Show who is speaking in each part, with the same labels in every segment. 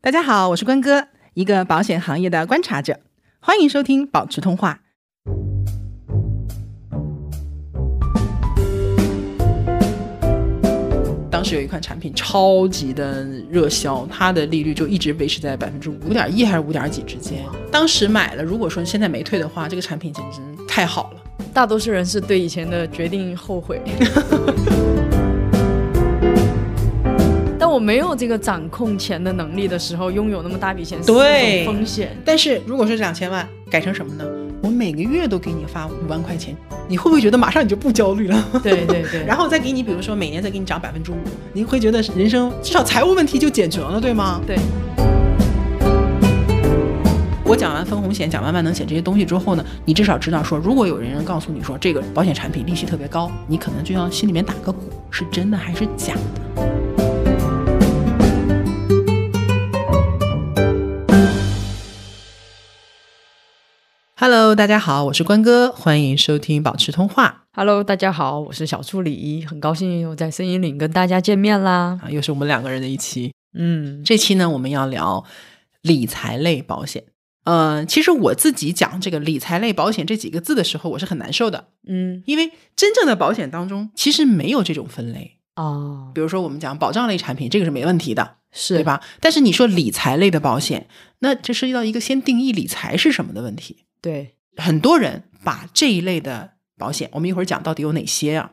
Speaker 1: 大家好，我是关哥，一个保险行业的观察者，欢迎收听保持通话。当时有一款产品超级的热销，它的利率就一直维持在百分之五点一还是五点几之间。当时买了，如果说现在没退的话，这个产品简直太好了。
Speaker 2: 大多数人是对以前的决定后 悔，但我没有这个掌控钱的能力的时候，拥有那么大笔钱是一
Speaker 1: 对
Speaker 2: 种风险。
Speaker 1: 但是如果说这两千万改成什么呢？我每个月都给你发五万块钱，你会不会觉得马上你就不焦虑了？
Speaker 2: 对对对，
Speaker 1: 然后再给你，比如说每年再给你涨百分之五，你会觉得人生至少财务问题就解决了，对吗？
Speaker 2: 对，
Speaker 1: 我讲完分红险，讲完万能险这些东西之后呢，你至少知道说，如果有人告诉你说这个保险产品利息特别高，你可能就要心里面打个鼓，是真的还是假的？Hello，大家好，我是关哥，欢迎收听保持通话
Speaker 2: Hello，大家好，我是小助理，很高兴又在声音岭跟大家见面啦。
Speaker 1: 啊，又是我们两个人的一期。
Speaker 2: 嗯，
Speaker 1: 这期呢，我们要聊理财类保险。呃，其实我自己讲这个理财类保险这几个字的时候，我是很难受的，
Speaker 2: 嗯
Speaker 1: 因为真正的保险当中其实没有这种分类。
Speaker 2: 啊，
Speaker 1: 比如说我们讲保障类产品，这个是没问题的，
Speaker 2: 是
Speaker 1: 对？吧？但是你说理财类的保险，那这涉及到一个先定义理财是什么的问题。
Speaker 2: 对，
Speaker 1: 很多人把这一类的保险，我们一会儿讲到底有哪些啊？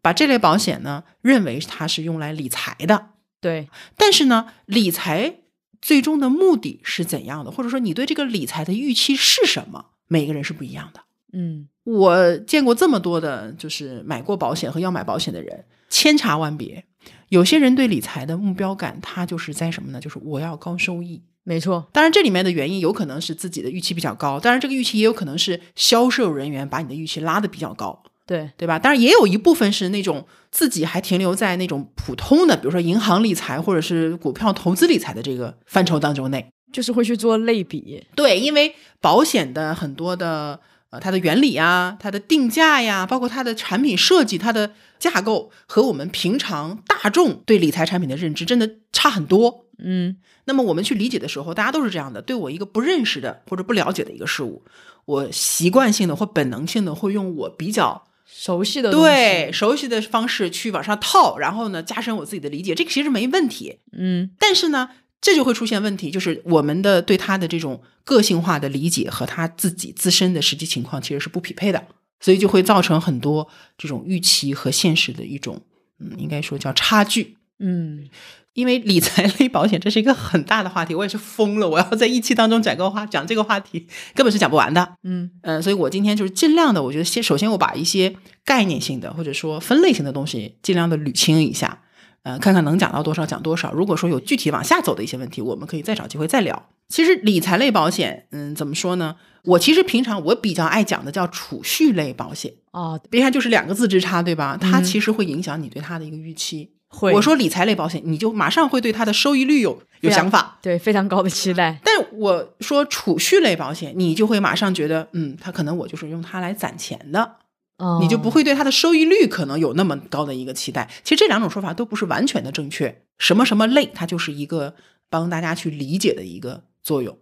Speaker 1: 把这类保险呢，认为它是用来理财的，
Speaker 2: 对，
Speaker 1: 但是呢，理财最终的目的是怎样的，或者说你对这个理财的预期是什么，每个人是不一样的。
Speaker 2: 嗯，
Speaker 1: 我见过这么多的，就是买过保险和要买保险的人，千差万别。有些人对理财的目标感，他就是在什么呢？就是我要高收益。
Speaker 2: 没错，
Speaker 1: 当然，这里面的原因有可能是自己的预期比较高，当然这个预期也有可能是销售人员把你的预期拉得比较高。
Speaker 2: 对，
Speaker 1: 对吧？当然也有一部分是那种自己还停留在那种普通的，比如说银行理财或者是股票投资理财的这个范畴当中内。
Speaker 2: 就是会去做类比。
Speaker 1: 对，因为保险的很多的呃它的原理啊、它的定价呀，包括它的产品设计、它的架构和我们平常大众对理财产品的认知真的差很多。
Speaker 2: 嗯，
Speaker 1: 那么我们去理解的时候，大家都是这样的。对我一个不认识的或者不了解的一个事物，我习惯性的或本能性的会用我比较
Speaker 2: 熟悉的东西
Speaker 1: 对，熟悉的方式去往上套，然后呢，加深我自己的理解，这个其实没问题。
Speaker 2: 嗯，
Speaker 1: 但是呢，这就会出现问题，就是我们的对他的这种个性化的理解和他自己自身的实际情况其实是不匹配的，所以就会造成很多这种预期和现实的一种，嗯，应该说叫差距。
Speaker 2: 嗯，
Speaker 1: 因为理财 类保险这是一个很大的话题，我也是疯了，我要在一期当中讲个话讲这个话题，根本是讲不完的。
Speaker 2: 嗯，
Speaker 1: 嗯，所以我今天就是尽量的，我觉得先首先我把一些概念性的或者说分类型的东西尽量的捋清一下，呃，看看能讲到多少讲多少。如果说有具体往下走的一些问题，我们可以再找机会再聊。其实理财类保险，嗯，怎么说呢？我其实平常我比较爱讲的叫储蓄类保险，
Speaker 2: 啊，
Speaker 1: 别看就是两个字之差，对吧？它
Speaker 2: 嗯
Speaker 1: 其实会影响你对它的一个预期。
Speaker 2: 会，
Speaker 1: 我说理财类保险，你就马上会对它的收益率有有
Speaker 2: 非常
Speaker 1: 想法。
Speaker 2: 对，啊非常高的期待。
Speaker 1: 但我说储蓄类保险，你就会马上觉得，嗯，它可能我就是用它来攒钱的，
Speaker 2: 哦
Speaker 1: 你就不会对它的收益率可能有那么高的一个期待。其实这两种说法都不是完全的正确。什么什么类，它就是一个帮大家去理解的一个作用。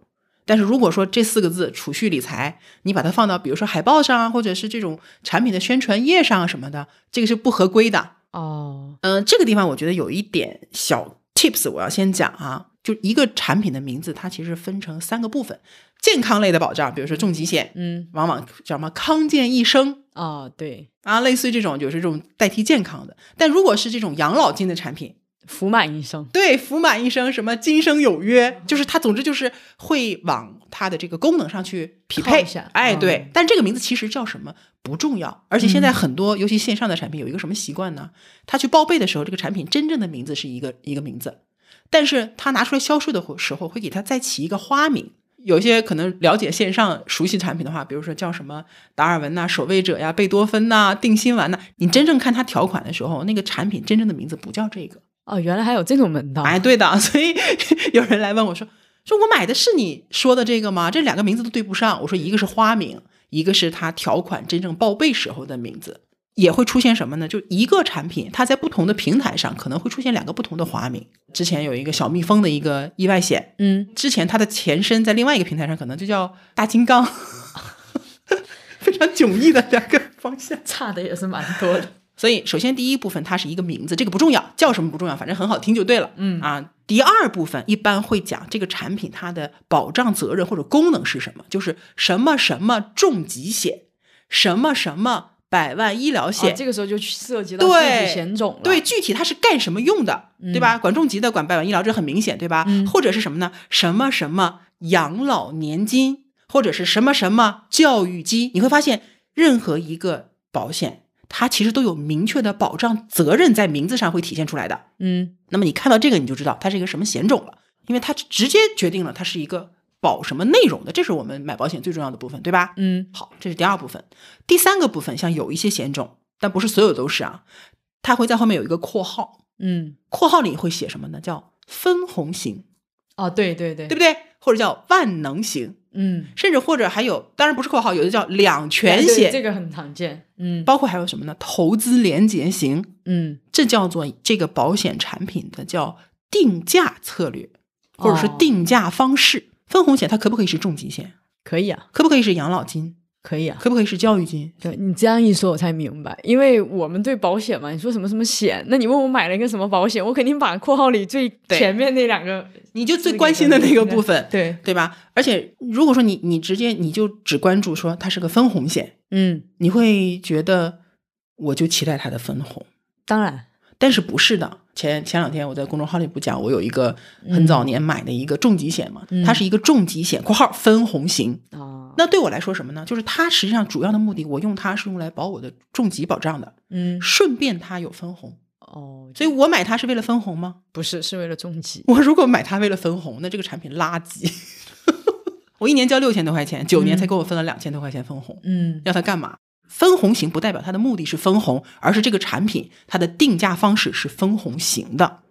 Speaker 1: 但是如果说这四个字“储蓄理财”，你把它放到比如说海报上啊，或者是这种产品的宣传页上啊什么的，这个是不合规的。
Speaker 2: 哦，
Speaker 1: 嗯、这个地方我觉得有一点小 tips，我要先讲啊，就一个产品的名字，它其实分成三个部分：健康类的保障，比如说重疾险，
Speaker 2: 嗯，
Speaker 1: 往往叫什么康健一生
Speaker 2: 啊，对，
Speaker 1: 啊，类似于这种就是这种代替健康的。但如果是这种养老金的产品，
Speaker 2: 福满医生，
Speaker 1: 对福满一生什么今生有约，就是它，总之就是会往它的这个功能上去匹
Speaker 2: 靠
Speaker 1: 配
Speaker 2: 一下。
Speaker 1: 哎，
Speaker 2: 嗯
Speaker 1: 对，但这个名字其实叫什么不重要，而且现在很多、尤其线上的产品有一个什么习惯呢？他去报备的时候，这个产品真正的名字是一个一个名字，但是他拿出来销售的时候，会给它再起一个花名。有一些可能了解线上熟悉产品的话，比如说叫什么达尔文呐、守卫者呀、贝多芬呐、定心丸呐，你真正看它条款的时候，那个产品真正的名字不叫这个。
Speaker 2: 哦，原来还有这种门道。
Speaker 1: 哎，对的， 所以有人来问我说：“说我买的是你说的这个吗？这两个名字都对不上。”我说：“一个是花名，一个是它条款真正报备时候的名字。也会出现什么呢？就一个产品，它在不同的平台上可能会出现两个不同的花名。之前有一个小蜜蜂的一个意外险，
Speaker 2: 嗯，
Speaker 1: 之前它的前身在另外一个平台上可能就叫大金刚， 非常迥异的两个方向。
Speaker 2: 差的也是蛮多 的。
Speaker 1: 所以，首先第一部分它是一个名字，这个不重要，叫什么不重要，反正很好听就对了。嗯啊，第二部分一般会讲这个产品它的保障责任或者功能是什么，就是什么什么重疾险，什么什么百万医疗
Speaker 2: 啊
Speaker 1: 险，，
Speaker 2: 这个时候就去涉及到具
Speaker 1: 对
Speaker 2: 体险种了。
Speaker 1: 对，，具体它是干什么用的，对吧？管重疾的，管百万医疗，这很明显，对吧？或者是什么呢？什么什么养老年金，或者是什么什么教育基，你会发现任何一个保险，它其实都有明确的保障责任在名字上会体现出来的。
Speaker 2: 嗯
Speaker 1: 那么你看到这个，你就知道它是一个什么险种了，因为它直接决定了它是一个保什么内容的，这是我们买保险最重要的部分，对吧？
Speaker 2: 嗯
Speaker 1: 好，这是第二部分。第三个部分，像有一些险种，但不是所有都是啊，它会在后面有一个括号，
Speaker 2: 嗯，
Speaker 1: 括号里会写什么呢？叫分红型，
Speaker 2: 哦，对对对
Speaker 1: 对，不对？或者叫万能型，
Speaker 2: 嗯，
Speaker 1: 甚至或者还有，当然不是括号，有的叫两全
Speaker 2: 对
Speaker 1: 险，
Speaker 2: 这个很常见。嗯
Speaker 1: 包括还有什么呢？投资连结型，
Speaker 2: 嗯，
Speaker 1: 这叫做这个保险产品的叫定价策略，或者是
Speaker 2: 哦
Speaker 1: 定价方式。分红险它可不可以是重疾险？
Speaker 2: 可以啊，
Speaker 1: 可不可以是养老金？
Speaker 2: 可以啊。
Speaker 1: 可不可以是教育金？
Speaker 2: 对你这样一说，我才明白，因为我们对保险嘛，你说什么什么险，那你问我买了一个什么保险，我肯定把括号里最
Speaker 1: 对
Speaker 2: 前面那两个，
Speaker 1: 你就最关心的那个部分，
Speaker 2: 对，
Speaker 1: 对吧？而且如果说你你直接你就只关注说它是个分红险，
Speaker 2: 嗯，
Speaker 1: 你会觉得我就期待它的分红，
Speaker 2: 当然，
Speaker 1: 但是不是的？前前两天我在公众号里不讲，我有一个很早年买的一个重疾险嘛，
Speaker 2: 嗯
Speaker 1: 它是一个重疾险（括号分红型）。
Speaker 2: 啊，
Speaker 1: 那对我来说什么呢？就是它实际上主要的目的，我用它是用来保我的重疾保障的，
Speaker 2: 嗯，
Speaker 1: 顺便它有分红，
Speaker 2: 哦，
Speaker 1: 所以我买它是为了分红吗？
Speaker 2: 不是，是为了重疾，
Speaker 1: 我如果买它为了分红，那这个产品垃圾。 我一年交六千多块钱，九年才给我分了两千多块钱分红，
Speaker 2: 嗯
Speaker 1: 要它干嘛？分红型不代表它的目的是分红，而是这个产品它的定价方式是分红型的。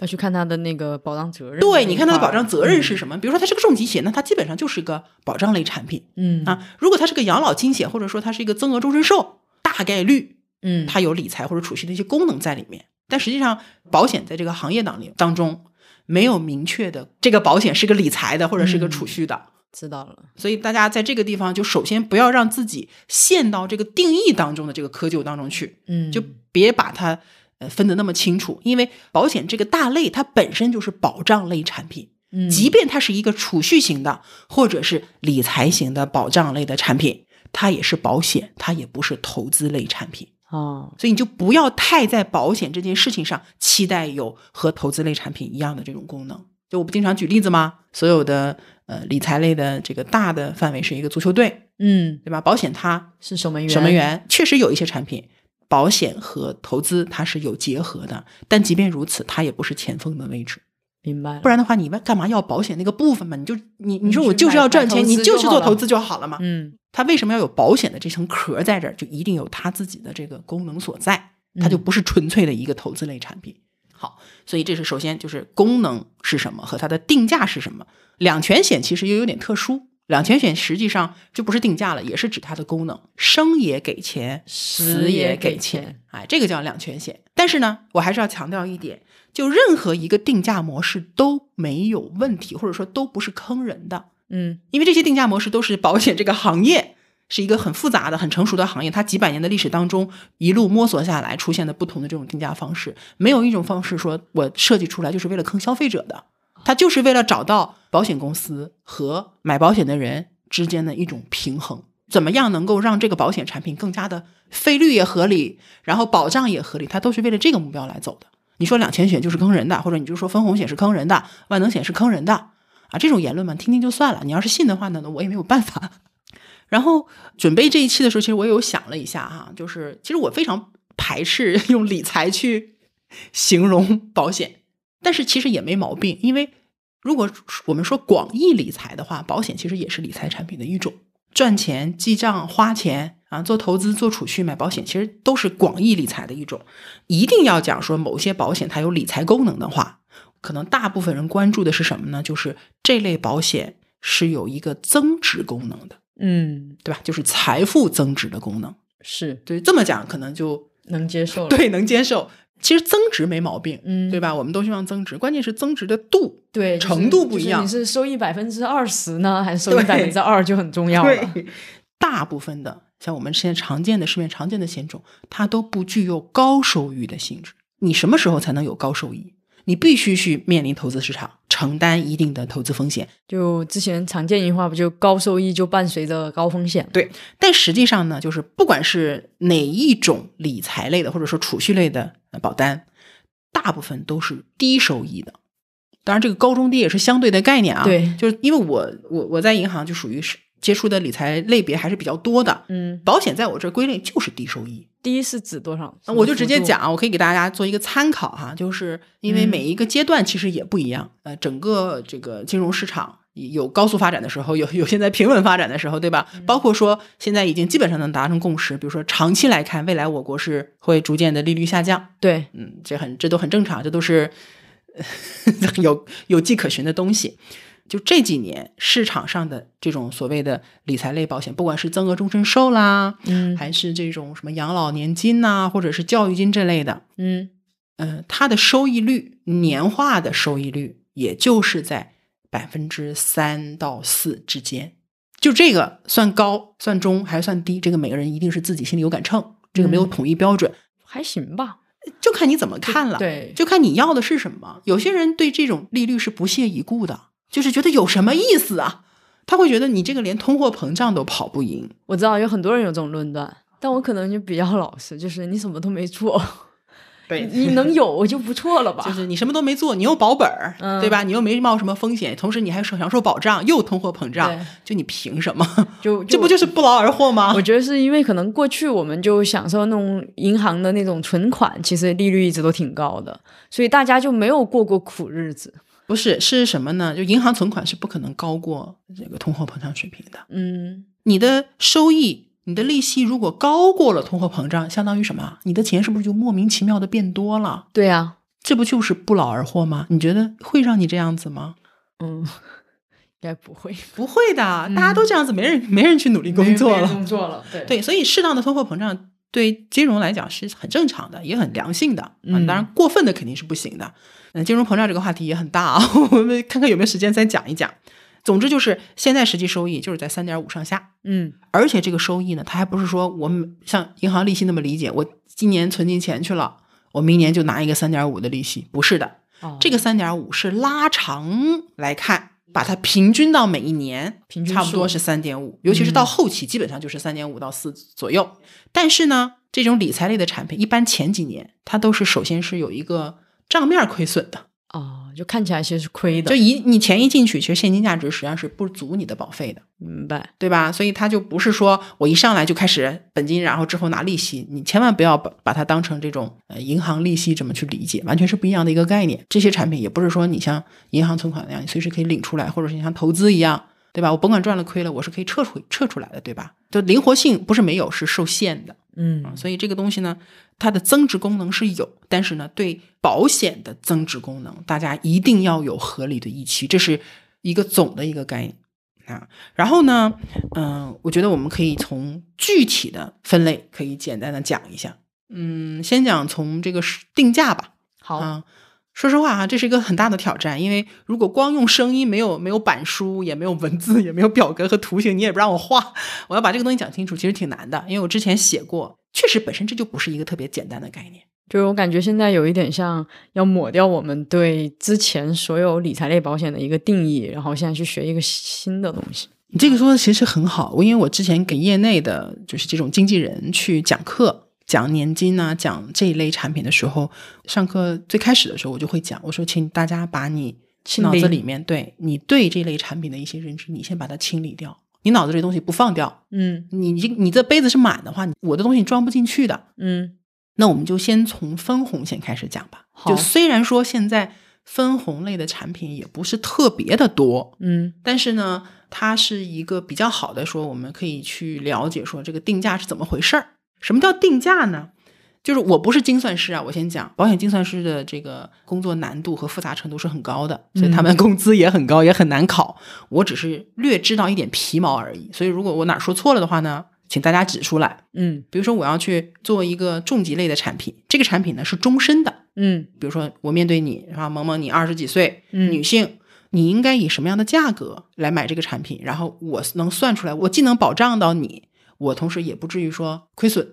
Speaker 2: 要去看他的那个保障责任。
Speaker 1: 对，你看它的保障，责任是什么？比如说它是个重疾险，那它基本上就是个保障类产品
Speaker 2: 嗯
Speaker 1: 啊。如果它是个养老金险，或者说它是一个增额终身寿，大概率
Speaker 2: 嗯，
Speaker 1: 它有理财或者储蓄的一些功能在里面。但实际上，保险在这个行业当里当中没有明确的这个保险是个理财的或者是个储蓄的，
Speaker 2: 知道了，
Speaker 1: 所以大家在这个地方就首先不要让自己陷到这个定义当中的这个窠臼当中去，
Speaker 2: 嗯，
Speaker 1: 就别把它呃分得那么清楚，因为保险这个大类它本身就是保障类产品。
Speaker 2: 嗯
Speaker 1: 即便它是一个储蓄型的或者是理财型的保障类的产品，它也是保险，它也不是投资类产品。
Speaker 2: 哦，
Speaker 1: 所以你就不要太在保险这件事情上期待有和投资类产品一样的这种功能。就我不经常举例子吗？所有的呃理财类的这个大的范围是一个足球队，
Speaker 2: 嗯，
Speaker 1: 对吧？保险它
Speaker 2: 是守门员，
Speaker 1: 守门，员确实有一些产品，保险和投资它是有结合的，但即便如此，它也不是前锋的位置。
Speaker 2: 明白了，
Speaker 1: 不然的话，你为干嘛要保险那个部分嘛？你就你你说
Speaker 2: 你去
Speaker 1: 我就是
Speaker 2: 买
Speaker 1: 要赚
Speaker 2: 买
Speaker 1: 钱，
Speaker 2: 投
Speaker 1: 你
Speaker 2: 资
Speaker 1: 就
Speaker 2: 就
Speaker 1: 去
Speaker 2: 好
Speaker 1: 做
Speaker 2: 了
Speaker 1: 投资就好了嘛。
Speaker 2: 嗯
Speaker 1: 它为什么要有保险的这层壳在这儿？就一定有它自己的这个功能所在，它就
Speaker 2: 嗯
Speaker 1: 不是纯粹的一个投资类产品。好，所以这是首先就是功能是什么和它的定价是什么。两全险其实又有点特殊，两全险实际上就不是定价了，也是指它的功能，生也给钱，
Speaker 2: 死
Speaker 1: 死
Speaker 2: 也
Speaker 1: 也
Speaker 2: 给
Speaker 1: 给
Speaker 2: 钱
Speaker 1: 钱，哎，这个叫两全险。但是呢，我还是要强调一点，就任何一个定价模式都没有问题，或者说都不是坑人的。
Speaker 2: 嗯
Speaker 1: 因为这些定价模式都是保险这个行业是一个很复杂的、很成熟的行业，它几百年的历史当中一路摸索下来出现的不同的这种定价方式，没有一种方式说我设计出来就是为了坑消费者的，它就是为了找到保险公司和买保险的人之间的一种平衡。怎么样能够让这个保险产品更加的费率也合理，然后保障也合理？它都是为了这个目标来走的。你说两全险就是坑人的，或者你就说分红险是坑人的，万能险是坑人的，啊，这种言论嘛，听听就算了。你要是信的话呢，那我也没有办法。 然后准备这一期的时候，其实我有想了一下哈、就是其实我非常排斥 用理财去形容保险，但是其实也没毛病，因为如果我们说广义理财的话，保险其实也是理财产品的一种，赚钱、记账、花钱啊，做投资、做储蓄、买保险，其实都是广义理财的一种。一定要讲说某些保险它有理财功能的话，可能大部分人关注的是什么呢？就是这类保险是有一个增值功能的，
Speaker 2: 嗯
Speaker 1: 对吧？就是财富增值的功能。
Speaker 2: 是
Speaker 1: 对，这么讲可能就
Speaker 2: 能接受了。
Speaker 1: 对能接受。其实增值没毛病，
Speaker 2: 嗯
Speaker 1: 对吧？我们都希望增值，关键是增值的度。
Speaker 2: 对，就是
Speaker 1: 程度不一样
Speaker 2: 就是你是收益百分之二十呢，还是收益百
Speaker 1: 对
Speaker 2: 分之二就很重要了。
Speaker 1: 对，大部分的像我们现在常见的市面常见的险种，它都不具有高收益的性质。你什么时候才能有高收益？你必须去面临投资市场，承担一定的投资风险。
Speaker 2: 就之前常见一句话，不就高收益就伴随着高风险？
Speaker 1: 对，但实际上呢，就是不管是哪一种理财类的，或者说储蓄类的呃保单，大部分都是低收益的。当然，这个高中低也是相对的概念啊。
Speaker 2: 对
Speaker 1: 就是因为我我我在银行就属于是接触的理财类别还是比较多的，
Speaker 2: 嗯，
Speaker 1: 保险在我这儿归类就是低收益。
Speaker 2: 第一是指多少？
Speaker 1: 那我就直接
Speaker 2: 什么幅度
Speaker 1: 讲，啊，我可以给大家做一个参考哈，就是因为
Speaker 2: 嗯
Speaker 1: 每一个阶段其实也不一样，呃，整个这个金融市场。有高速发展的时候，有有现在平稳发展的时候，对吧？
Speaker 2: 嗯
Speaker 1: 包括说现在已经基本上能达成共识，比如说长期来看，未来我国是会逐渐的利率下降，
Speaker 2: 对，
Speaker 1: 嗯，这很这都很正常，这都是 有有迹可循的东西。就这几年市场上的这种所谓的理财类保险，不管是增额终身寿啦，
Speaker 2: 嗯
Speaker 1: 还是这种什么养老年金呐、或者是教育金这类的，
Speaker 2: 嗯，
Speaker 1: 嗯，它的收益率年化的收益率，也就是在百分之三到四之间。就这个算高、算中还是算低，这个每个人一定是自己心里有杆秤，这个没有
Speaker 2: 嗯
Speaker 1: 统一标准，
Speaker 2: 还行吧。
Speaker 1: 就看你怎么看了。
Speaker 2: 对，
Speaker 1: 就看你要的是什么。有些人对这种利率是不屑一顾的，就是觉得有什么意思啊？他会觉得你这个连通货膨胀都跑不赢。
Speaker 2: 我知道有很多人有这种论断，但我可能就比较老实，就是你什么都没做，
Speaker 1: 对
Speaker 2: 你能有我就不错了吧？
Speaker 1: 就是你什么都没做，你又保本儿，
Speaker 2: 嗯
Speaker 1: 对吧？你又没冒什么风险，同时你还享受保障，又通货膨胀
Speaker 2: 对，
Speaker 1: 就你凭什么？
Speaker 2: 就
Speaker 1: 这不就是不劳而获吗
Speaker 2: 我？觉得是因为可能过去我们就享受那种银行的那种存款，其实利率一直都挺高的，所以大家就没有过过苦日子。
Speaker 1: 不是，是什么呢？就银行存款是不可能高过这个通货膨胀水平的。
Speaker 2: 嗯，
Speaker 1: 你的收益、你的利息如果高过了通货膨胀，相当于什么？你的钱是不是就莫名其妙的变多了？
Speaker 2: 对啊呀、
Speaker 1: 这不就是不劳而获吗？你觉得会让你这样子吗？
Speaker 2: 嗯，应该不会
Speaker 1: 不会的，大家都这样子，没人嗯没人去努力工作了。
Speaker 2: 工作了，对
Speaker 1: 对，所以适当的通货膨胀对金融来讲是很正常的，也很良性的。啊
Speaker 2: 嗯
Speaker 1: 当然过分的肯定是不行的。嗯，金融膨胀这个话题也很大啊， 我们看看有没有时间再讲一讲。总之就是现在实际收益就是在三点五上下，
Speaker 2: 嗯
Speaker 1: 而且这个收益呢，它还不是说我们像银行利息那么理解，我今年存进钱去了，我明年就拿一个三点五的利息，不是的。
Speaker 2: 哦
Speaker 1: 这个三点五是拉长来看，把它平均到每一年，
Speaker 2: 平均
Speaker 1: 差不多
Speaker 2: 数嗯
Speaker 1: 是三点五，尤其是到后期，基本上就是三点五到四左右。但是呢，这种理财类的产品，一般前几年它都是首先是有一个账面亏损的，
Speaker 2: 哦，就看起来其实是亏的
Speaker 1: 就，一你钱一进去，其实现金价值实际上是不足你的保费的。
Speaker 2: 明白？
Speaker 1: 对吧？所以它就不是说我一上来就开始本金，然后之后拿利息，你千万不要把把它当成这种呃银行利息这么去理解，完全是不一样的一个概念。这些产品也不是说你像银行存款那样，你随时可以领出来，或者是你像投资一样，对吧？我甭管赚了亏了，我是可以撤出撤出来的，对吧？就灵活性不是没有，是受限的。
Speaker 2: 嗯，
Speaker 1: 所以这个东西呢，它的增值功能是有，但是呢，对保险的增值功能，大家一定要有合理的预期，这是一个总的一个概念啊。然后呢，嗯、我觉得我们可以从具体的分类可以简单的讲一下。嗯，先讲从这个是定价吧。
Speaker 2: 好，
Speaker 1: 啊，说实话哈、这是一个很大的挑战，因为如果光用声音，没有没有板书，也没有文字，也没有表格和图形，你也不让我画，我要把这个东西讲清楚，其实挺难的。因为我之前写过，确实本身这就不是一个特别简单的概念。
Speaker 2: 就是我感觉现在有一点像要抹掉我们对之前所有理财类保险的一个定义，然后现在去学一个新的东西。
Speaker 1: 你这个说的其实很好，我因为我之前给业内的就是这种经纪人去讲课，讲年金呐、讲这一类产品的时候，上课最开始的时候我就会讲，我说请大家把你
Speaker 2: 清
Speaker 1: 脑
Speaker 2: 理
Speaker 1: 子里面对你对这类产品的一些认知，你先把它清理掉，你脑子这东西不放掉，
Speaker 2: 嗯
Speaker 1: 你这你这杯子是满的话，你我的东西装不进去的。
Speaker 2: 嗯，
Speaker 1: 那我们就先从分红先开始讲吧。
Speaker 2: 好
Speaker 1: 就虽然说现在分红类的产品也不是特别的多，
Speaker 2: 嗯
Speaker 1: 但是呢，它是一个比较好的说，我们可以去了解说这个定价是怎么回事儿。什么叫定价呢？就是我不是精算师啊，我先讲，保险精算师的这个工作难度和复杂程度是很高的，所以他们工资也很高，也很难考。我只是略知道一点皮毛而已，所以如果我哪说错了的话呢，请大家指出来。
Speaker 2: 嗯
Speaker 1: 比如说，我要去做一个重疾类的产品，这个产品呢是终身的。
Speaker 2: 嗯
Speaker 1: 比如说，我面对你，然后萌萌，你二十几岁，
Speaker 2: 嗯
Speaker 1: 女性，你应该以什么样的价格来买这个产品？然后我能算出来，我既能保障到你，我同时也不至于说亏损。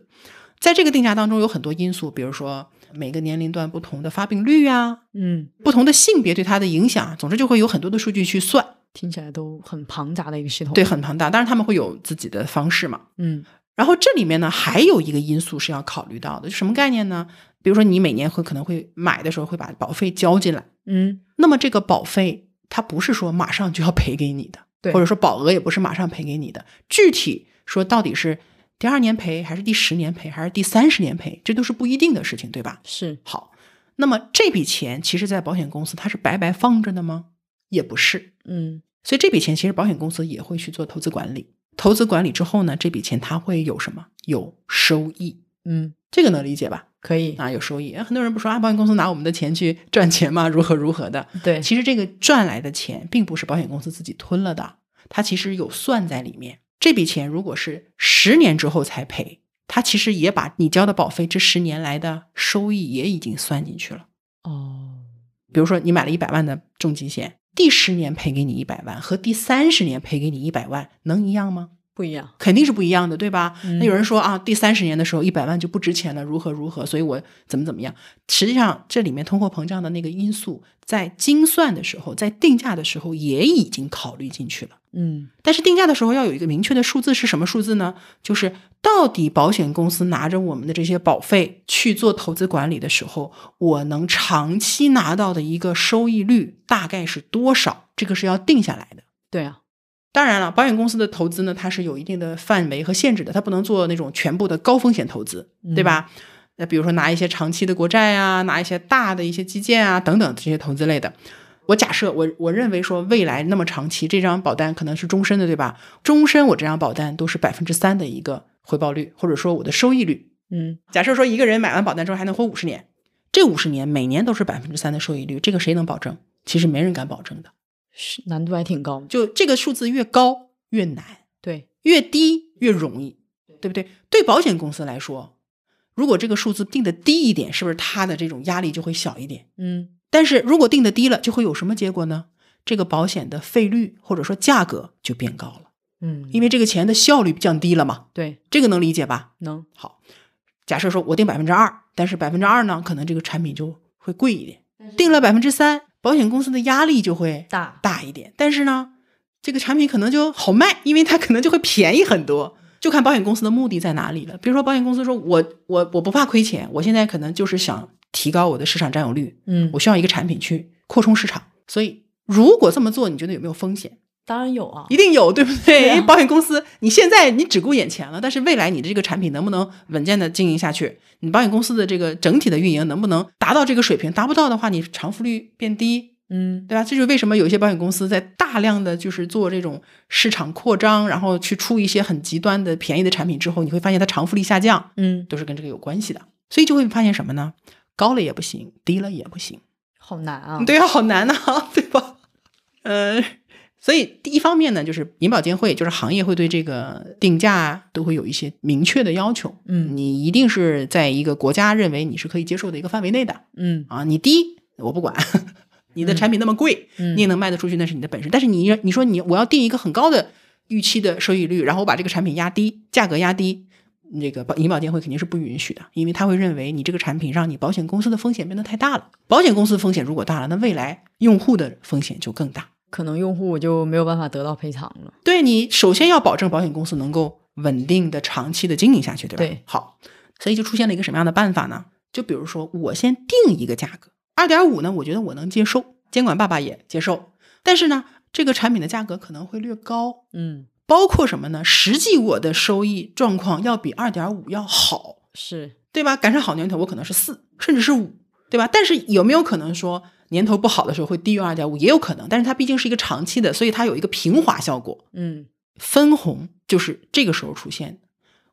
Speaker 1: 在这个定价当中有很多因素，比如说每个年龄段不同的发病率啊，
Speaker 2: 嗯，
Speaker 1: 不同的性别对它的影响，总之就会有很多的数据去算，
Speaker 2: 听起来都很庞杂的一个系统。
Speaker 1: 对，，很庞大。当然他们会有自己的方式嘛。
Speaker 2: 嗯
Speaker 1: 然后这里面呢，还有一个因素是要考虑到的，就什么概念呢？比如说你每年会可能会买的时候会把保费交进来，
Speaker 2: 嗯
Speaker 1: 那么这个保费它不是说马上就要赔给你的，
Speaker 2: 对
Speaker 1: 或者说保额也不是马上赔给你的，具体说到底是第二年赔还是第十年赔还是第三十年赔，这都是不一定的事情，对吧？
Speaker 2: 是
Speaker 1: 好，那么这笔钱其实在保险公司它是白白放着的吗？也不是，
Speaker 2: 嗯
Speaker 1: 所以这笔钱其实保险公司也会去做投资管理。投资管理之后呢，这笔钱它会有什么？有收益，
Speaker 2: 嗯
Speaker 1: 这个能理解吧？
Speaker 2: 可以
Speaker 1: 啊，有收益。很多人不说啊，保险公司拿我们的钱去赚钱嘛，如何如何的。
Speaker 2: 对
Speaker 1: 其实这个赚来的钱并不是保险公司自己吞了的，它其实有算在里面。这笔钱如果是十年之后才赔，它其实也把你交的保费这十年来的收益也已经算进去了。
Speaker 2: 哦
Speaker 1: 比如说你买了一百万的重疾险，第十年赔给你一百万和第三十年赔给你一百万能一样吗？
Speaker 2: 不一样
Speaker 1: 肯定是不一样的，对吧？
Speaker 2: 嗯
Speaker 1: 那有人说啊，第三十年的时候一百万就不值钱了，如何如何，所以我怎么怎么样。实际上，这里面通货膨胀的那个因素，在精算的时候，在定价的时候也已经考虑进去了。
Speaker 2: 嗯
Speaker 1: 但是定价的时候要有一个明确的数字是什么数字呢？就是到底保险公司拿着我们的这些保费去做投资管理的时候，我能长期拿到的一个收益率大概是多少？这个是要定下来的。
Speaker 2: 对啊
Speaker 1: 当然了，保险公司的投资呢，它是有一定的范围和限制的，它不能做那种全部的高风险投资，
Speaker 2: 嗯
Speaker 1: 对吧？那、比如说拿一些长期的国债啊，拿一些大的一些基建啊等等这些投资类的。我假设我我认为说未来那么长期这张保单可能是终身的，对吧？终身我这张保单都是百分之三的一个回报率，或者说我的收益率。
Speaker 2: 嗯
Speaker 1: 假设说一个人买完保单之后还能活五十年，这五十年每年都是百分之三的收益率，这个谁能保证？其实没人敢保证的。
Speaker 2: 是难度还挺高的
Speaker 1: 就这个数字越高越难。
Speaker 2: 对
Speaker 1: 越低越容易，对不对？对保险公司来说，如果这个数字定的低一点，是不是它的这种压力就会小一点？
Speaker 2: 嗯
Speaker 1: 但是如果定的低了，就会有什么结果呢？这个保险的费率或者说价格就变高了，
Speaker 2: 嗯
Speaker 1: 因为这个钱的效率降低了嘛，
Speaker 2: 对
Speaker 1: 这个能理解吧？
Speaker 2: 能
Speaker 1: 好，假设说我定百分之二，但是百分之二呢，可能这个产品就会贵一点；定了百分之三，保险公司的压力就会
Speaker 2: 大
Speaker 1: 大一点，但是呢，这个产品可能就好卖，因为它可能就会便宜很多。就看保险公司的目的在哪里了。比如说，保险公司说我我我不怕亏钱，我现在可能就是想提高我的市场占有率，
Speaker 2: 嗯
Speaker 1: 我需要一个产品去扩充市场。所以，如果这么做，你觉得有没有风险？
Speaker 2: 当然有啊
Speaker 1: 一定有，对不对？
Speaker 2: 对啊
Speaker 1: 因为保险公司，你现在你只顾眼前了，但是未来你的这个产品能不能稳健的经营下去？你保险公司的这个整体的运营能不能达到这个水平？达不到的话，你偿付率变低，
Speaker 2: 嗯
Speaker 1: 对吧？这就是为什么有一些保险公司在大量的就是做这种市场扩张，然后去出一些很极端的便宜的产品之后，你会发现它偿付率下降，
Speaker 2: 嗯
Speaker 1: 都是跟这个有关系的。所以就会发现什么呢？高了也不行，低了也不行。
Speaker 2: 好难啊
Speaker 1: 对啊， 好难呐、对吧？呃，所以第一方面呢，就是银保监会，就是行业会对这个定价啊都会有一些明确的要求。
Speaker 2: 嗯
Speaker 1: 你一定是在一个国家认为你是可以接受的一个范围内的
Speaker 2: 嗯
Speaker 1: 啊，你低我不管。 你的产品那么贵，
Speaker 2: 嗯
Speaker 1: 你也能卖得出去，那是你的本事。但是你你说你我要定一个很高的预期的收益率，然后我把这个产品压低，价格压低，那个保银保监会肯定是不允许的，因为他会认为你这个产品让你保险公司的风险变得太大了。保险公司风险如果大了，那未来用户的风险就更大。
Speaker 2: 可能用户就没有办法得到赔偿了
Speaker 1: 对你首先要保证保险公司能够稳定的、长期的经营下去，对吧？
Speaker 2: 对
Speaker 1: 好，所以就出现了一个什么样的办法呢？就比如说，我先定一个价格，二点五呢，我觉得我能接受，监管爸爸也接受，但是呢，这个产品的价格可能会略高，
Speaker 2: 嗯
Speaker 1: 包括什么呢？实际我的收益状况要比二点五要好，
Speaker 2: 是
Speaker 1: 对吧？赶上好年头，我可能是四，甚至是五，对吧？但是有没有可能说年头不好的时候会低于二点五？也有可能，但是它毕竟是一个长期的，所以它有一个平滑效果。
Speaker 2: 嗯
Speaker 1: 分红就是这个时候出现的。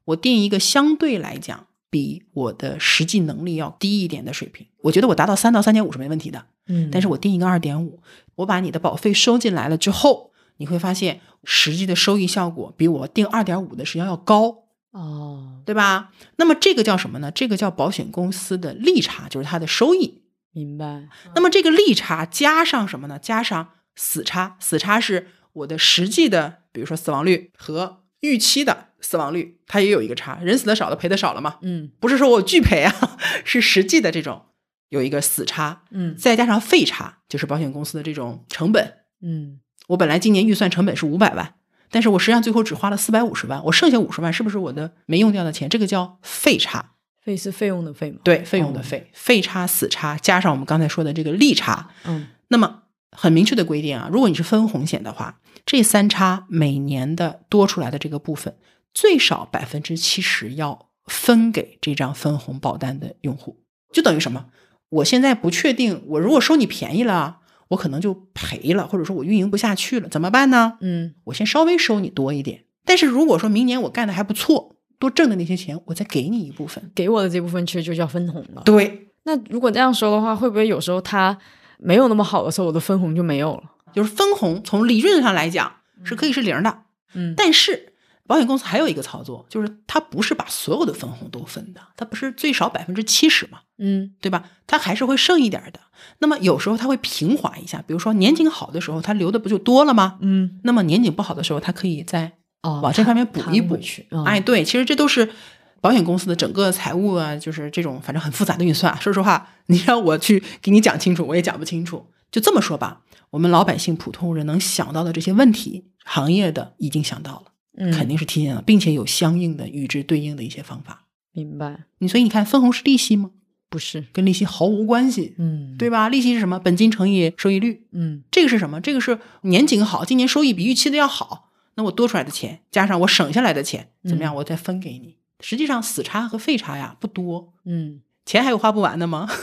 Speaker 1: 我定一个相对来讲比我的实际能力要低一点的水平，我觉得我达到三到三点五是没问题的。
Speaker 2: 嗯
Speaker 1: 但是我定一个二点五，我把你的保费收进来了之后，你会发现实际的收益效果比我定二点五的时间要高。
Speaker 2: 哦，
Speaker 1: 对吧？那么这个叫什么呢？这个叫保险公司的利差，就是它的收益。
Speaker 2: 明白。
Speaker 1: 那么这个利差加上什么呢？加上死差，死差是我的实际的，比如说死亡率和预期的死亡率，它也有一个差。人死的少了，赔的少了嘛，
Speaker 2: 嗯
Speaker 1: 不是说我拒赔啊， 是实际的这种有一个死差，
Speaker 2: 嗯
Speaker 1: 再加上费差，就是保险公司的这种成本。
Speaker 2: 嗯，
Speaker 1: 我本来今年预算成本是五百万，但是我实际上最后只花了四百五十万，我剩下五十万是不是我的没用掉的钱？这个叫费差。
Speaker 2: 费是费用的费嘛？，
Speaker 1: 对，费用的
Speaker 2: 哦
Speaker 1: 费，费差、死差加上我们刚才说的这个利差，
Speaker 2: 嗯
Speaker 1: 那么很明确的规定啊，如果你是分红险的话，这三差每年的多出来的这个部分，最少百分之七十要分给这张分红保单的用户，就等于什么？我现在不确定，我如果收你便宜了，我可能就赔了，或者说我运营不下去了，怎么办呢？
Speaker 2: 嗯
Speaker 1: 我先稍微收你多一点，但是如果说明年我干的还不错，多挣的那些钱，我再给你一部分。
Speaker 2: 给我的这部分其实就叫分红了。
Speaker 1: 对，
Speaker 2: 那如果这样说的话，会不会有时候他没有那么好的时候，我的分红就没有了？
Speaker 1: 就是分红，从理论上来讲是可以是零的，
Speaker 2: 嗯
Speaker 1: 但是保险公司还有一个操作，就是它不是把所有的分红都分的，它不是最少百分之七十嘛，
Speaker 2: 嗯
Speaker 1: 对吧？它还是会剩一点儿的。那么有时候它会平滑一下，比如说年景好的时候，它留的不就多了吗？
Speaker 2: 嗯
Speaker 1: 那么年景不好的时候，它可以再
Speaker 2: 哦，
Speaker 1: 往这方面补
Speaker 2: 弹
Speaker 1: 一
Speaker 2: 回
Speaker 1: 补。
Speaker 2: 去。嗯
Speaker 1: 哎，，对，其实这都是保险公司的整个财务啊，就是这种反正很复杂的运算啊。说实话，你让我去给你讲清楚，我也讲不清楚。就这么说吧，我们老百姓、普通人能想到的这些问题，行业的已经想到了，
Speaker 2: 嗯
Speaker 1: 肯定是体现了，并且有相应的与之对应的一些方法。
Speaker 2: 明白，
Speaker 1: 你所以你看，分红是利息吗？
Speaker 2: 不是？
Speaker 1: 跟利息毫无关系，
Speaker 2: 嗯，
Speaker 1: 对吧？利息是什么？本金乘以收益率。
Speaker 2: 嗯
Speaker 1: 这个是什么？这个是年景好，今年收益比预期的要好，那我多出来的钱加上我省下来的钱，
Speaker 2: 嗯
Speaker 1: 怎么样？我再分给你。实际上死差和费差呀不多，
Speaker 2: 嗯
Speaker 1: 钱还有花不完的吗？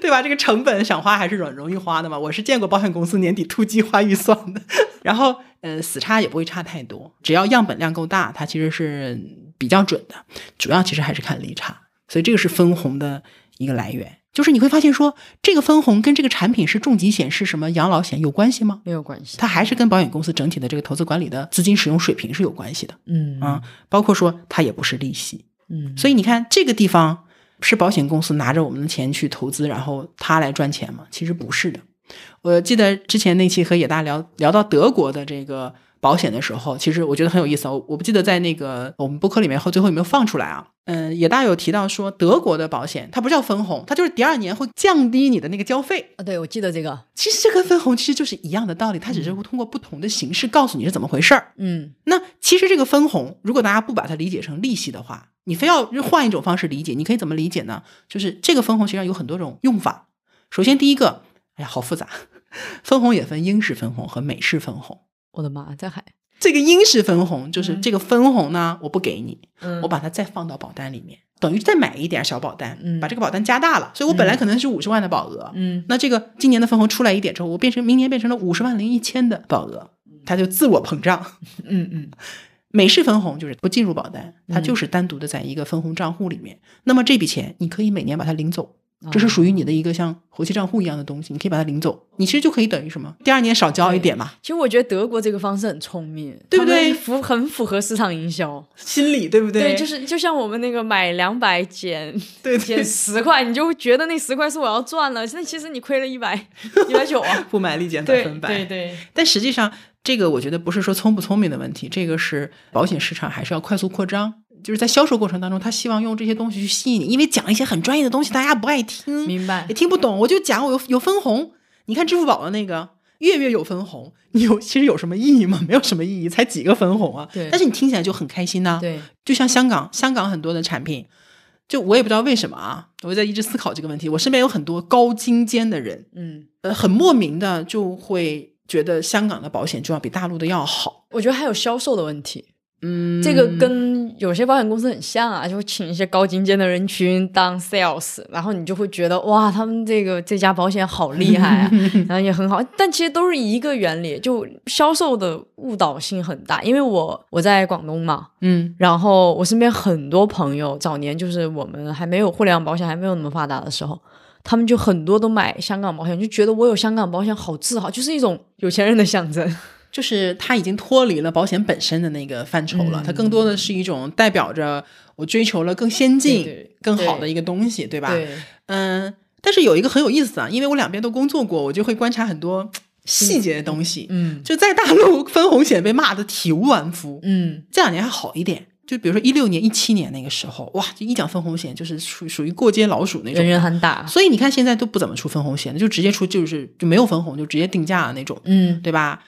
Speaker 1: 对吧？这个成本想花还是很容易花的嘛。我是见过保险公司年底突击花预算的， 然后呃死差也不会差太多，只要样本量够大，它其实是比较准的。主要其实还是看利差，所以这个是分红的一个来源。就是你会发现说，这个分红跟这个产品是重疾险是什么养老险有关系吗？
Speaker 2: 没有关系。
Speaker 1: 它还是跟保险公司整体的这个投资管理的资金使用水平是有关系的
Speaker 2: 嗯
Speaker 1: 啊，包括说它也不是利息。
Speaker 2: 嗯，
Speaker 1: 所以你看，这个地方是保险公司拿着我们的钱去投资，然后他来赚钱吗？其实不是的。我记得之前那期和野大聊聊到德国的这个保险的时候，其实我觉得很有意思啊。我我不记得在那个我们播客里面后最后有没有放出来啊？嗯，野大有提到说，德国的保险它不叫分红，它就是第二年会降低你的那个交费。
Speaker 2: 啊，对，我记得这个。
Speaker 1: 其实这跟分红其实就是一样的道理，它只是通过不同的形式告诉你是怎么回事儿。
Speaker 2: 嗯
Speaker 1: 那其实这个分红，如果大家不把它理解成利息的话，你非要换一种方式理解，你可以怎么理解呢？就是这个分红实际上有很多种用法。首先第一个，哎呀，好复杂，分红也分英式分红和美式分红。
Speaker 2: 我的妈，这还，
Speaker 1: 这个英式分红就是
Speaker 2: 嗯
Speaker 1: 这个分红呢，我不给你，
Speaker 2: 嗯
Speaker 1: 我把它再放到保单里面，等于再买一点小保单，
Speaker 2: 嗯
Speaker 1: 把这个保单加大了。所以我本来可能是五十万的保额，
Speaker 2: 嗯
Speaker 1: 那这个今年的分红出来一点之后，我变成明年变成了五十万零一千的保额，它就自我膨胀。
Speaker 2: 嗯嗯
Speaker 1: 美式分红就是不进入保单，它
Speaker 2: 嗯
Speaker 1: 就是单独的在一个分红账户里面。那么这笔钱你可以每年把它领走，
Speaker 2: 嗯，
Speaker 1: 这是
Speaker 2: 啊
Speaker 1: 属于你的一个像活期账户一样的东西，你可以把它领走，你其实就可以等于什么？第二年少交一点嘛，
Speaker 2: 其实我觉得德国这个方式很聪明，
Speaker 1: 对
Speaker 2: 他
Speaker 1: 不
Speaker 2: 们
Speaker 1: 对
Speaker 2: 符很符合市场营销。
Speaker 1: 心理对不对
Speaker 2: 就是是就像我们那个买两百减
Speaker 1: 对
Speaker 2: 减
Speaker 1: 对，
Speaker 2: 十块，你就会觉得那十块是我要赚了，那其实你亏了 一百一百九啊。
Speaker 1: 不买立减百
Speaker 2: 对
Speaker 1: 分百。
Speaker 2: 对对，
Speaker 1: 但实际上，这个我觉得不是说聪不聪明的问题，这个是保险市场还是要快速扩张。就是在销售过程当中，他希望用这些东西去吸引你，因为讲一些很专业的东西，大家不爱听，
Speaker 2: 明白
Speaker 1: 也。听不懂。我就讲我有有分红，你看支付宝的那个月月有分红，你有其实有什么意义吗？没有什么意义，才几个分红啊。
Speaker 2: 对
Speaker 1: 但是你听起来就很开心呐、
Speaker 2: 对，
Speaker 1: 就像香港，香港很多的产品，就我也不知道为什么啊，我在一直思考这个问题。我身边有很多高精尖的人，
Speaker 2: 嗯，
Speaker 1: 呃，很莫名的就会觉得香港的保险就要比大陆的要好。
Speaker 2: 我觉得还有销售的问题。
Speaker 1: 嗯
Speaker 2: 这个跟有些保险公司很像啊，就会请一些高精尖的人群当 sales，然后你就会觉得哇，他们这个这家保险好厉害 啊，然后也很好，但其实都是一个原理，就销售的误导性很大。因为我我在广东嘛，
Speaker 1: 嗯
Speaker 2: 然后我身边很多朋友早年就是我们还没有互联网保险还没有那么发达的时候。他们就很多都买香港保险，就觉得我有香港保险好自豪，就是一种有钱人的象征。
Speaker 1: 就是它已经脱离了保险本身的那个范畴
Speaker 2: 嗯
Speaker 1: 了，它更多的是一种代表着我追求了更先进、
Speaker 2: 对对
Speaker 1: 更好
Speaker 2: 对
Speaker 1: 的一个东西，对吧？
Speaker 2: 对，
Speaker 1: 嗯，但是有一个很有意思啊，因为我两边都工作过，我就会观察很多细节的东西。
Speaker 2: 嗯
Speaker 1: 就在大陆，分红险被骂的体无完肤。
Speaker 2: 嗯
Speaker 1: 这两年还好一点，就比如说一六年、一七年那个时候，哇，就一讲分红险就是属属于过街老鼠那
Speaker 2: 人
Speaker 1: 种。
Speaker 2: 人喊打，
Speaker 1: 所以你看现在都不怎么出分红险，就直接出就是就没有分红，就直接定价那种，
Speaker 2: 嗯
Speaker 1: 对吧？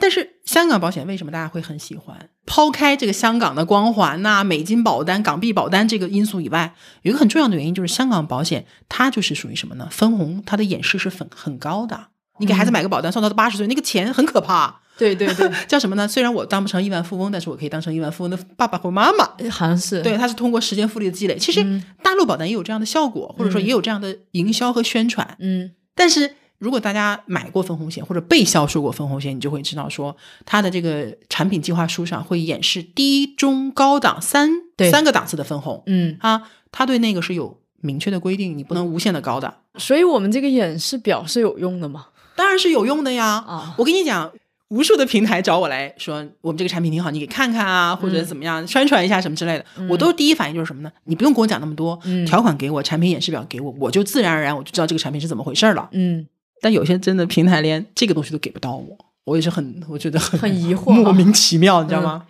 Speaker 1: 但是香港保险为什么大家会很喜欢？抛开这个香港的光环呐、美金保单、港币保单这个因素以外，有一个很重要的原因就是香港保险它就是属于什么呢？分红它的演示是很很高的。你给孩子买个保单，算到八十岁，那个钱很可怕。
Speaker 2: 对对对，
Speaker 1: 叫什么呢？虽然我当不成亿万富翁，但是我可以当成亿万富翁的爸爸或妈妈。
Speaker 2: 好像是
Speaker 1: 对，它是通过时间复利的积累。其实
Speaker 2: 嗯
Speaker 1: 大陆保单也有这样的效果，或者说也有这样的营销和宣传。
Speaker 2: 嗯
Speaker 1: 但是如果大家买过分红险或者被销售过分红险，你就会知道说，它的这个产品计划书上会演示低、中、高档三
Speaker 2: 对
Speaker 1: 三个档次的分红
Speaker 2: 嗯，
Speaker 1: 啊，它对那个是有明确的规定，你不能无限的高的，
Speaker 2: 所以我们这个演示表是有用的嘛？
Speaker 1: 当然是有用的呀。
Speaker 2: 啊，
Speaker 1: 我跟你讲，无数的平台找我来说，我们这个产品挺好，你给看看啊，或
Speaker 2: 嗯
Speaker 1: 者怎么样、宣传一下什么之类的。我都第一反应就是什么呢？你不用跟我讲那么多，
Speaker 2: 嗯
Speaker 1: 条款给我，产品演示表给我，我就自然而然我就知道这个产品是怎么回事儿了。
Speaker 2: 嗯，
Speaker 1: 但有些真的平台连这个东西都给不到我，我也是很，我觉得很
Speaker 2: 很疑惑啊
Speaker 1: 莫名其妙，你知道吗？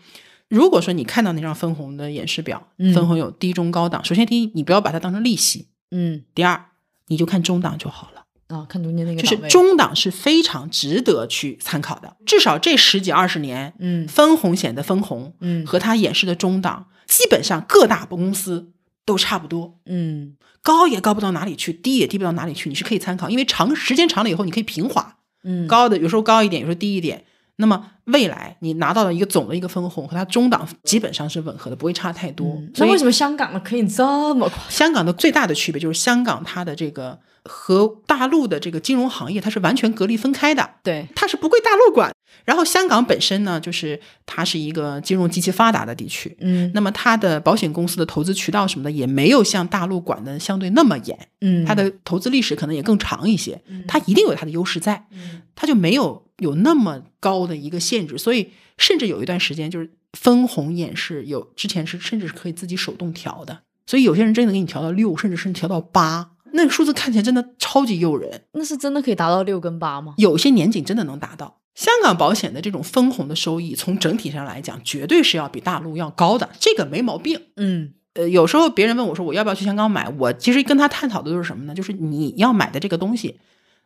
Speaker 1: 如果说你看到那张分红的演示表，
Speaker 2: 嗯
Speaker 1: 分红有低、中、高档，首先第一，你不要把它当成利息；
Speaker 2: 嗯
Speaker 1: 第二，你就看中档就好了。
Speaker 2: 啊，看中间那个
Speaker 1: 就是
Speaker 2: 档位，
Speaker 1: 中档是非常值得去参考的，至少这十几二十年，
Speaker 2: 嗯
Speaker 1: 分红险的分红
Speaker 2: 嗯
Speaker 1: 和它演示的中档，基本上各大公司都差不多，
Speaker 2: 嗯
Speaker 1: 高也高不到哪里去，低也低不到哪里去，你是可以参考，因为长时间长了以后，你可以平滑，
Speaker 2: 嗯，
Speaker 1: 高的有时候高一点，有时候低一点。那么未来你拿到的一个总的一个分红和它中档基本上是吻合的，不会差太多。
Speaker 2: 嗯那
Speaker 1: 所以
Speaker 2: 为什么香港的可以这么快？
Speaker 1: 香港的最大的区别就是香港它的这个和大陆的这个金融行业它是完全隔离分开的。
Speaker 2: 对，
Speaker 1: 它是不归大陆管。然后香港本身呢，就是它是一个金融极其发达的地区，
Speaker 2: 嗯
Speaker 1: 那么它的保险公司的投资渠道什么的也没有像大陆管的相对那么严，
Speaker 2: 嗯，
Speaker 1: 它的投资历史可能也更长一些，它一定有它的优势在，
Speaker 2: 嗯
Speaker 1: 它就没有有那么高的一个限制，所以甚至有一段时间就是分红演示有之前是甚至是可以自己手动调的，所以有些人真的给你调到六，甚至甚至调到八，那个数字看起来真的超级诱人。
Speaker 2: 那是真的可以达到六跟八吗？
Speaker 1: 有些年景真的能达到。香港保险的这种分红的收益，从整体上来讲，绝对是要比大陆要高的，这个没毛病。
Speaker 2: 嗯
Speaker 1: 呃，有时候别人问我说我要不要去香港买，我其实跟他探讨的就是什么呢？就是你要买的这个东西，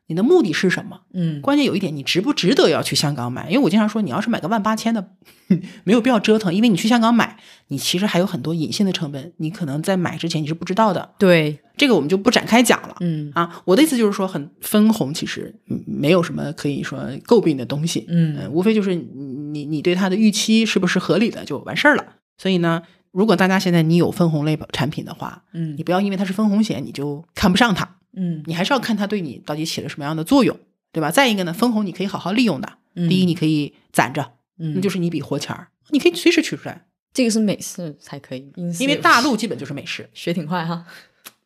Speaker 1: 你的目的是什么？
Speaker 2: 嗯
Speaker 1: 关键有一点，你值不值得要去香港买？因为我经常说，你要是买个万八千的， 没有必要折腾，因为你去香港买，你其实还有很多隐性的成本，你可能在买之前你是不知道的。
Speaker 2: 对，
Speaker 1: 这个我们就不展开讲了。
Speaker 2: 嗯
Speaker 1: 啊，我的意思就是说，很分红其实嗯没有什么可以说诟病的东西，
Speaker 2: 嗯
Speaker 1: 呃无非就是你你你对它的预期是不是合理的就完事儿了。所以呢，如果大家现在你有分红类产品的话，
Speaker 2: 嗯
Speaker 1: 你不要因为它是分红险你就看不上它，
Speaker 2: 嗯
Speaker 1: 你还是要看它对你到底起了什么样的作用，对吧？再一个呢，分红你可以好好利用的。
Speaker 2: 嗯，
Speaker 1: 第一，你可以攒着，
Speaker 2: 嗯
Speaker 1: 那就是你一笔活钱儿，你可以随时取出来，
Speaker 2: 这个是美式才可以，英式
Speaker 1: 因为
Speaker 2: 有
Speaker 1: 大陆基本就是美式。
Speaker 2: 学挺快哈。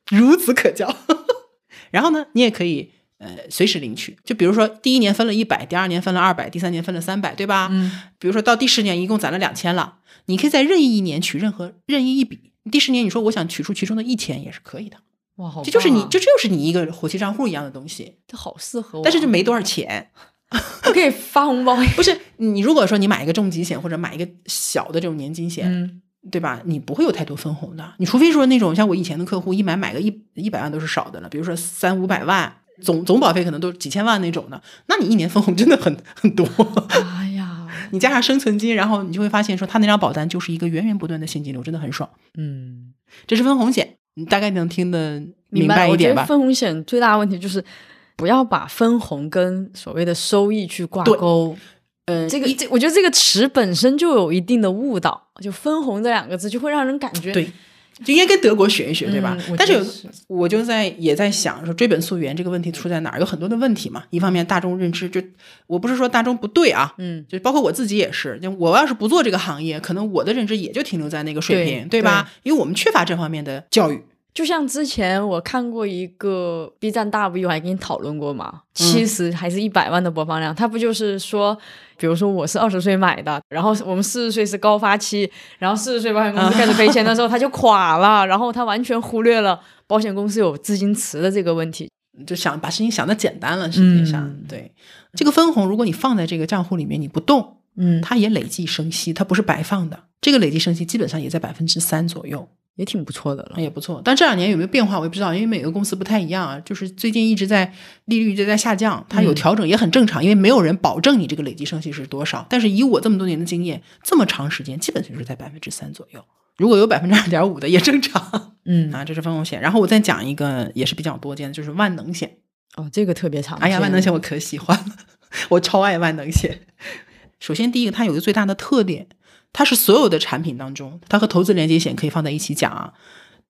Speaker 1: 孺子可教。 然后呢，你也可以呃随时领取，就比如说第一年分了一百，第二年分了二百，第三年分了三百，对吧？
Speaker 2: 嗯
Speaker 1: 比如说到第十年一共攒了两千了，你可以在任意一年取任何任意一笔。第十年你说我想取出其中的一千也是可以的，
Speaker 2: 哇，好棒啊，
Speaker 1: 这就是你这就是你一个活期账户一样的东西，
Speaker 2: 这好适合我啊，
Speaker 1: 但是就没多少钱。
Speaker 2: 我可以发红包。
Speaker 1: 不是你如果说你买一个重疾险或者买一个小的这种年金险，
Speaker 2: 嗯
Speaker 1: 对吧？你不会有太多分红的，你除非说那种像我以前的客户，一买买个一一百万都是少的了，比如说三五百万，总总保费可能都几千万那种的，那你一年分红真的很 很多。
Speaker 2: 哎呀，
Speaker 1: 你加上生存金，然后你就会发现说，他那张保单就是一个源源不断的现金流，真的很爽。
Speaker 2: 嗯，
Speaker 1: 这是分红险，你大概能听得
Speaker 2: 明
Speaker 1: 明白一点
Speaker 2: 我觉得
Speaker 1: 吧？
Speaker 2: 分红险最大的问题就是不要把分红跟所谓的收益去挂钩。
Speaker 1: 嗯，
Speaker 2: 这个这，我觉得这个词本身就有一定的误导，就分红这两个字就会让人感觉
Speaker 1: 对，就应该跟德国学一学，对吧
Speaker 2: 嗯？我
Speaker 1: 但是
Speaker 2: 觉
Speaker 1: 有
Speaker 2: 得是
Speaker 1: 我就在也在想说追本溯源这个问题出在哪儿，有很多的问题嘛。一方面大众认知，就我不是说大众不对啊，
Speaker 2: 嗯，
Speaker 1: 就包括我自己也是，就我要是不做这个行业，可能我的认知也就停留在那个水平，
Speaker 2: 对
Speaker 1: 吧？因为我们缺乏这方面的教育。
Speaker 2: 就像之前我看过一个 B 站大 V，我还跟你讨论过嘛，
Speaker 1: 嗯
Speaker 2: 七十还是一百万的播放量，他不就是说，比如说我是二十岁买的，然后我们四十岁是高发期，然后四十岁保险公 司开始赔钱的时候，他就垮了，然后他完全忽略了保险公司有资金池的这个问题。
Speaker 1: 就想把事情想的简单了。实际上，
Speaker 2: 嗯
Speaker 1: 对这个分红，如果你放在这个账户里面你不动，
Speaker 2: 嗯，
Speaker 1: 它也累计生息，它不是白放的。这个累计生息基本上也在百分之三左右，
Speaker 2: 也挺不错的了
Speaker 1: 那。也不错。但这两年有没有变化，我也不知道，因为每个公司不太一样啊。就是最近一直在利率一直在下降，它有调整也很正常，因为没有人保证你这个累计生息是多少。但是以我这么多年的经验，这么长时间基本就是在百分之三左右，如果有百分之二点五的也正常
Speaker 2: 嗯，
Speaker 1: 啊。这是分红险，然后我再讲一个也是比较多见的，就是万能险。
Speaker 2: 哦，这个特别常见。
Speaker 1: 哎呀，万能险我可喜欢了，我超爱万能险。首先，第一个，它有一个最大的特点，它是所有的产品当中，它和投资连接险可以放在一起讲啊，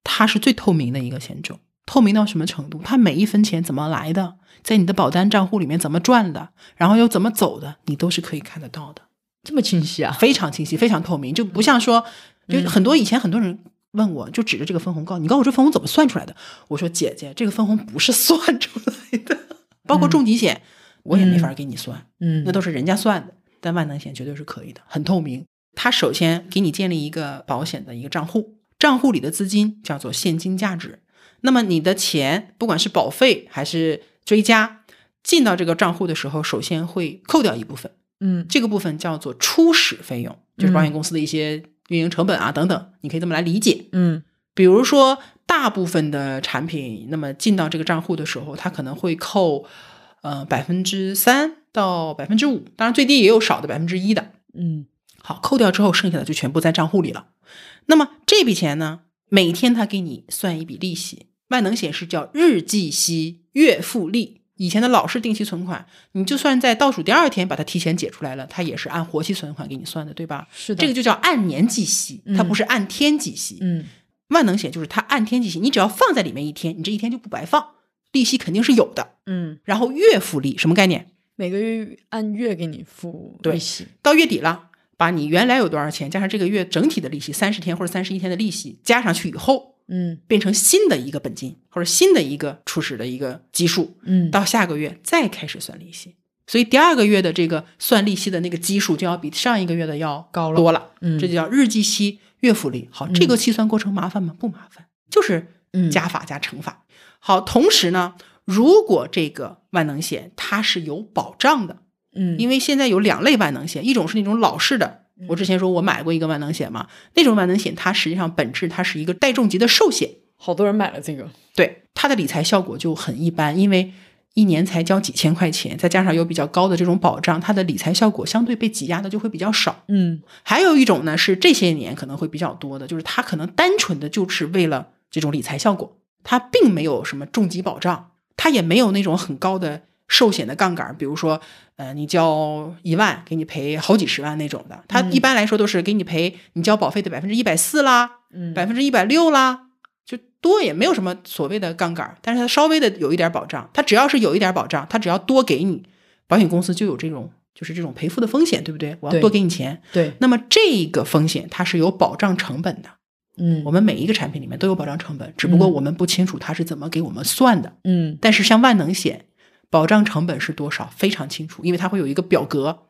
Speaker 1: 它是最透明的一个险种。透明到什么程度？它每一分钱怎么来的，在你的保单账户里面怎么赚的，然后又怎么走的，你都是可以看得到的，
Speaker 2: 这么清晰啊？
Speaker 1: 非常清晰，非常透明，就不像说，就
Speaker 2: 嗯
Speaker 1: 很多以前很多人。问我就指着这个分红告诉你，告诉我这分红怎么算出来的？我说姐姐，这个分红不是算出来的， 包括重疾险，我也没法给你算，
Speaker 2: 嗯，
Speaker 1: 那都是人家算的。但万能险绝对是可以的，很透明。它首先给你建立一个保险的一个账户，账户里的资金叫做现金价值。那么你的钱，不管是保费还是追加，进到这个账户的时候，首先会扣掉一部分，
Speaker 2: 嗯
Speaker 1: 这个部分叫做初始费用，就是保险公司的一些运营成本啊等等，你可以这么来理解。
Speaker 2: 嗯
Speaker 1: 比如说，大部分的产品，那么进到这个账户的时候，它可能会扣呃百分之三到百分之五，当然最低也有少的百分之一的。
Speaker 2: 嗯
Speaker 1: 好，扣掉之后，剩下的就全部在账户里了。那么这笔钱呢，每天他给你算一笔利息，万能险是叫日计息、月复利。以前的老式定期存款，你就算在倒数第二天把它提前解出来了，它也是按活期存款给你算的，对吧？
Speaker 2: 是的，
Speaker 1: 这个就叫按年计息，它
Speaker 2: 嗯
Speaker 1: 不是按天计息。
Speaker 2: 嗯
Speaker 1: 万能险就是它按天计息，你只要放在里面一天，你这一天就不白放，利息肯定是有的。
Speaker 2: 嗯，
Speaker 1: 然后月复利什么概念？
Speaker 2: 每个月按月给你付
Speaker 1: 对
Speaker 2: 利息。
Speaker 1: 到月底了，把你原来有多少钱加上这个月整体的利息，三十天或者三十一天的利息加上去以后，
Speaker 2: 嗯
Speaker 1: 变成新的一个本金或者新的一个初始的一个基数，
Speaker 2: 嗯，
Speaker 1: 到下个月再开始算利息。所以第二个月的这个算利息的那个基数就要比上一个月的要
Speaker 2: 高了
Speaker 1: 多了，
Speaker 2: 嗯
Speaker 1: 这就叫日计息、月复利。好，这个计算过程麻烦吗？不麻烦，就是
Speaker 2: 嗯
Speaker 1: 加法加乘法。好，同时呢，如果这个万能险它是有保障的，
Speaker 2: 嗯，
Speaker 1: 因为现在有两类万能险，一种是那种老式的，我之前说我买过一个万能险嘛，那种万能险它实际上本质它是一个带重疾的寿险，
Speaker 2: 好多人买了这个。
Speaker 1: 对它的理财效果就很一般，因为。一年才交几千块钱，再加上有比较高的这种保障，它的理财效果相对被挤压的就会比较少。
Speaker 2: 嗯
Speaker 1: 还有一种呢是这些年可能会比较多的，就是它可能单纯的就是为了这种理财效果，它并没有什么重疾保障，它也没有那种很高的寿险的杠杆，比如说，呃，你交一万给你赔好几十万那种的，它一般来说都是给你赔你交保费的百分之一百四啦，
Speaker 2: 嗯，
Speaker 1: 百分之一百六啦，就多也没有什么所谓的杠杆，但是它稍微的有一点保障，它只要是有一点保障，它只要多给你，保险公司就有这种就是这种赔付的风险，对不对？我要
Speaker 2: 对
Speaker 1: 多给你钱。
Speaker 2: 对，
Speaker 1: 那么这个风险它是有保障成本的，
Speaker 2: 嗯
Speaker 1: 我们每一个产品里面都有保障成本，只不过我们不清楚它是怎么给我们算的。
Speaker 2: 嗯
Speaker 1: 但是像万能险，保障成本是多少非常清楚，因为它会有一个表格，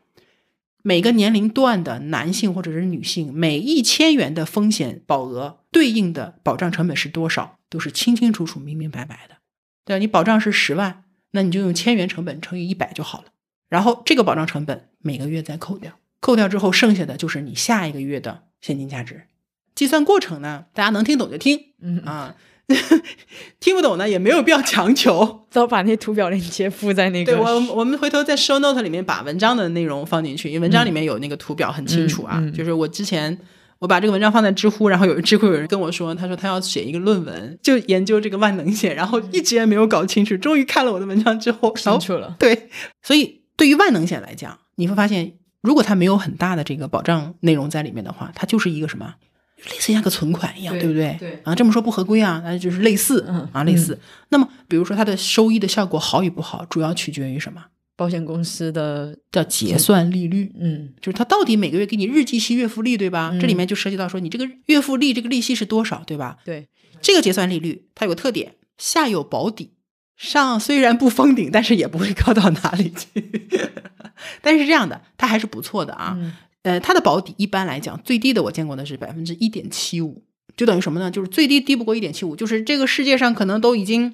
Speaker 1: 每个年龄段的男性或者是女性，每一千元的风险保额对应的保障成本是多少，都是清清楚楚、明明白白的。对吧？啊你保障是十万，那你就用千元成本乘以一百就好了。然后这个保障成本每个月再扣掉，扣掉之后剩下的就是你下一个月的现金价值。计算过程呢，大家能听懂就听
Speaker 2: 嗯，
Speaker 1: 啊， 听不懂呢也没有必要强求。
Speaker 2: 都把那图表链接附在那个。
Speaker 1: 对 我，我们回头在 show note 里面把文章的内容放进去，因为文章里面有那个图表很清楚啊。
Speaker 2: 嗯嗯嗯
Speaker 1: 就是我之前我把这个文章放在知乎，然后有知乎有人跟我说，他说他要写一个论文，就研究这个万能险，然后一直也没有搞清楚，终于看了我的文章之后，然
Speaker 2: 清
Speaker 1: 后
Speaker 2: 楚了。
Speaker 1: 对，所以对于万能险来讲，你会发现，如果它没有很大的这个保障内容在里面的话，它就是一个什么，类似像个存款一样，
Speaker 2: 对
Speaker 1: 不对？
Speaker 2: 对
Speaker 1: 啊，这么说不合规啊，那就是类似
Speaker 2: 嗯
Speaker 1: 啊，类似。那么，比如说它的收益的效果好与不好，主要取决于什么？
Speaker 2: 保险公司的，
Speaker 1: 叫结算利率，
Speaker 2: 嗯
Speaker 1: 就是它到底每个月给你日计息、月付利，对吧？
Speaker 2: 嗯
Speaker 1: 这里面就涉及到说你这个月付利、这个利息是多少，对吧？
Speaker 2: 对，
Speaker 1: 这个结算利率它有个特点，下有保底，上虽然不封顶，但是也不会高到哪里去。 但是这样的，它还是不错的啊。
Speaker 2: 嗯
Speaker 1: 呃，它的保底一般来讲，最低的我见过的是百分之一点七五，就等于什么呢？就是最低低不过一点七五，就是这个世界上可能都已经，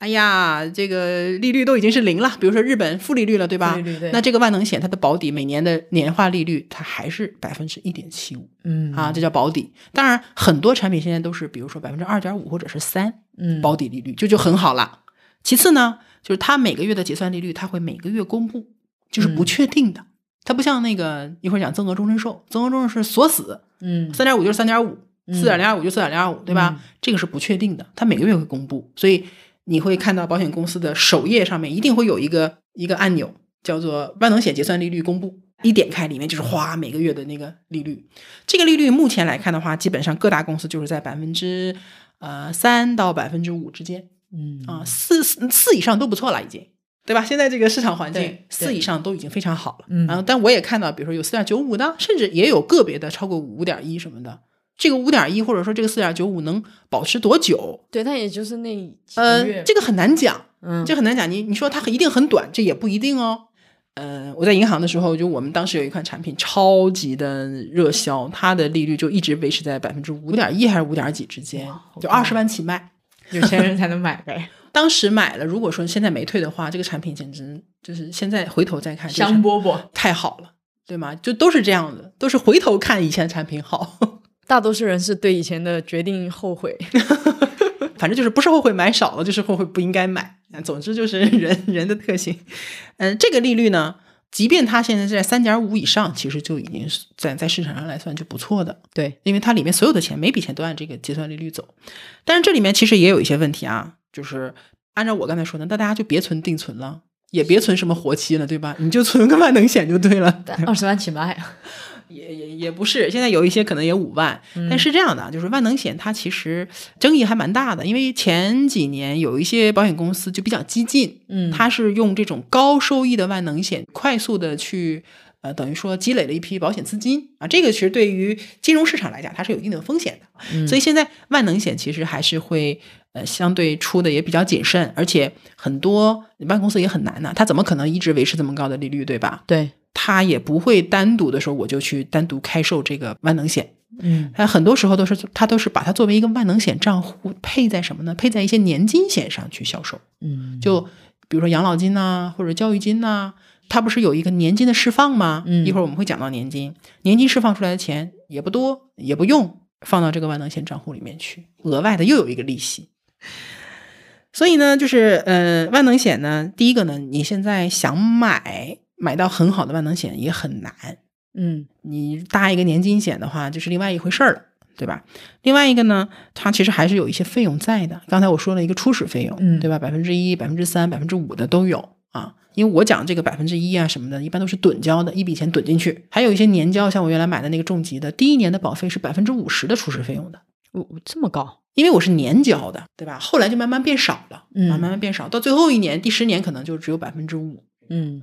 Speaker 1: 哎呀，这个利率都已经是零了，比如说日本负利率了，对吧？
Speaker 2: 利率对
Speaker 1: 那这个万能险它的保底每年的年化利率它还是百分之一点七五
Speaker 2: 嗯
Speaker 1: 啊，这叫保底。当然，很多产品现在都是比如说百分之二点五或者是三
Speaker 2: 嗯
Speaker 1: 保底利率，这就很好了。其次呢，就是它每个月的结算利率，它会每个月公布，就是不
Speaker 2: 嗯
Speaker 1: 确定的。它不像那个一会儿讲增额终身寿，增额终身寿是锁死，
Speaker 2: 嗯
Speaker 1: 三点五就是三点五，
Speaker 2: 嗯
Speaker 1: 四点零二五就四点零二五，对吧？这个是不确定的，它每个月会公布，所以你会看到保险公司的首页上面一定会有一个一个按钮，叫做万能险结算利率公布。一点开，里面就是哗每个月的那个利率。这个利率目前来看的话，基本上各大公司就是在百分之呃三到百分之五之间
Speaker 2: 嗯
Speaker 1: 啊，四四四以上都不错了，已经。对吧？现在这个市场环境
Speaker 2: 对，
Speaker 1: 四
Speaker 2: 对
Speaker 1: 以上都已经非常好了。
Speaker 2: 嗯
Speaker 1: 然后但我也看到，比如说有四点九五的，甚至也有个别的超过五点一什么的。这个五点一或者说这个四点九五能保持多久？
Speaker 2: 对，但也就是那几个月
Speaker 1: 呃，这个很难讲，
Speaker 2: 嗯
Speaker 1: 这很难讲。你你说它一定很短，这也不一定哦。呃，我在银行的时候，就我们当时有一款产品超级的热销，它的利率就一直维持在百分之五点一还是五点几之间
Speaker 2: 哇，好
Speaker 1: 就
Speaker 2: 高
Speaker 1: 二十万起卖。
Speaker 2: 嗯有钱人才能买呗，
Speaker 1: 当时买了，如果说现在没退的话，这个产品简直就是现在回头再看，这个产
Speaker 2: 香
Speaker 1: 品
Speaker 2: 饽饽。
Speaker 1: 太好了，对吗？就都是这样的，都是回头看以前产品好，
Speaker 2: 大多数人是对以前的决定后悔，
Speaker 1: 反正就是不是后悔买少了，就是后悔不应该买。啊总之就是 人人的特性。嗯，这个利率呢，即便它现在在三点五以上，其实就已经是在在市场上来算就不错的。
Speaker 2: 对，
Speaker 1: 因为它里面所有的钱，每笔钱都按这个结算利率走。但是这里面其实也有一些问题啊，就是按照我刚才说的，那大家就别存定存了，也别存什么活期了，对吧？你就存个万能险就对了。
Speaker 2: 但二十万起卖，啊
Speaker 1: 也也也不是，现在有一些可能也五万，但是这样的啊，就是万能险它其实争议还蛮大的，因为前几年有一些保险公司就比较激进，
Speaker 2: 嗯
Speaker 1: 它是用这种高收益的万能险快速的去。呃，等于说积累了一批保险资金啊，这个其实对于金融市场来讲，它是有一定的风险的。所以现在万能险其实还是会呃相对出的也比较谨慎，而且很多办公司也很难呐、它怎么可能一直维持这么高的利率，对吧？
Speaker 2: 对，
Speaker 1: 他也不会单独的说我就去单独开售这个万能险，
Speaker 2: 嗯
Speaker 1: 他很多时候都是他都是把它作为一个万能险账户配在什么呢？配在一些年金险上去销售，
Speaker 2: 嗯
Speaker 1: 就比如说养老金呐、或者教育金呐、它不是有一个年金的释放吗？
Speaker 2: 嗯
Speaker 1: 一会儿我们会讲到年金，年金释放出来的钱也不多，也不用放到这个万能险账户里面去，额外的又有一个利息。所以呢，就是呃，万能险呢，第一个呢，你现在想买买到很好的万能险也很难，
Speaker 2: 嗯
Speaker 1: 你搭一个年金险的话，就是另外一回事儿了，对吧？另外一个呢，它其实还是有一些费用在的。刚才我说了一个初始费用，
Speaker 2: 嗯
Speaker 1: 对吧？百分之一、百分之三、百分之五的都有啊。因为我讲这个百分之一啊什么的，一般都是趸交的，一笔钱趸进去。还有一些年交，像我原来买的那个重疾的，第一年的保费是百分之五十的初始费用的，
Speaker 2: 我我这么高，
Speaker 1: 因为我是年交的，对吧？后来就慢慢变少了，
Speaker 2: 嗯
Speaker 1: 啊，慢慢变少，到最后一年第十年可能就只有百分之五。
Speaker 2: 嗯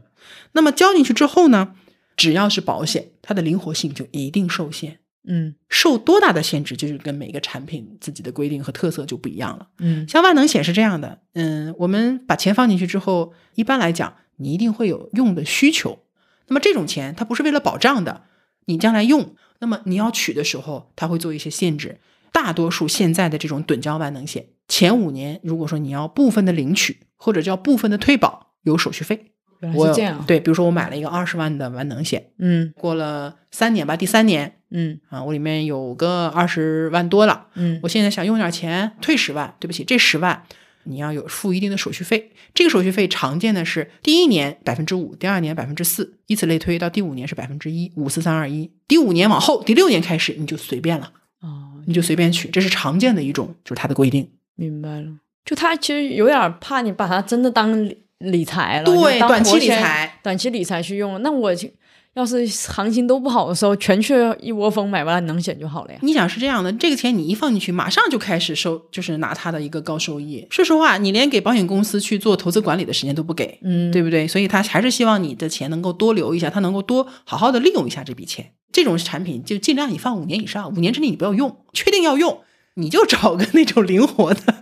Speaker 1: 那么交进去之后呢，只要是保险，它的灵活性就一定受限。
Speaker 2: 嗯
Speaker 1: 受多大的限制，就是跟每个产品自己的规定和特色就不一样了。
Speaker 2: 嗯
Speaker 1: 像万能险是这样的，嗯，我们把钱放进去之后，一般来讲，你一定会有用的需求。那么这种钱它不是为了保障的，你将来用，那么你要取的时候，它会做一些限制。大多数现在的这种趸交万能险，前五年如果说你要部分的领取或者叫部分的退保，有手续费。
Speaker 2: 原
Speaker 1: 我
Speaker 2: 来是这样，，
Speaker 1: 对，比如说我买了一个二十万的万能险，
Speaker 2: 嗯
Speaker 1: 过了三年吧，第三年
Speaker 2: 嗯
Speaker 1: 啊，我里面有个二十万多了，
Speaker 2: 嗯
Speaker 1: 我现在想用点钱退十万，对不起，这十万你要有付一定的手续费。这个手续费常见的是第一年百分之五，第二年百分之四，以此类推到第五年是百分之一，五四三二一。第五年往后，第六年开始你就随便了，
Speaker 2: 哦，
Speaker 1: 你就随便取，这是常见的一种，就是它的规定。
Speaker 2: 明白了，就他其实有点怕你把它真的当理理财了，
Speaker 1: 对
Speaker 2: 就当
Speaker 1: 短期
Speaker 2: 活
Speaker 1: 理
Speaker 2: 钱
Speaker 1: 财，
Speaker 2: 短期理财去用了。那我就要是行情都不好的时候，全去一窝蜂买完能险就好了呀。
Speaker 1: 你想是这样的，这个钱你一放进去，马上就开始收，就是拿它的一个高收益。说实话，你连给保险公司去做投资管理的时间都不给，
Speaker 2: 嗯，
Speaker 1: 对不对？所以他还是希望你的钱能够多留一下，他能够多好好的利用一下这笔钱。这种产品就尽量你放五年以上，五年之内你不要用，确定要用，你就找个那种灵活的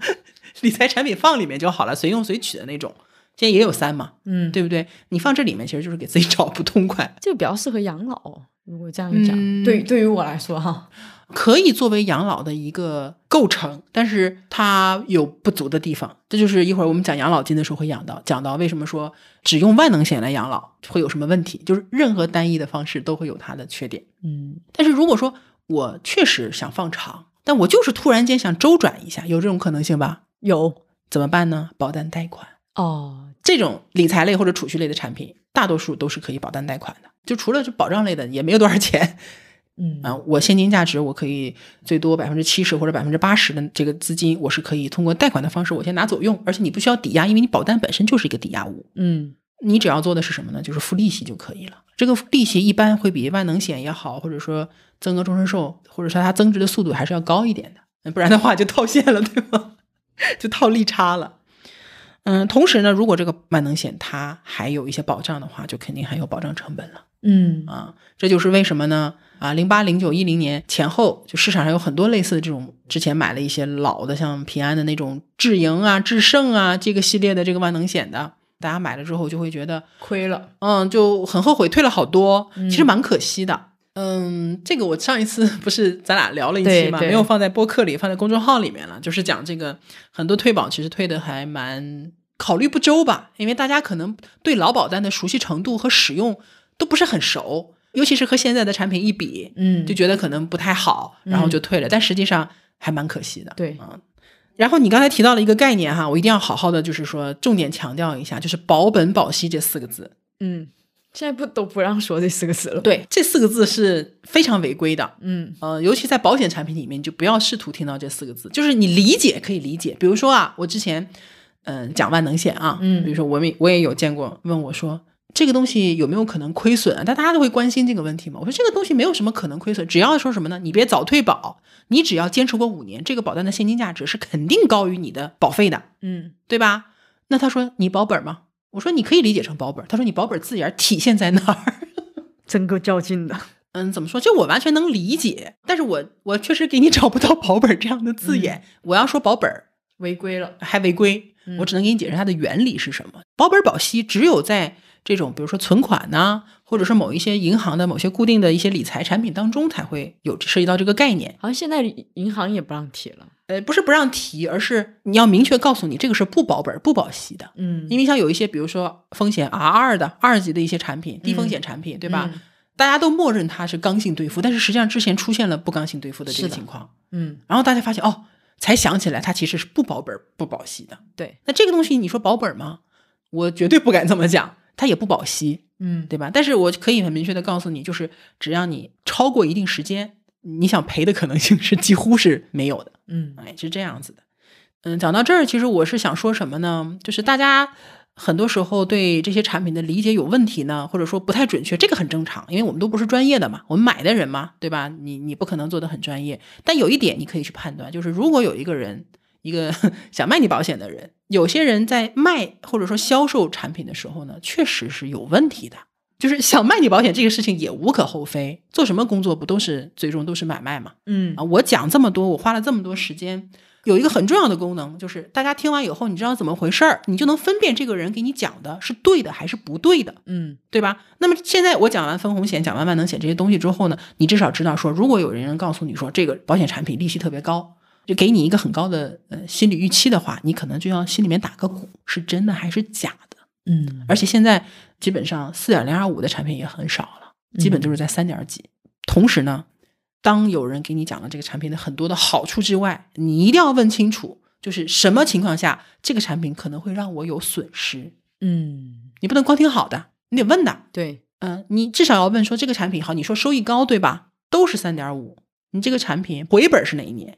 Speaker 1: 理财产品放里面就好了，随用随取的那种。现在也有三嘛，
Speaker 2: 嗯，
Speaker 1: 对不对？你放这里面其实就是给自己找不痛快。
Speaker 2: 这个比较适合养老。如果这样一讲，
Speaker 1: 嗯
Speaker 2: 对对于我来说哈，
Speaker 1: 可以作为养老的一个构成，但是它有不足的地方。这就是一会儿我们讲养老金的时候会讲到，讲到为什么说只用万能险来养老会有什么问题，就是任何单一的方式都会有它的缺点。
Speaker 2: 嗯
Speaker 1: 但是如果说我确实想放长，但我就是突然间想周转一下，有这种可能性吧？
Speaker 2: 有
Speaker 1: 怎么办呢？保单贷款。
Speaker 2: 哦，
Speaker 1: 这种理财类或者储蓄类的产品，大多数都是可以保单贷款的。就除了这保障类的，也没有多少钱，
Speaker 2: 嗯
Speaker 1: 啊，我现金价值我可以最多百分之七十或者百分之八十的这个资金，我是可以通过贷款的方式我先拿走用，而且你不需要抵押，因为你保单本身就是一个抵押物，
Speaker 2: 嗯
Speaker 1: 你只要做的是什么呢？就是付利息就可以了。这个利息一般会比万能险也好，或者说增额终身寿，或者说它增值的速度还是要高一点的，嗯不然的话就套现了，对吗？ 就套利差了。嗯，同时呢，如果这个万能险它还有一些保障的话，就肯定还有保障成本了。
Speaker 2: 嗯
Speaker 1: 啊，这就是为什么呢？啊，零八、零九、一零年前后，就市场上有很多类似的这种，之前买了一些老的，像平安的那种智盈啊、智胜啊这个系列的这个万能险的，大家买了之后就会觉得，
Speaker 2: 亏了，
Speaker 1: 嗯，就很后悔退了好多，
Speaker 2: 嗯
Speaker 1: 其实蛮可惜的。嗯，这个我上一次 不是咱俩聊了一期
Speaker 2: 对
Speaker 1: 嘛，
Speaker 2: 对
Speaker 1: 没有放在播客里，放在公众号里面了，就是讲这个很多退保其实退的还蛮考虑不周吧，因为大家可能对劳保单的熟悉程度和使用都不是很熟，尤其是和现在的产品一比，
Speaker 2: 嗯，
Speaker 1: 就觉得可能不太好，然后就退了，但实际上还蛮可惜的。
Speaker 2: 对
Speaker 1: 嗯。然后你刚才提到了一个概念哈，我一定要好好的，就是说重点强调一下，就是保本保息这四个字。
Speaker 2: 嗯，现在不都不让说这四个词了，，
Speaker 1: 对，这四个字是非常违规的。
Speaker 2: 嗯
Speaker 1: 呃，尤其在保险产品里面，你就不要试图听到这四个字。就是你理解可以理解，比如说啊，我之前嗯、呃讲万能险啊，
Speaker 2: 嗯
Speaker 1: 比如说我们我也有见过问我说这个东西有没有可能亏损啊？但大家都会关心这个问题嘛。我说这个东西没有什么可能亏损，只要说什么呢？你别早退保，你只要坚持过五年，这个保单的现金价值是肯定高于你的保费的。
Speaker 2: 嗯
Speaker 1: 对吧？那他说你保本吗？我说你可以理解成保本。他说你保本字眼儿体现在哪儿？
Speaker 2: 真够较劲的，
Speaker 1: 嗯，怎么说？就我完全能理解，但是我我确实给你找不到 保本这样的字眼。我要说保本儿
Speaker 2: 嗯违规了，
Speaker 1: 还违规，
Speaker 2: 嗯
Speaker 1: 我只能给你解释它的原理是什么。保本保息只有在这种比如说存款呐、或者是某一些银行的某些固定的一些理财产品当中才会有涉及到这个概念。
Speaker 2: 好像现在银行也不让提了，
Speaker 1: 呃，不是不让提，而是你要明确告诉你这个是不保本儿不保息的。
Speaker 2: 嗯，
Speaker 1: 因为像有一些，比如说风险 R 二的二级的一些产品，低风
Speaker 2: 嗯
Speaker 1: 险产品，对吧？大家都默认它是刚性兑付，但是实际上之前出现了不刚性兑付的这个
Speaker 2: 是的
Speaker 1: 情况，
Speaker 2: 嗯，
Speaker 1: 然后大家发现哦，才想起来它其实是不保本儿不保息的。
Speaker 2: 对，
Speaker 1: 那这个东西你说保本吗？我绝对不敢这么讲，它也不保息，
Speaker 2: 嗯
Speaker 1: 对吧？但是我可以很明确的告诉你，就是只要你超过一定时间，你想赔的可能性是几乎是没有的。
Speaker 2: 嗯
Speaker 1: 哎，是这样子的。嗯，讲到这儿，其实我是想说什么呢？就是大家很多时候对这些产品的理解有问题呢，或者说不太准确，这个很正常，因为我们都不是专业的嘛，我们买的人嘛，对吧？你你不可能做的很专业，但有一点你可以去判断，就是如果有一个人，一个 想卖你保险的人，有些人在卖或者说销售产品的时候呢，确实是有问题的。就是想卖你保险这个事情也无可厚非，做什么工作不都是最终都是买卖嘛？
Speaker 2: 嗯
Speaker 1: 啊，我讲这么多，我花了这么多时间，有一个很重要的功能，就是大家听完以后，你知道怎么回事儿，你就能分辨这个人给你讲的是对的还是不对的，
Speaker 2: 嗯
Speaker 1: 对吧？那么现在我讲完分红险，讲完万能险这些东西之后呢，你至少知道说，如果有人告诉你说这个保险产品利息特别高，就给你一个很高的呃心理预期的话，你可能就要心里面打个鼓，是真的还是假的？
Speaker 2: 嗯，
Speaker 1: 而且现在基本上四点零二五的产品也很少了，基本都是在三点儿几。同时呢，当有人给你讲了这个产品的很多的好处之外，你一定要问清楚，就是什么情况下这个产品可能会让我有损失。
Speaker 2: 嗯，
Speaker 1: 你不能光听好的，你得问的。
Speaker 2: 对，
Speaker 1: 嗯、你至少要问说这个产品好，你说收益高对吧？都是三点五，你这个产品回本是哪一年？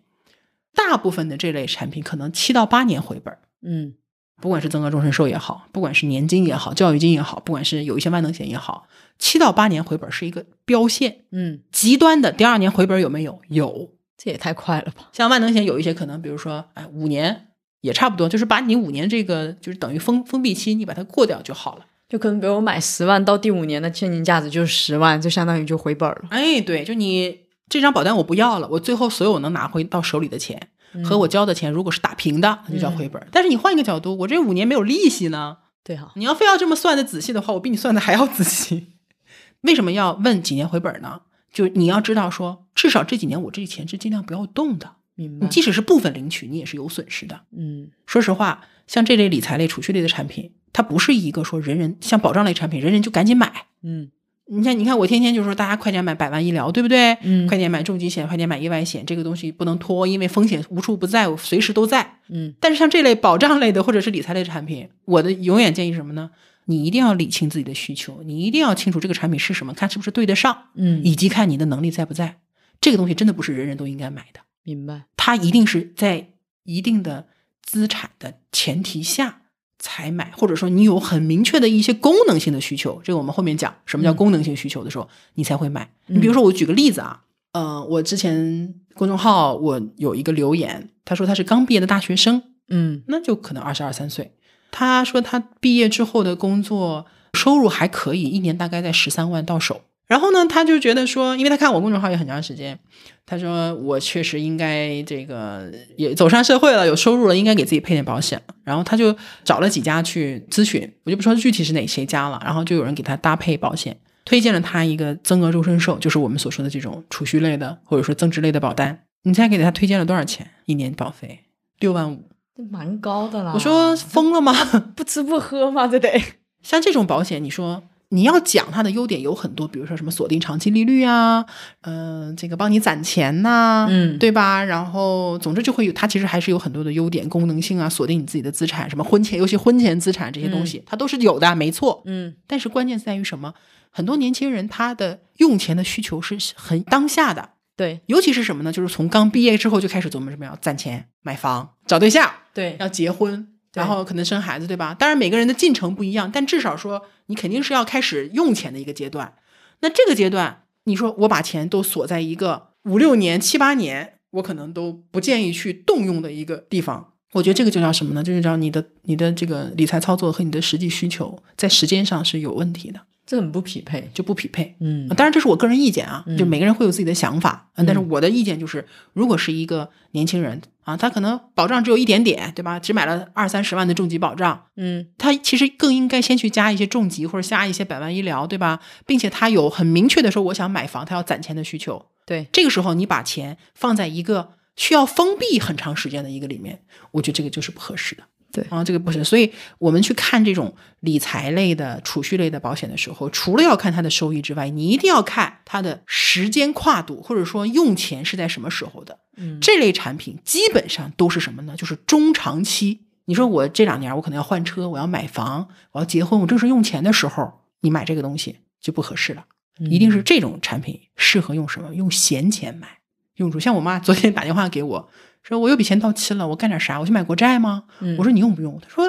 Speaker 1: 大部分的这类产品可能七到八年回本，
Speaker 2: 嗯
Speaker 1: 不管是增额终身寿也好，不管是年金也好，教育金也好，不管是有一些万能险也好，七到八年回本是一个标线，
Speaker 2: 嗯，
Speaker 1: 极端的第二年回本有没有？有，
Speaker 2: 这也太快了吧？
Speaker 1: 像万能险有一些可能，比如说哎五年也差不多，就是把你五年这个就是等于封封闭期，你把它过掉就好了。
Speaker 2: 就可能比如我买十万，到第五年的现金价值就是十万，就相当于就回本了。
Speaker 1: 哎，对，就你这张保单我不要了，我最后所有能拿回到手里的钱
Speaker 2: 嗯
Speaker 1: 和我交的钱如果是打平的，那就叫回本。但是你换一个角度，我这五年没有利息呢，
Speaker 2: 对哈、
Speaker 1: 你要非要这么算的仔细的话，我比你算的还要仔细。 为什么要问几年回本呢？就你要知道说，至少这几年我这钱是尽量不要动的。
Speaker 2: 明白
Speaker 1: 你。即使是部分领取，你也是有损失的。
Speaker 2: 嗯
Speaker 1: 说实话，像这类理财类、储蓄类的产品，它不是一个说人人像保障类产品，人人就赶紧买。
Speaker 2: 嗯
Speaker 1: 你看，你看，我天天就说大家快点买百万医疗，对不对？
Speaker 2: 嗯
Speaker 1: 快点买重疾险，快点买意外险，这个东西不能拖，因为风险无处不在，我随时都在。
Speaker 2: 嗯，
Speaker 1: 但是像这类保障类的或者是理财类的产品，我的永远建议是什么呢？你一定要理清自己的需求，你一定要清楚这个产品是什么，看是不是对得上，
Speaker 2: 嗯
Speaker 1: 以及看你的能力在不在。这个东西真的不是人人都应该买的，
Speaker 2: 明白。
Speaker 1: 它一定是在一定的资产的前提下才买，或者说你有很明确的一些功能性的需求。这个我们后面讲什么叫功能性需求的时候，你才会买。你比如说，我举个例子啊，呃，我之前公众号我有一个留言，他说他是刚毕业的大学生，
Speaker 2: 嗯
Speaker 1: 那就可能二十二三岁。他说他毕业之后的工作收入还可以，一年大概在十三万到手。然后呢，他就觉得说，因为他看我公众号也很长时间，他说我确实应该这个也走上社会了，有收入了，应该给自己配点保险了。然后他就找了几家去咨询，我就不说具体是哪谁家了，然后就有人给他搭配保险，推荐了他一个增额终身寿，就是我们所说的这种储蓄类的或者说增值类的保单。你猜给他推荐了多少钱？一年保费六万五。
Speaker 2: 这蛮高的啦。
Speaker 1: 我说疯了吗？
Speaker 2: 不吃不喝嘛，这得。
Speaker 1: 像这种保险，你说你要讲它的优点有很多，比如说什么锁定长期利率啊，嗯、这个帮你攒钱呐、
Speaker 2: 嗯
Speaker 1: 对吧？然后总之就会有，它其实还是有很多的优点、功能性啊，锁定你自己的资产，什么婚前，尤其婚前资产这些东西，它都是有的，没错。
Speaker 2: 嗯
Speaker 1: 但是关键在于什么？很多年轻人他的用钱的需求是很当下的，
Speaker 2: 对
Speaker 1: 尤其是什么呢？就是从刚毕业之后就开始琢磨什么要攒钱、买房、找对象，
Speaker 2: 对，
Speaker 1: 要结婚，
Speaker 2: 对
Speaker 1: 然后可能生孩子，对吧？当然每个人的进程不一样，但至少说你肯定是要开始用钱的一个阶段。那这个阶段，你说我把钱都锁在一个五六年、七八年，我可能都不建议去动用的一个地方。我觉得这个就叫什么呢？就是叫你的你的这个理财操作和你的实际需求在时间上是有问题的，
Speaker 2: 这很不匹配。
Speaker 1: 就不匹配。
Speaker 2: 嗯
Speaker 1: 当然这是我个人意见啊，
Speaker 2: 嗯
Speaker 1: 就每个人会有自己的想法，嗯但是我的意见就是，如果是一个年轻人啊，他可能保障只有一点点，对吧？只买了二三十万的重疾保障。
Speaker 2: 嗯
Speaker 1: 他其实更应该先去加一些重疾或者加一些百万医疗，对吧？并且他有很明确的说我想买房，他要攒钱的需求。
Speaker 2: 对，
Speaker 1: 这个时候你把钱放在一个需要封闭很长时间的一个里面，我觉得这个就是不合适的。
Speaker 2: 对
Speaker 1: 啊，这个不是，所以我们去看这种理财类的、储蓄类的保险的时候，除了要看它的收益之外，你一定要看它的时间跨度，或者说用钱是在什么时候的。
Speaker 2: 嗯
Speaker 1: 这类产品基本上都是什么呢？就是中长期。你说我这两年我可能要换车，我要买房，我要结婚，我正是用钱的时候，你买这个东西就不合适了。一定是这种产品适合用什么？用闲钱买，用住。像我妈昨天打电话给我说，我有笔钱到期了，我干点啥？我去买国债吗？
Speaker 2: 嗯
Speaker 1: 我说你用不用？她说，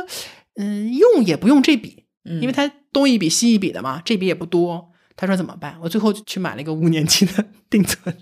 Speaker 1: 嗯，用也不用这笔，
Speaker 2: 因
Speaker 1: 因为她东一笔西一笔的嘛，这笔也不多。她说怎么办？我最后就去买了一个五年期的 定存。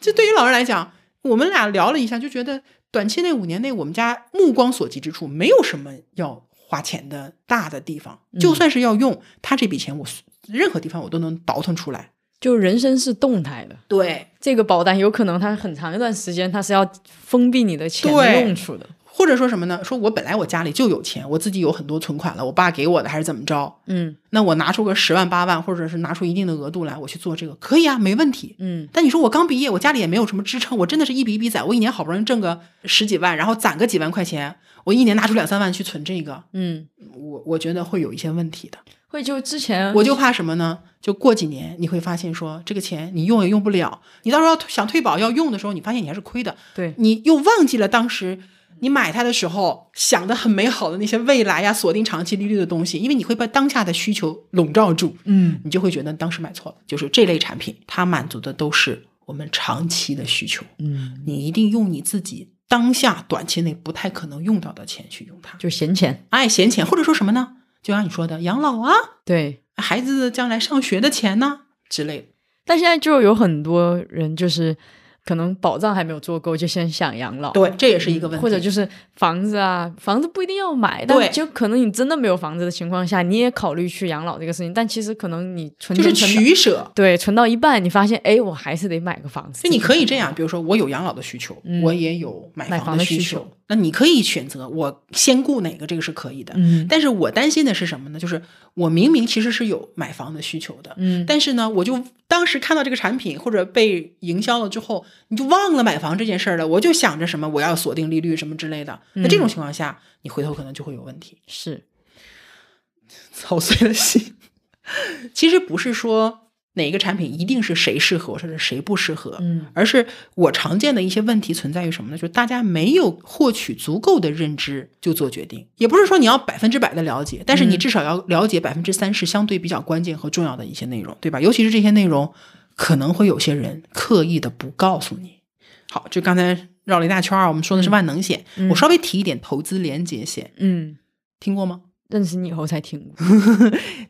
Speaker 1: 这对于老人来讲，我们俩聊了一下，就觉得短期内五年内，我们家目光所及之处没有什么要花钱的大的地方。就
Speaker 2: 嗯
Speaker 1: 算是要用他这笔钱，我任何地方我都能倒腾出来。
Speaker 2: 就人生是动态的，
Speaker 1: 对，
Speaker 2: 这个保单有可能它很长一段时间它是要封闭你的钱的
Speaker 1: 对
Speaker 2: 用处的。
Speaker 1: 或者说什么呢？说我本来我家里就有钱，我自己有很多存款了，我爸给我的还是怎么着？
Speaker 2: 嗯
Speaker 1: 那我拿出个十万八万，或者是拿出一定的额度来，我去做这个可以啊，没问题。
Speaker 2: 嗯
Speaker 1: 但你说我刚毕业，我家里也没有什么支撑，我真的是一笔一笔攒，我一年好不容易挣个十几万，然后攒个几万块钱，我一年拿出两三万去存这个，
Speaker 2: 嗯，
Speaker 1: 我我觉得会有一些问题的。
Speaker 2: 会就之前
Speaker 1: 我就怕什么呢？就过几年你会发现说，这个钱你用也用不了，你到时候要想退保要用的时候，你发现你还是亏的，
Speaker 2: 对
Speaker 1: 你又忘记了当时你买它的时候想的很美好的那些未来呀、锁定长期利率的东西，因为你会被当下的需求笼罩住，
Speaker 2: 嗯
Speaker 1: 你就会觉得当时买错了。就是这类产品，它满足的都是我们长期的需求，
Speaker 2: 嗯
Speaker 1: 你一定用你自己当下短期内不太可能用到的钱去用它。
Speaker 2: 就闲钱。
Speaker 1: 哎，闲钱或者说什么呢？就像你说的，养老啊，
Speaker 2: 对，
Speaker 1: 孩子将来上学的钱呐之类的。
Speaker 2: 但现在就有很多人就是可能保障还没有做够，就先想养老。
Speaker 1: 对，这也是一个问题。
Speaker 2: 或者就是房子啊，房子不一定要买，但
Speaker 1: 对
Speaker 2: 就可能你真的没有房子的情况下，你也考虑去养老这个事情。但其实可能你存
Speaker 1: 就
Speaker 2: 钱
Speaker 1: 是
Speaker 2: 存到
Speaker 1: 取舍。
Speaker 2: 对存到一半，你发现哎，我还是得买个房子。
Speaker 1: 就你可以这样，比如说我有养老的需求，
Speaker 2: 嗯
Speaker 1: 我也有买
Speaker 2: 买
Speaker 1: 房
Speaker 2: 房
Speaker 1: 的
Speaker 2: 的需
Speaker 1: 求
Speaker 2: 求，
Speaker 1: 那你可以选择我先顾哪个，这个是可以的。
Speaker 2: 嗯
Speaker 1: 但是我担心的是什么呢？就是我明明其实是有买房的需求的，
Speaker 2: 嗯，
Speaker 1: 但是呢，我就当时看到这个产品或者被营销了之后，你就忘了买房这件事儿了，我就想着什么我要锁定利率什么之类的。那
Speaker 2: 嗯
Speaker 1: 这种情况下，你回头可能就会有问题，
Speaker 2: 是
Speaker 1: 操碎了心。 其实不是说哪个产品一定是谁适合或者是谁不适合，
Speaker 2: 嗯
Speaker 1: 而是我常见的一些问题存在于什么呢？就是大家没有获取足够的认知就做决定，也不是说你要百分之百的了解，但是你
Speaker 2: 嗯
Speaker 1: 至少要了解百分之三十相对比较关键和重要的一些内容，对吧？尤其是这些内容，可能会有些人刻意的不告诉你。好，就刚才绕了一大圈儿，我们说的是万能险，
Speaker 2: 嗯
Speaker 1: 我稍微提一点投资连结险，
Speaker 2: 嗯，
Speaker 1: 听过吗？
Speaker 2: 认识你以后才听 过。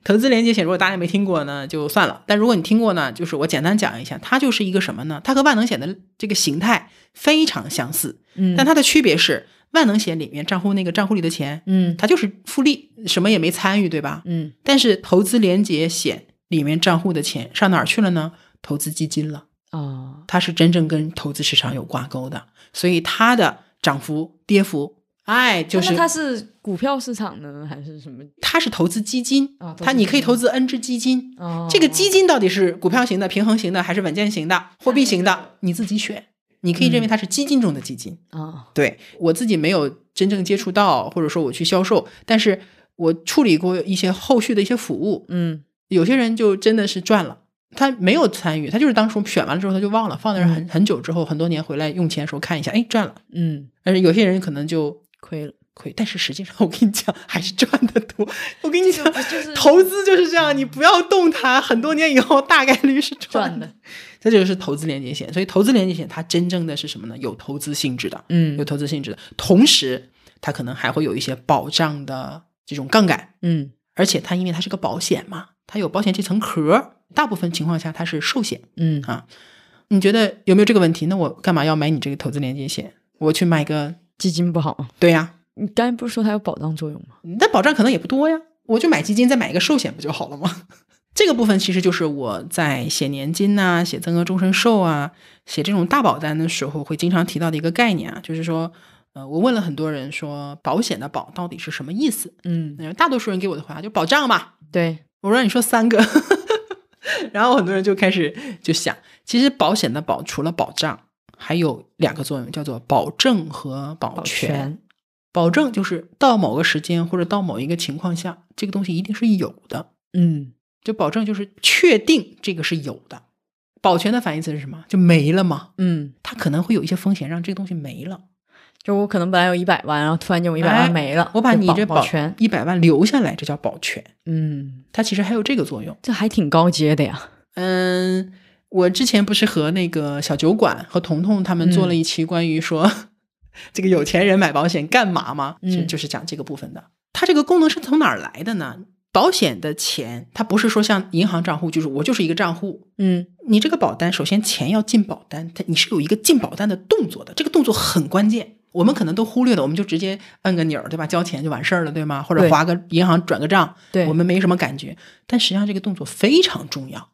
Speaker 1: 投资连接险，如果大家没听过呢，就算了；但如果你听过呢，就是我简单讲一下，它就是一个什么呢？它和万能险的这个形态非常相似，
Speaker 2: 嗯，
Speaker 1: 但它的区别是，万能险里面账户那个账户里的钱，
Speaker 2: 嗯
Speaker 1: 它就是复利，什么也没参与，对吧？
Speaker 2: 嗯
Speaker 1: 但是投资连接险里面账户的钱上哪儿去了呢？投资基金了，
Speaker 2: 啊
Speaker 1: 它是真正跟投资市场有挂钩的，所以它的涨幅、跌幅，哎，就
Speaker 2: 那
Speaker 1: 是
Speaker 2: 它是股票市场呢，还是什么？
Speaker 1: 它是投资基金
Speaker 2: 啊投资
Speaker 1: 它你可
Speaker 2: 基
Speaker 1: 以
Speaker 2: 金
Speaker 1: 投资 N 只基金，
Speaker 2: 哦，
Speaker 1: 这个基金到底是股票型的、平衡型的，还是稳健型的、货币型的？你自己选。你可以
Speaker 2: 嗯
Speaker 1: 认为它是基金中的基金。
Speaker 2: 啊，
Speaker 1: 对我自己没有真正接触到，或者说我去销售，但是我处理过一些后续的一些服务，
Speaker 2: 嗯
Speaker 1: 有些人就真的是赚了。他没有参与，他就是当初选完了之后他就忘了，放在那儿很很久之后，很多年回来用钱的时候看一下，哎，赚了。
Speaker 2: 嗯，
Speaker 1: 但是有些人可能就
Speaker 2: 亏了。
Speaker 1: 亏，但是实际上 我跟你讲，还是赚的多。我跟你讲，
Speaker 2: 就 是
Speaker 1: 投资就是这样，你不要动它，很多年以后大概率是
Speaker 2: 赚
Speaker 1: 赚
Speaker 2: 的。，
Speaker 1: 这就是投资连接险。所以投资连接险它真正的是什么呢？有投资性质的，有
Speaker 2: 嗯
Speaker 1: 投资性质的，同时它可能还会有一些保障的这种杠杆，
Speaker 2: 嗯
Speaker 1: 而且它因为它是个保险嘛，它有保险这层壳儿，大部分情况下它是寿险。
Speaker 2: 嗯
Speaker 1: 你觉得有没有这个问题？那我干嘛要买你这个投资连接险？我去买个，
Speaker 2: 基金不好吗？
Speaker 1: 对呀、
Speaker 2: 你刚才不是说它有保障作用吗？
Speaker 1: 但保障可能也不多呀，我就买基金，再买一个寿险不就好了吗？ 这个部分其实就是我在写年金呐、写增额终身寿啊、写这种大保单的时候会经常提到的一个概念啊，就是说，呃，我问了很多人说保险的保到底是什么意思？
Speaker 2: 嗯，
Speaker 1: 那大多数人给我的回答就保障嘛，
Speaker 2: 对，
Speaker 1: 我让你说三个， 然后很多人就开始就想，其实保险的保除了保障，还有两个作用，叫做保证和保
Speaker 2: 保
Speaker 1: 全。保证就是到某个时间或者到某一个情况下，这个东西一定是有的。
Speaker 2: 嗯，
Speaker 1: 就保证就是确定这个是有的。保全的反义词是什么？就没了嘛。
Speaker 2: 嗯，
Speaker 1: 它可能会有一些风险，让这个东西没了。
Speaker 2: 就我可能本来有一百万，然后突然间我一百万
Speaker 1: 哎
Speaker 2: 没了，
Speaker 1: 我把
Speaker 2: 就
Speaker 1: 你
Speaker 2: 保
Speaker 1: 这
Speaker 2: 保全，
Speaker 1: 一百万留下来，这叫保全。
Speaker 2: 嗯，
Speaker 1: 它其实还有这个作用。
Speaker 2: 这还挺高阶的 呀。
Speaker 1: 嗯，我之前不是和那个小酒馆和彤彤他们做
Speaker 2: 嗯
Speaker 1: 了一期关于说、 这个有钱人买保险干嘛吗？
Speaker 2: 嗯
Speaker 1: 就就是讲这个部分的。它这个功能是从哪儿来的呢？保险的钱，它不是说像银行账户，就是我就是一个账户。
Speaker 2: 嗯
Speaker 1: 你这个保单，首先钱要进保单，它你是有一个进保单的动作的，这个动作很关键。我们可能都忽略了，我们就直接摁个钮儿，对吧？交钱就完事儿了，对吗？或者
Speaker 2: 对
Speaker 1: 划个银行转个账，
Speaker 2: 对
Speaker 1: 我们没什么感觉。但实际上这个动作非常重要，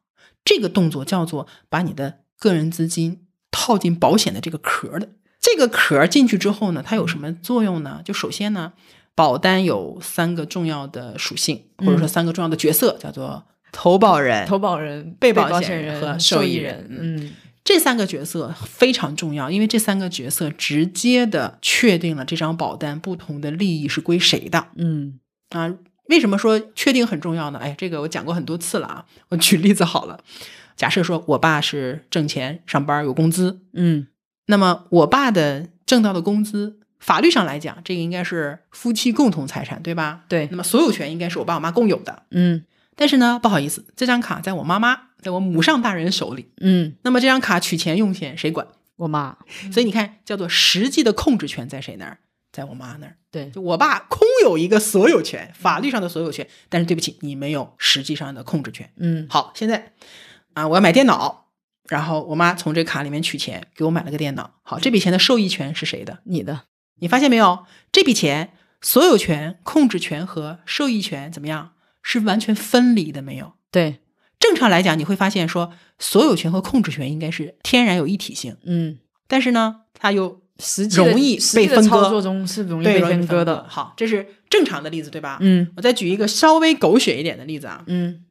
Speaker 1: 这个动作叫做把你的个人资金套进保险的这个壳儿的。这个壳儿进去之后呢，它有什么作用呢？就首先呢，保单有三个重要的属性，或者说
Speaker 2: 嗯
Speaker 1: 三个重要的角色，叫做投保人、
Speaker 2: 投保人、
Speaker 1: 被
Speaker 2: 保
Speaker 1: 保险
Speaker 2: 险
Speaker 1: 人
Speaker 2: 人
Speaker 1: 和
Speaker 2: 受
Speaker 1: 受益
Speaker 2: 人
Speaker 1: 人，
Speaker 2: 嗯
Speaker 1: 这三个角色非常重要，因为这三个角色直接的确定了这张保单不同的利益是归谁的
Speaker 2: 嗯
Speaker 1: 啊。为什么说确定很重要呢？哎，这个我讲过很多次了啊。我举例子好了，假设说我爸是挣钱上班有工资，
Speaker 2: 嗯
Speaker 1: 那么我爸的挣到的工资，法律上来讲，这个应该是夫妻共同财产，对吧？
Speaker 2: 对
Speaker 1: 那么所有权应该是我爸我妈共有的。
Speaker 2: 嗯
Speaker 1: 但是呢，不好意思，这张卡在我妈妈，在我母上大人手里，
Speaker 2: 嗯
Speaker 1: 那么这张卡取钱用钱谁管？
Speaker 2: 我妈
Speaker 1: 所以你看，叫做实际的控制权在谁那儿？在我妈那儿。
Speaker 2: 对
Speaker 1: 就我爸空有一个所有权，法律上的所有权，但是对不起，你没有实际上的控制权。
Speaker 2: 嗯
Speaker 1: 好，现在啊，我要买电脑，然后我妈从这卡里面取钱给我买了个电脑。好，这笔钱的受益权是谁的？
Speaker 2: 你的
Speaker 1: 你发现没有？这笔钱所有权、控制权和受益权怎么样是完全分离的？没有。
Speaker 2: 对
Speaker 1: 正常来讲，你会发现说，所有权和控制权应该是天然有一体性，
Speaker 2: 嗯
Speaker 1: 但是呢，它又
Speaker 2: 实际的
Speaker 1: 容易
Speaker 2: 实际
Speaker 1: 被
Speaker 2: 的
Speaker 1: 分割
Speaker 2: 操作中是容易
Speaker 1: 对
Speaker 2: 被
Speaker 1: 容易
Speaker 2: 分割的，
Speaker 1: 好，这是正常的例子，对吧？
Speaker 2: 嗯
Speaker 1: 我再举一个稍微狗血一点的例子啊，
Speaker 2: 嗯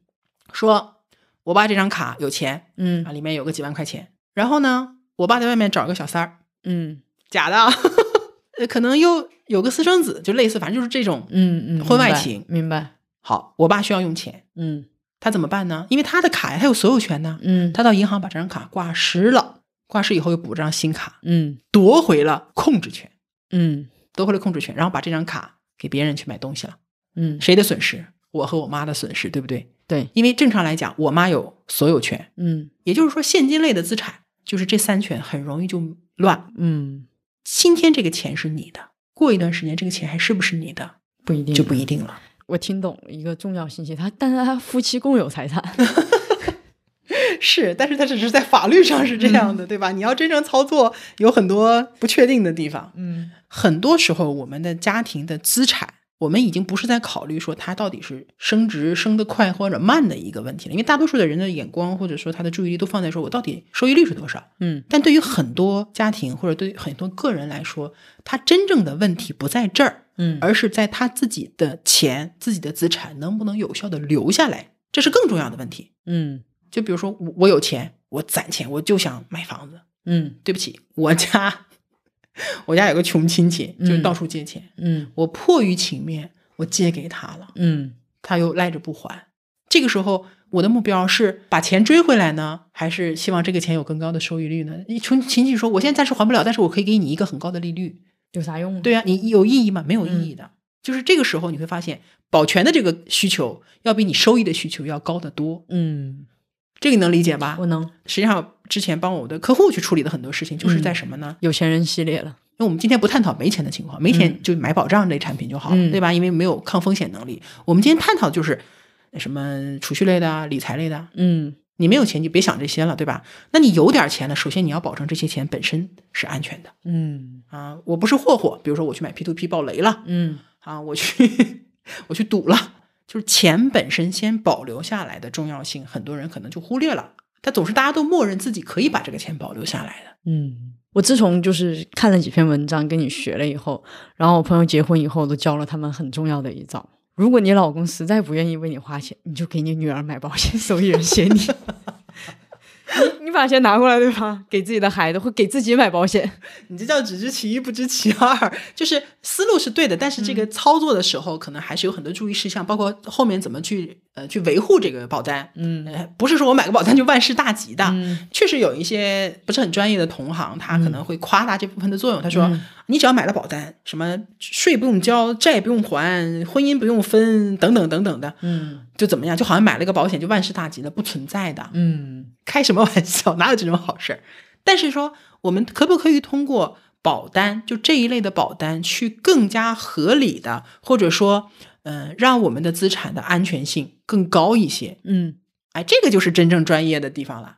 Speaker 1: 说我爸这张卡有钱
Speaker 2: 嗯
Speaker 1: 啊，里面有个几万块钱，然后呢，我爸在外面找个小三儿，
Speaker 2: 嗯
Speaker 1: 假的啊， 呃可能又有个私生子，就类似，反正就是这种。
Speaker 2: 嗯嗯，
Speaker 1: 婚外
Speaker 2: 明白
Speaker 1: 情
Speaker 2: 明白，
Speaker 1: 好，我爸需要用钱，
Speaker 2: 嗯
Speaker 1: 他怎么办呢？因为他的卡呀他有所有权呢，
Speaker 2: 嗯
Speaker 1: 他到银行把这张卡挂失了，挂失以后又补张新卡，
Speaker 2: 嗯
Speaker 1: 夺回了控制权，
Speaker 2: 嗯
Speaker 1: 夺回了控制权，然后把这张卡给别人去买东西了。
Speaker 2: 嗯，
Speaker 1: 谁的损失？我和我妈的损失，对不对？
Speaker 2: 对，
Speaker 1: 因为正常来讲，我妈有所有权，
Speaker 2: 嗯
Speaker 1: 也就是说，现金类的资产就是这三权很容易就乱。
Speaker 2: 嗯
Speaker 1: 今天这个钱是你的，过一段时间这个钱还是不是你的
Speaker 2: 不一定
Speaker 1: 就不一定了。
Speaker 2: 我听懂了一个重要信息，他但是他夫妻共有财产，
Speaker 1: 是，但是它只是在法律上是这样的，对吧？你要真正操作，有很多不确定的地方。
Speaker 2: 嗯
Speaker 1: 很多时候，我们的家庭的资产，我们已经不是在考虑说它到底是升值升得快或者慢的一个问题了，因为大多数的人的眼光或者说他的注意力都放在说我到底收益率是多少。
Speaker 2: 嗯
Speaker 1: 但对于很多家庭或者对于很多个人来说，他真正的问题不在这儿，
Speaker 2: 嗯
Speaker 1: 而是在他自己的钱、自己的资产能不能有效的留下来，这是更重要的问题。
Speaker 2: 嗯
Speaker 1: 就比如说，我我有钱，我攒钱，我就想买房子。
Speaker 2: 嗯
Speaker 1: 对不起，我家我家有个穷亲戚，就是
Speaker 2: 嗯
Speaker 1: 到处借钱。
Speaker 2: 嗯
Speaker 1: 我迫于情面，我借给他了，
Speaker 2: 嗯
Speaker 1: 他又赖着不还。这个时候，我的目标是把钱追回来呢，还是希望这个钱有更高的收益率呢？你穷亲戚说，我现在暂时还不了，但是我可以给你一个很高的利率。
Speaker 2: 有啥用？，
Speaker 1: 对啊，你有意义吗？没有意
Speaker 2: 嗯
Speaker 1: 义的。就是这个时候，你会发现保全的这个需求要比你收益的需求要高得多，
Speaker 2: 嗯，
Speaker 1: 这个你能理解吧
Speaker 2: 我？能，
Speaker 1: 实际上，之前帮我的客户去处理的很多事情，就是
Speaker 2: 嗯
Speaker 1: 在什么呢？
Speaker 2: 有钱人系列了，
Speaker 1: 因为我们今天不探讨没钱的情况，没钱
Speaker 2: 嗯
Speaker 1: 就买保障类产品就好了，
Speaker 2: 嗯
Speaker 1: 对吧？因为没有抗风险能力。我们今天探讨就是呃什么储蓄类的啊、理财类的啊。
Speaker 2: 嗯
Speaker 1: 你没有钱就别想这些了，对吧？那你有点钱了，首先你要保证这些钱本身是安全的
Speaker 2: 嗯
Speaker 1: 啊！我不是霍霍，比如说我去买 P to P 爆雷了
Speaker 2: 嗯
Speaker 1: 啊，我去我去赌了，就是钱本身先保留下来的重要性，很多人可能就忽略了。但总是大家都默认自己可以把这个钱保留下来的，
Speaker 2: 嗯。我自从就是看了几篇文章跟你学了以后，然后我朋友结婚以后都教了他们很重要的一招：如果你老公实在不愿意为你花钱，你就给你女儿买保险，受益人写你。 你你把钱拿过来对吧？给自己的孩子或给自己买保险。
Speaker 1: 你这叫只知其一不知其二，就是思路是对的，但是这
Speaker 2: 嗯
Speaker 1: 个操作的时候可能还是有很多注意事项，包括后面怎么去呃去维护这个保单，
Speaker 2: 嗯
Speaker 1: 呃，不是说我买个保单就万事大吉的，
Speaker 2: 嗯
Speaker 1: 确实有一些不是很专业的同行，他可能会夸大这部分的作用。他说，
Speaker 2: 嗯
Speaker 1: 你只要买了保单，什么税不用交，债不用还，婚姻不用分，等等等等的，
Speaker 2: 嗯
Speaker 1: 就怎么样，就好像买了个保险就万事大吉了，不存在的，
Speaker 2: 嗯
Speaker 1: 开什么玩笑，哪有这种好事儿？但是说，我们可不可以通过保单，就这一类的保单，去更加合理的，或者说，嗯、让我们的资产的安全性更高一些？
Speaker 2: 嗯
Speaker 1: 哎，这个就是真正专业的地方了。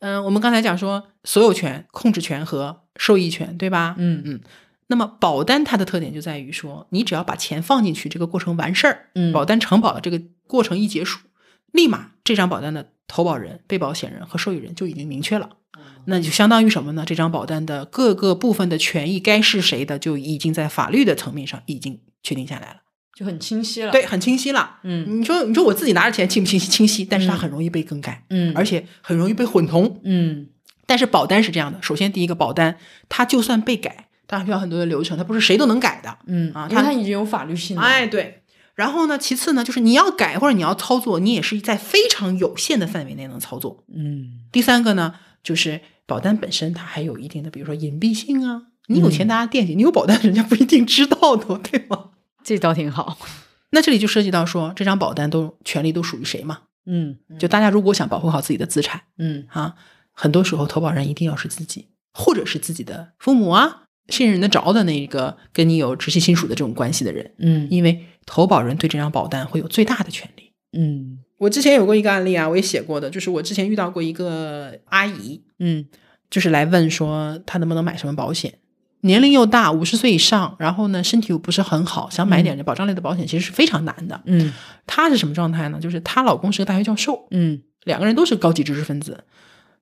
Speaker 1: 嗯，我们刚才讲说所有权、控制权和受益权，对吧？
Speaker 2: 嗯
Speaker 1: 嗯。那么保单它的特点就在于说，你只要把钱放进去，这个过程完事儿，
Speaker 2: 嗯
Speaker 1: 保单承保的这个过程一结束，立马这张保单的投保人、被保险人和受益人就已经明确了。
Speaker 2: 哦
Speaker 1: 那就相当于什么呢？这张保单的各个部分的权益该是谁的，就已经在法律的层面上已经确定下来了，
Speaker 2: 就很清晰了。，
Speaker 1: 对，很清晰了。
Speaker 2: 嗯
Speaker 1: 你说，你说我自己拿着钱清不清晰？清晰，但是它
Speaker 2: 嗯
Speaker 1: 很容易被更改。
Speaker 2: 嗯，
Speaker 1: 而且很容易被混同。
Speaker 2: 嗯
Speaker 1: 但是保单是这样的，首先第一个保单，它就算被改，它还需要很多的流程，它不是谁都能改的。
Speaker 2: 嗯
Speaker 1: 啊
Speaker 2: 因为
Speaker 1: 它
Speaker 2: 它已经有法律性了。
Speaker 1: 哎，对。然后呢，其次呢，就是你要改或者你要操作，你也是在非常有限的范围内能操作。
Speaker 2: 嗯
Speaker 1: 第三个呢，就是保单本身它还有一定的，比如说隐蔽性啊，你有钱大家惦记，你有保单人家不一定知道的，对吗？
Speaker 2: 这招挺好。
Speaker 1: 那这里就涉及到说，这张保单都权利都属于谁嘛？
Speaker 2: 嗯
Speaker 1: 就大家如果想保护好自己的资产
Speaker 2: 嗯
Speaker 1: 啊，很多时候投保人一定要是自己。或者是自己的父母啊，信任得着的那个跟你有直系亲属的这种关系的人，
Speaker 2: 嗯
Speaker 1: 因为投保人对这张保单会有最大的权利。
Speaker 2: 嗯
Speaker 1: 我之前有过一个案例啊，我也写过的，就是我之前遇到过一个阿姨，
Speaker 2: 嗯
Speaker 1: 就是来问说她能不能买什么保险，年龄又大，五十岁以上，然后呢身体又不是很好，想买点这保障类的保险其实是非常难的。
Speaker 2: 嗯
Speaker 1: 她是什么状态呢？就是她老公是个大学教授，
Speaker 2: 嗯
Speaker 1: 两个人都是高级知识分子，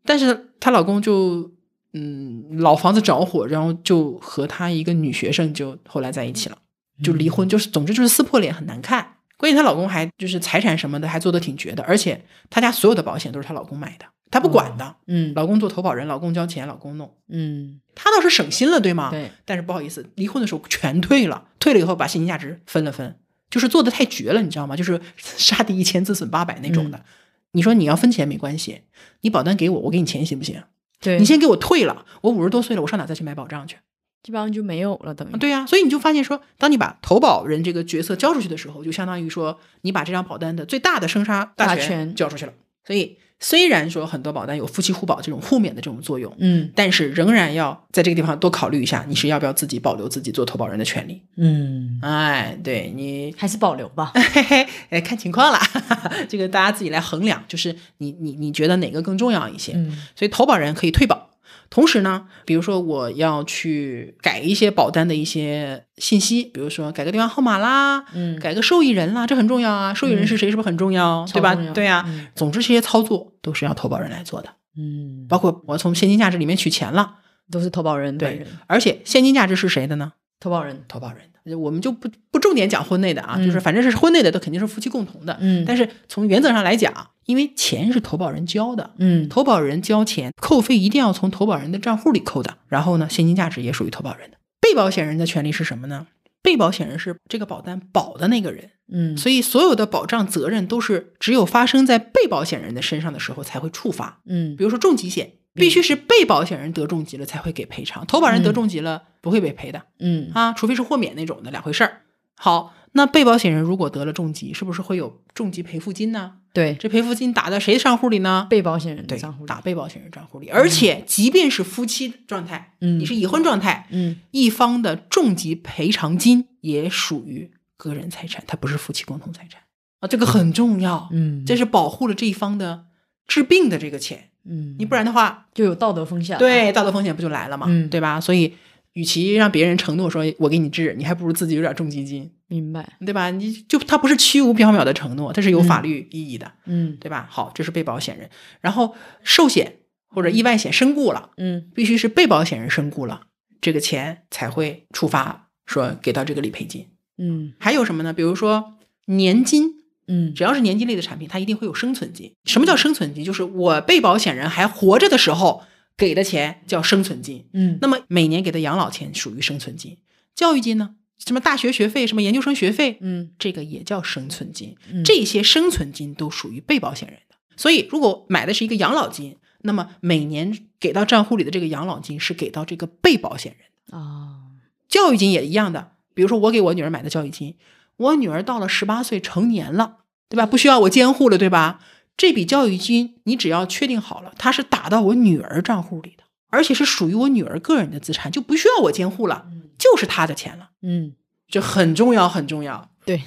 Speaker 1: 但是她老公就嗯老房子着火，然后就和她一个女学生就后来在一起了，就离婚，就是总之就是撕破脸，很难看。关键她老公还就是财产什么的还做得挺绝的，而且她家所有的保险都是她老公买的，她不管的，
Speaker 2: 嗯
Speaker 1: 老公做投保人，老公交钱，老公弄。
Speaker 2: 嗯，
Speaker 1: 她倒是省心了，对吗？
Speaker 2: 对，
Speaker 1: 但是不好意思，离婚的时候全退了，退了以后把现金价值分了分，就是做的太绝了，你知道吗？就是杀敌一千自损八百那种的。你说你要分钱没关系，你保单给我，我给你钱行不行？
Speaker 2: 对，
Speaker 1: 你先给我退了，我五十多岁了，我上哪再去买保障去？
Speaker 2: 基本上就没有了，等于
Speaker 1: 啊对呀、所以你就发现说，当你把投保人这个角色交出去的时候，就相当于说你把这张保单的最大的生杀大
Speaker 2: 大权
Speaker 1: 权交出去了。所以虽然说很多保单有夫妻互保这种互免的这种作用，
Speaker 2: 嗯
Speaker 1: 但是仍然要在这个地方多考虑一下，你是要不要自己保留自己做投保人的权利？
Speaker 2: 嗯，
Speaker 1: 哎，对你，
Speaker 2: 还是保留吧。
Speaker 1: 嘿嘿，哎，看情况啦， 这个大家自己来衡量，就是你你你觉得哪个更重要一些？
Speaker 2: 嗯
Speaker 1: 所以投保人可以退保。同时呢，比如说我要去改一些保单的一些信息，比如说改个电话号码啦，
Speaker 2: 嗯
Speaker 1: 改个受益人啦，这很重要啊。受益人是谁，是不是很重要？对吧
Speaker 2: 超重？要
Speaker 1: 对呀、
Speaker 2: 嗯
Speaker 1: 总之这些操作都是要投保人来做的，
Speaker 2: 嗯，
Speaker 1: 包括我从现金价值里面取钱了，
Speaker 2: 都是投保人本
Speaker 1: 对
Speaker 2: 人，，
Speaker 1: 而且现金价值是谁的呢？
Speaker 2: 投保人。
Speaker 1: 投保人的，我们就不不重点讲婚内的啊，
Speaker 2: 嗯
Speaker 1: 就是反正是婚内的，都肯定是夫妻共同的。
Speaker 2: 嗯
Speaker 1: 但是从原则上来讲，因为钱是投保人交的，
Speaker 2: 嗯
Speaker 1: 投保人交钱，扣费一定要从投保人的账户里扣的。然后呢，现金价值也属于投保人的。被保险人的权利是什么呢？被保险人是这个保单保的那个人，
Speaker 2: 嗯，
Speaker 1: 所以所有的保障责任都是只有发生在被保险人的身上的时候才会触发。
Speaker 2: 嗯
Speaker 1: 比如说重疾险，必须是被保险人得重疾了才会给赔偿，投保人得
Speaker 2: 嗯
Speaker 1: 重疾了不会被赔的。
Speaker 2: 嗯
Speaker 1: 啊，除非是豁免那种的，两回事儿。好，那被保险人如果得了重疾，是不是会有重疾赔付金呢？
Speaker 2: 对，
Speaker 1: 这赔付金打在谁账户里呢？
Speaker 2: 被保险人的
Speaker 1: 对
Speaker 2: 账户，里
Speaker 1: 打被保险人账户里。而且，即便是夫妻状态，
Speaker 2: 嗯
Speaker 1: 你是已婚状态，
Speaker 2: 嗯
Speaker 1: 一方的重疾赔偿金也属于个人财产，它不是夫妻共同财产啊，这个很重要，
Speaker 2: 嗯，
Speaker 1: 这是保护了这一方的治病的这个钱，
Speaker 2: 嗯，
Speaker 1: 你不然的话，
Speaker 2: 就有道德风险了。
Speaker 1: 对，道德风险不就来了嘛，
Speaker 2: 嗯
Speaker 1: 对吧？所以，与其让别人承诺说我给你治，你还不如自己有点重基金，
Speaker 2: 明白。
Speaker 1: 对吧？你就它不是虚无缥缈的承诺，它是有法律意义的，
Speaker 2: 嗯
Speaker 1: 对吧？好，这是被保险人，然后寿险或者意外险身故了，
Speaker 2: 嗯
Speaker 1: 必须是被保险人身故了，这个钱才会触发说给到这个理赔金。
Speaker 2: 嗯
Speaker 1: 还有什么呢？比如说年金。
Speaker 2: 嗯
Speaker 1: 只要是年金类的产品，它一定会有生存金。什么叫生存金？就是我被保险人还活着的时候给的钱叫生存金。
Speaker 2: 嗯，
Speaker 1: 那么每年给的养老钱属于生存金，教育金呢？什么大学学费，什么研究生学费，
Speaker 2: 嗯
Speaker 1: 这个也叫生存金。
Speaker 2: 嗯
Speaker 1: 这些生存金都属于被保险人的。所以，如果买的是一个养老金，那么每年给到账户里的这个养老金是给到这个被保险人的。
Speaker 2: 啊
Speaker 1: 教育金也一样的，比如说我给我女儿买的教育金，我女儿到了十八岁成年了，对吧？不需要我监护了，对吧？这笔教育金你只要确定好了，它是打到我女儿账户里的，而且是属于我女儿个人的资产，就不需要我监护了，就是她的钱了，
Speaker 2: 嗯
Speaker 1: 这很重要，很重要。
Speaker 2: 对，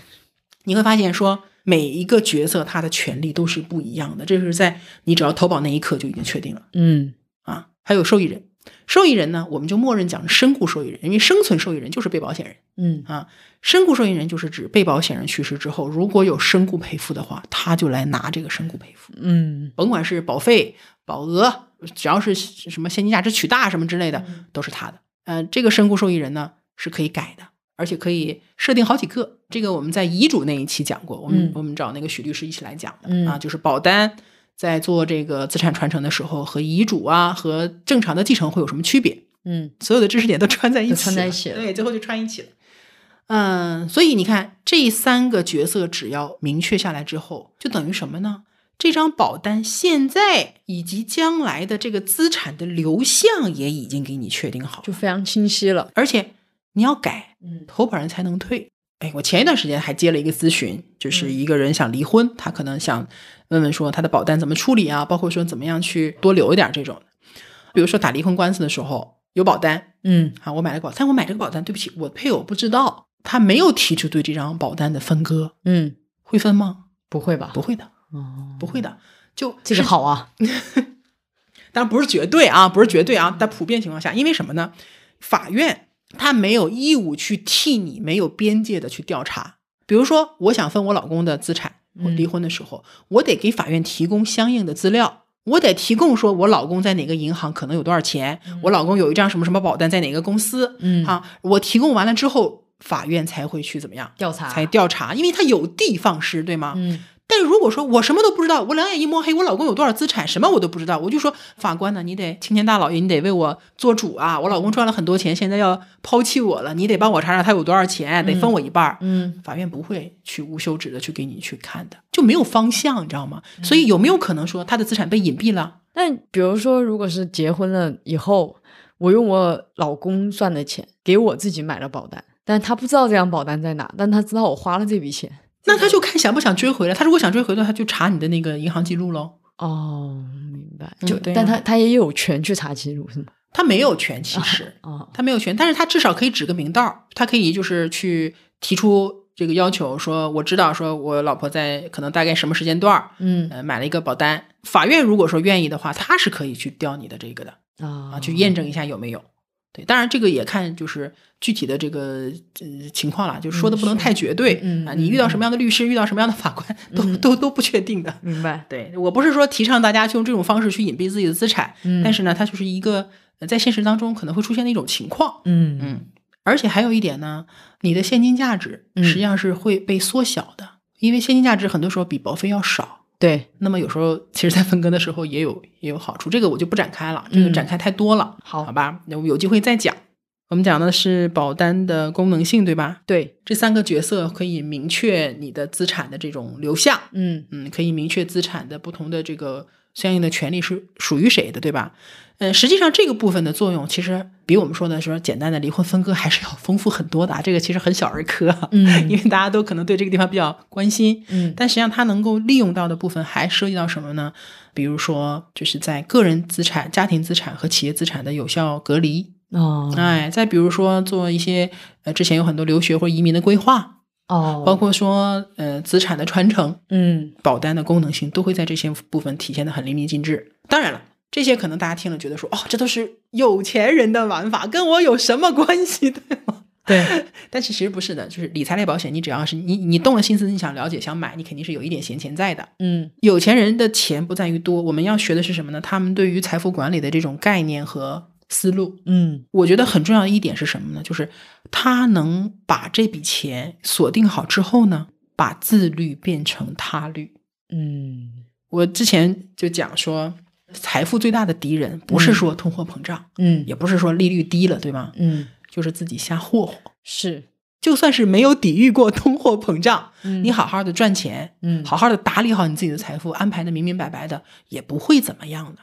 Speaker 1: 你会发现说。每一个角色他的权利都是不一样的，这是在你只要投保那一刻就已经确定了。
Speaker 2: 嗯
Speaker 1: 啊，还有受益人。受益人呢，我们就默认讲身故受益人，因为生存受益人就是被保险人
Speaker 2: 嗯
Speaker 1: 啊。身故受益人就是指被保险人去世之后，如果有身故赔付的话，他就来拿这个身故赔付，
Speaker 2: 嗯
Speaker 1: 甭管是保费、保额，只要是什么现金价值取大什么之类的
Speaker 2: 嗯，
Speaker 1: 都是他的。呃，这个身故受益人呢是可以改的，而且可以设定好几个。这个我们在遗嘱那一期讲过，我们、
Speaker 2: 嗯
Speaker 1: 我们找那个许律师一起来讲的、
Speaker 2: 嗯
Speaker 1: 啊，就是保单在做这个资产传承的时候和遗嘱啊和正常的继承会有什么区别？
Speaker 2: 嗯
Speaker 1: 所有的知识点都穿在一起了，
Speaker 2: 都穿在一起了
Speaker 1: 对，最后就穿一起了。嗯，所以你看，这三个角色只要明确下来之后，就等于什么呢？这张保单现在以及将来的这个资产的流向也已经给你确定好了，
Speaker 2: 就非常清晰了。
Speaker 1: 而且你要改，
Speaker 2: 嗯
Speaker 1: 投保人才能退。哎，我前一段时间还接了一个咨询，
Speaker 2: 嗯
Speaker 1: 就是一个人想离婚，他可能想问问说他的保单怎么处理啊，包括说怎么样去多留一点这种的。比如说打离婚官司的时候有保单
Speaker 2: 嗯
Speaker 1: 啊，我买了个保单，但我买这个保单，对不起，我配偶不知道，他没有提出对这张保单的分割，
Speaker 2: 嗯，
Speaker 1: 会分吗？
Speaker 2: 不会吧？
Speaker 1: 不会的，
Speaker 2: 哦，
Speaker 1: 不会的，就
Speaker 2: 这个
Speaker 1: 是
Speaker 2: 好啊，
Speaker 1: 当然不是绝对啊，不是绝对啊，但普遍情况下，因为什么呢？法院他没有义务去替你没有边界的去调查。比如说，我想分我老公的资产，我
Speaker 2: 嗯
Speaker 1: 离婚的时候，我得给法院提供相应的资料。我得提供说，我老公在哪个银行可能有多少钱，我老公有一张什么什么保单在哪个公司，
Speaker 2: 嗯
Speaker 1: 啊，我提供完了之后，法院才会去怎么样，
Speaker 2: 调查
Speaker 1: 才调查，因为他有的放矢，对吗？
Speaker 2: 嗯
Speaker 1: 但如果说我什么都不知道，我两眼一摸黑，我老公有多少资产，什么我都不知道，我就说法官呢，你得青天大老爷，你得为我做主啊！我老
Speaker 2: 嗯
Speaker 1: 公赚了很多钱，现在要抛弃我了，你得帮我查查他有多少钱，得分我一半儿。
Speaker 2: 嗯
Speaker 1: 法院不会去无休止的去给你去看的，就没有方向，你知道吗？
Speaker 2: 嗯
Speaker 1: 所以有没有可能说他的资产被隐蔽了？
Speaker 2: 但比如说，如果是结婚了以后，我用我老公赚的钱给我自己买了保单，但他不知道这张保单在哪，但他知道我花了这笔钱。
Speaker 1: 那他就看想不想追回来。他如果想追回的话，他就查你的那个银行记录喽。
Speaker 2: 哦，明白。就、
Speaker 1: 嗯对啊
Speaker 2: 但他他也有权去查记录是吗？
Speaker 1: 他没有 权，其实。
Speaker 2: 哦，
Speaker 1: 他没有权，但是他至少可以指个明道儿，他可以就是去提出这个要求，说我知道，说我老婆在可能大概什么时间段儿，
Speaker 2: 嗯
Speaker 1: 呃，买了一个保单，法院如果说愿意的话，他是可以去调你的这个的
Speaker 2: 啊
Speaker 1: 啊，去验证一下有没有。对，当然这个也看就是具体的这个呃情况啦，就说的不能
Speaker 2: 是
Speaker 1: 太绝对、
Speaker 2: 嗯
Speaker 1: 啊，
Speaker 2: 嗯
Speaker 1: 你遇到什么样的律师，遇到什么样的法官，都、都都不确定的。
Speaker 2: 明白。
Speaker 1: 对我不是说提倡大家去用这种方式去隐蔽自己的资产，
Speaker 2: 嗯
Speaker 1: 但是呢，它就是一个呃在现实当中可能会出现的一种情况。
Speaker 2: 嗯
Speaker 1: 嗯，而且还有一点呢，你的现金价值
Speaker 2: 嗯
Speaker 1: 实际上是会被缩小的，因为现金价值很多时候比保费要少。
Speaker 2: 对，
Speaker 1: 那么有时候，其实，在分割的时候也有也有好处，这个我就不展开了，这个
Speaker 2: 嗯
Speaker 1: 展开太多了，
Speaker 2: 好
Speaker 1: 好吧？那我们有机会再讲。我们讲的是保单的功能性，对吧？
Speaker 2: 对，
Speaker 1: 这三个角色可以明确你的资产的这种流向，
Speaker 2: 嗯
Speaker 1: 嗯，可以明确资产的不同的这个相应的权利是属于谁的，对吧？嗯，实际上这个部分的作用，其实比我们说的说简单的离婚分割还是要丰富很多的啊。这个其实很小儿科啊，
Speaker 2: 嗯
Speaker 1: 因为大家都可能对这个地方比较关心。
Speaker 2: 嗯
Speaker 1: 但实际上，它能够利用到的部分还涉及到什么呢？比如说，就是在个人资产、家庭资产和企业资产的有效隔离。
Speaker 2: 哦
Speaker 1: 哎，再比如说，做一些呃，之前有很多留学或移民的规划，包
Speaker 2: 哦，
Speaker 1: 括说呃，资产的传承。
Speaker 2: 嗯
Speaker 1: 保单的功能性都会在这些部分体现的很淋漓尽致。当然了，这些可能大家听了觉得说，哦，这都是有钱人的玩法，跟我有什么关系， 对吗？
Speaker 2: 对，
Speaker 1: 但是其实不是的，就是理财类保险，你只要是你你动了心思，你想了解、想买，你肯定是有一点闲钱在的。
Speaker 2: 嗯
Speaker 1: 有钱人的钱不在于多，我们要学的是什么呢？他们对于财富管理的这种概念和思路。
Speaker 2: 嗯
Speaker 1: 我觉得很重要的一点是什么呢？就是他能把这笔钱锁定好之后呢，把自律变成他律。
Speaker 2: 嗯
Speaker 1: 我之前就讲说，财富最大的敌人不是说通货膨胀，
Speaker 2: 嗯
Speaker 1: 也不是说利率低了，对吗？
Speaker 2: 嗯，
Speaker 1: 就是自己瞎霍霍。
Speaker 2: 是，
Speaker 1: 就算是没有抵御过通货膨胀，
Speaker 2: 嗯
Speaker 1: 你好好的赚钱，
Speaker 2: 嗯
Speaker 1: 好好的打理好你自己的财富，安排的明明白白的，也不会怎么样的。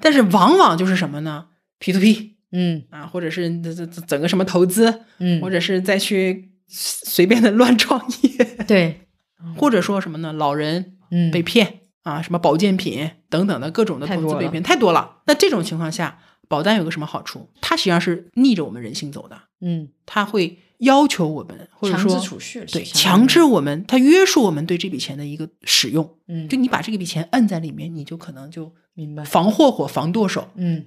Speaker 1: 但是往往就是什么呢？P to P
Speaker 2: 嗯
Speaker 1: 啊，或者是这这这整个什么投资，
Speaker 2: 嗯，
Speaker 1: 或者是再去随便的乱创业，
Speaker 2: 啊 对，
Speaker 1: 或者说什么呢？老人
Speaker 2: 嗯
Speaker 1: 被骗啊，什么保健品等等的各种的投资被骗太多了。那这种情况下，保单有个什么好处？它实际上是逆着我们人性走的，
Speaker 2: 嗯
Speaker 1: 它会要求我们，或者
Speaker 2: 强
Speaker 1: 说
Speaker 2: 制储蓄
Speaker 1: 对强制我们，它约束我们对这笔钱的一个使用。
Speaker 2: 嗯
Speaker 1: 就你把这个笔钱摁在里面，你就可能就
Speaker 2: 明白
Speaker 1: 防霍霍、防剁手。
Speaker 2: 嗯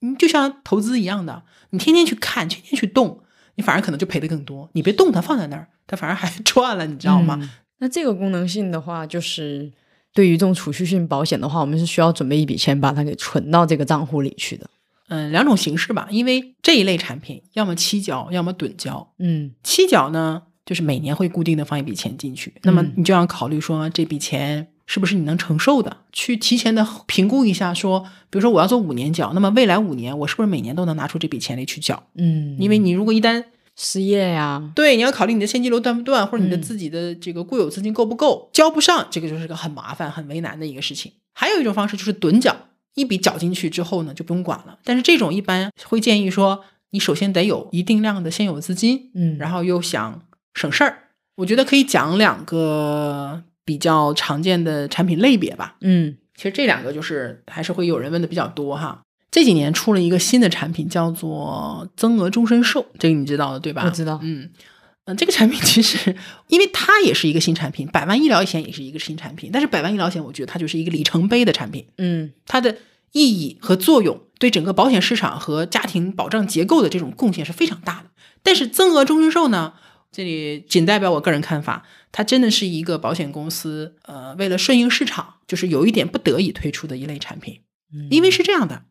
Speaker 1: 你就像投资一样的，你天天去看，天天去动，你反而可能就赔的更多。你别动它，放在那儿，它反而还 赚了，你知道吗？
Speaker 2: 嗯那这个功能性的话，就是对于这种储蓄性保险的话，我们是需要准备一笔钱把它给存到这个账户里去的。
Speaker 1: 嗯，两种形式吧，因为这一类产品要么期缴，要么趸缴。
Speaker 2: 嗯
Speaker 1: 期缴呢，就是每年会固定的放一笔钱进去，那么
Speaker 2: 嗯
Speaker 1: 你就要考虑说这笔钱是不是你能承受的，去提前的评估一下说，比如说我要做五年缴，那么未来五年我是不是每年都能拿出这笔钱来去缴？
Speaker 2: 嗯，
Speaker 1: 因为你如果一旦
Speaker 2: 失业呀、
Speaker 1: 对，你要考虑你的现金流断不断，或者你的
Speaker 2: 嗯
Speaker 1: 自己的这个固有资金够不够，交不上，这个就是个很麻烦、很为难的一个事情。还有一种方式就是趸缴，一笔缴进去之后呢，就不用管了。但是这种一般会建议说，你首先得有一定量的现有资金，
Speaker 2: 嗯，
Speaker 1: 然
Speaker 2: 后
Speaker 1: 后又想省事儿，我觉得可以讲两个比较常见的产品类别吧。
Speaker 2: 嗯
Speaker 1: 其实这两个就是还是会有人问的比较多哈。这几年出了一个新的产品，叫做增额终身寿，这个你知道的对吧？
Speaker 2: 我知道
Speaker 1: 嗯。嗯，这个产品其实，因为它也是一个新产品，百万医疗险也是一个新产品，但是百万医疗险，我觉得它就是一个里程碑的产品，
Speaker 2: 嗯
Speaker 1: 它的意义和作用对整个保险市场和家庭保障结构的这种贡献是非常大的。但是增额终身寿呢，这里仅代表我个人看法，它真的是一个保险公司呃为了顺应市场，就是有一点不得已推出的一类产品。
Speaker 2: 嗯
Speaker 1: 因为是这样的，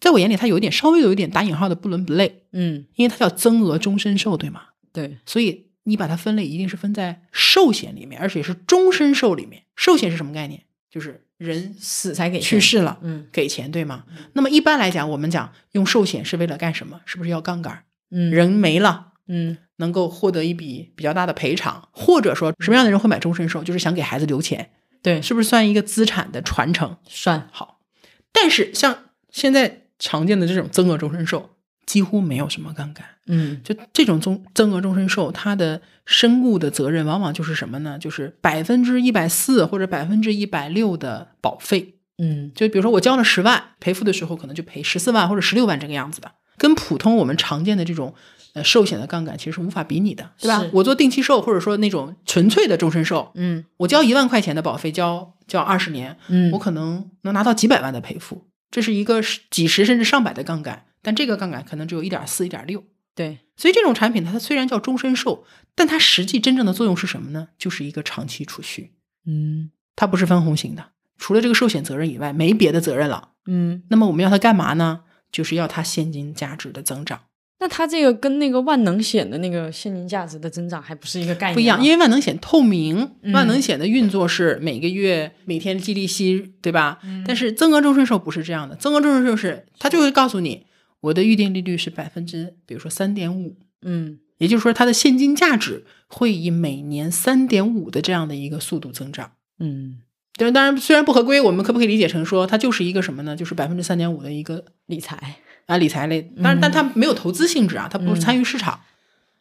Speaker 1: 在我眼里，它有一点稍微有一点打引号的不伦不类，
Speaker 2: 嗯，
Speaker 1: 因为它叫增额终身寿，对吗？
Speaker 2: 对，
Speaker 1: 所以你把它分类，一定是分在寿险里面，而且是终身寿里面。寿险是什么概念？就是人
Speaker 2: 死才给
Speaker 1: 去
Speaker 2: 钱，
Speaker 1: 世了，
Speaker 2: 嗯
Speaker 1: 给钱，对吗？那么一般来讲，我们讲用寿险是为了干什么？是不是要杠杆？
Speaker 2: 嗯
Speaker 1: 人没了。
Speaker 2: 嗯
Speaker 1: 能够获得一笔比较大的赔偿，或者说什么样的人会买终身寿？就是想给孩子留钱，
Speaker 2: 对
Speaker 1: 是不是算一个资产的传承？
Speaker 2: 算
Speaker 1: 好，但是像现在常见的这种增额终身寿，几乎没有什么杠杆。
Speaker 2: 嗯
Speaker 1: 就这种增增额终身寿，它的身故的责任往往就是什么呢？就是百分之一百四或者百分之一百六的保费。
Speaker 2: 嗯
Speaker 1: 就比如说我交了十万，赔付的时候可能就赔十四万或者十六万这个样子的，跟普通我们常见的这种呃寿险的杠杆其实是无法比拟的，对吧
Speaker 2: 是？
Speaker 1: 我做定期寿或者说那种纯粹的终身寿，
Speaker 2: 嗯
Speaker 1: 我交一万块钱的保费，交交二十年，
Speaker 2: 嗯
Speaker 1: 我可能能拿到几百万的赔付，这是一个十几十甚至上百的杠杆，但这个杠杆可能只有一点四、一点六。
Speaker 2: 对
Speaker 1: 所以这种产品它虽然叫终身寿，但它实际真正的作用是什么呢？就是一个长期储蓄，
Speaker 2: 嗯
Speaker 1: 它不是分红型的。除了这个寿险责任以外，没别的责任了。
Speaker 2: 嗯。
Speaker 1: 那么我们要它干嘛呢？就是要它现金价值的增长，
Speaker 2: 那它这个跟那个万能险的那个现金价值的增长还不是一个概念吗，
Speaker 1: 不一样。因为万能险透明，
Speaker 2: 哎嗯
Speaker 1: 万能险的运作是每个月每天计利息，对吧？但是增额终身寿不是这样的，增额终身寿是它就会告诉你我的预定利率是百分之，比如说三点五，
Speaker 2: 嗯
Speaker 1: 也就是说，它的现金价值会以每年三点五的这样的一个速度增长。
Speaker 2: 嗯
Speaker 1: 但是，当然，虽然不合规，我们可不可以理解成说，它就是一个什么呢？就是百分之三点五的一个
Speaker 2: 理财，
Speaker 1: 啊理财类，当然，但它没有投资性质啊，它不是
Speaker 2: 嗯
Speaker 1: 参与市场。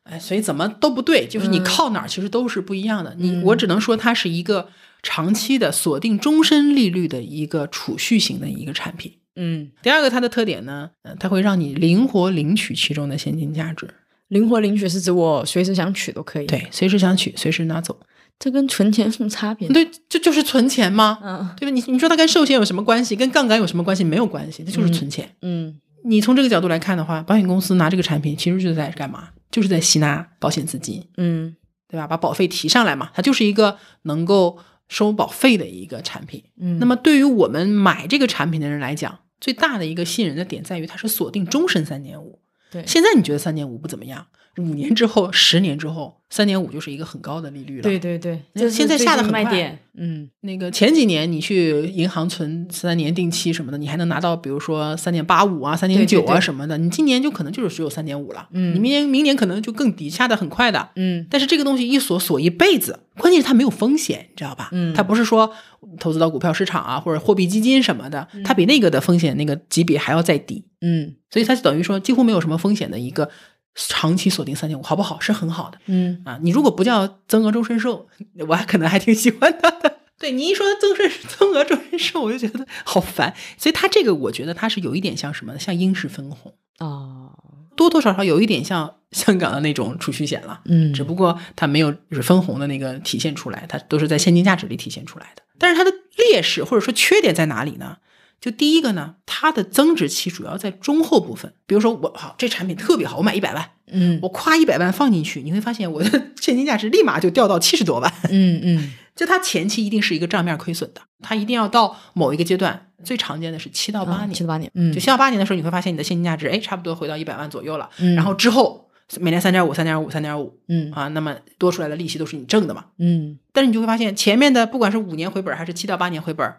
Speaker 1: 哎，所以怎么都不对，就是你
Speaker 2: 嗯
Speaker 1: 靠哪儿其实都是不一样的。你
Speaker 2: 嗯
Speaker 1: 我只能说它是一个长期的锁定终身利率的一个储蓄型的一个产品。
Speaker 2: 嗯，
Speaker 1: 第二个它的特点呢，呃，它会让你灵活领取其中的现金价值，
Speaker 2: 灵活领取是指我随时想取都可以，，
Speaker 1: 对，随时想取，随时拿走。
Speaker 2: 这跟存钱有什么差别？，
Speaker 1: 对，这就是存钱吗？
Speaker 2: 嗯
Speaker 1: 对吧？你你说它跟寿险有什么关系？跟杠杆有什么关系？没有关系，它就是存钱。
Speaker 2: 嗯
Speaker 1: 你从这个角度来看的话，保险公司拿这个产品其实就是在干嘛？就是在吸纳保险资金，
Speaker 2: 嗯
Speaker 1: 对吧？把保费提上来嘛，它就是一个能够收保费的一个产品。
Speaker 2: 嗯，
Speaker 1: 那么对于我们买这个产品的人来讲，最大的一个吸引人的点在于它是锁定终身三年五。
Speaker 2: 对，
Speaker 1: 现在你觉得三年五不怎么样，五年之后、十年之后，三年五就是一个很高的利率了。
Speaker 2: 对对对，
Speaker 1: 那
Speaker 2: 这是
Speaker 1: 现在
Speaker 2: 最
Speaker 1: 下得
Speaker 2: 近
Speaker 1: 很
Speaker 2: 卖
Speaker 1: 快
Speaker 2: 点，嗯
Speaker 1: 那个前几年你去银行存三年定期什么的，你还能拿到，比如说三点八五啊、三点
Speaker 2: 对对
Speaker 1: 九啊
Speaker 2: 对
Speaker 1: 什么的。你今年就可能就是只有三点五了，
Speaker 2: 嗯
Speaker 1: 你明年明年可能就更低，下的很快的。
Speaker 2: 嗯
Speaker 1: 但是这个东西一锁锁一辈子，关键是它没有风险，你知道吧？
Speaker 2: 嗯
Speaker 1: 它不是说投资到股票市场啊或者货币基金什么的，它比那个的风险那个级别还要再低，
Speaker 2: 嗯
Speaker 1: 所以它等于说几乎没有什么风险的一个长期锁定三点五，好不好？是很好的。
Speaker 2: 嗯
Speaker 1: 啊，你如果不叫增额终身寿，我还可能还挺喜欢它的。 对你一说增身增额终身寿，我就觉得好烦。所以它这个，我觉得它是有一点像什么呢？像英式分红，
Speaker 2: 哦，
Speaker 1: 多多少少有一点像香港的那种储蓄险了，
Speaker 2: 嗯，
Speaker 1: 只不过它没有就是分红的那个体现出来，它都是在现金价值里体现出来的。但是它的劣势或者说缺点在哪里呢？就第一个呢，它的增值期主要在中后部分。比如说我好，这产品特别好，我买一百万，
Speaker 2: 嗯
Speaker 1: 我夸一百万放进去，你会发现我的 现金价值立马就掉到七十多万。
Speaker 2: 嗯嗯
Speaker 1: 就它前期一定是一个账面亏损的，它一定要到某一个阶段，最常见的是七到八
Speaker 2: 啊
Speaker 1: 年。
Speaker 2: 七到八年，嗯
Speaker 1: 就七到八年的时候，你会发现你的现金价值哎，差不多回到一百万左右了。
Speaker 2: 嗯
Speaker 1: 然后之后每年三点五、三点五、三点五
Speaker 2: 嗯
Speaker 1: 啊，那么多出来的利息都是你挣的嘛。
Speaker 2: 嗯
Speaker 1: 但是你就会发现，前面的不管是五年回本还是七到八年回本，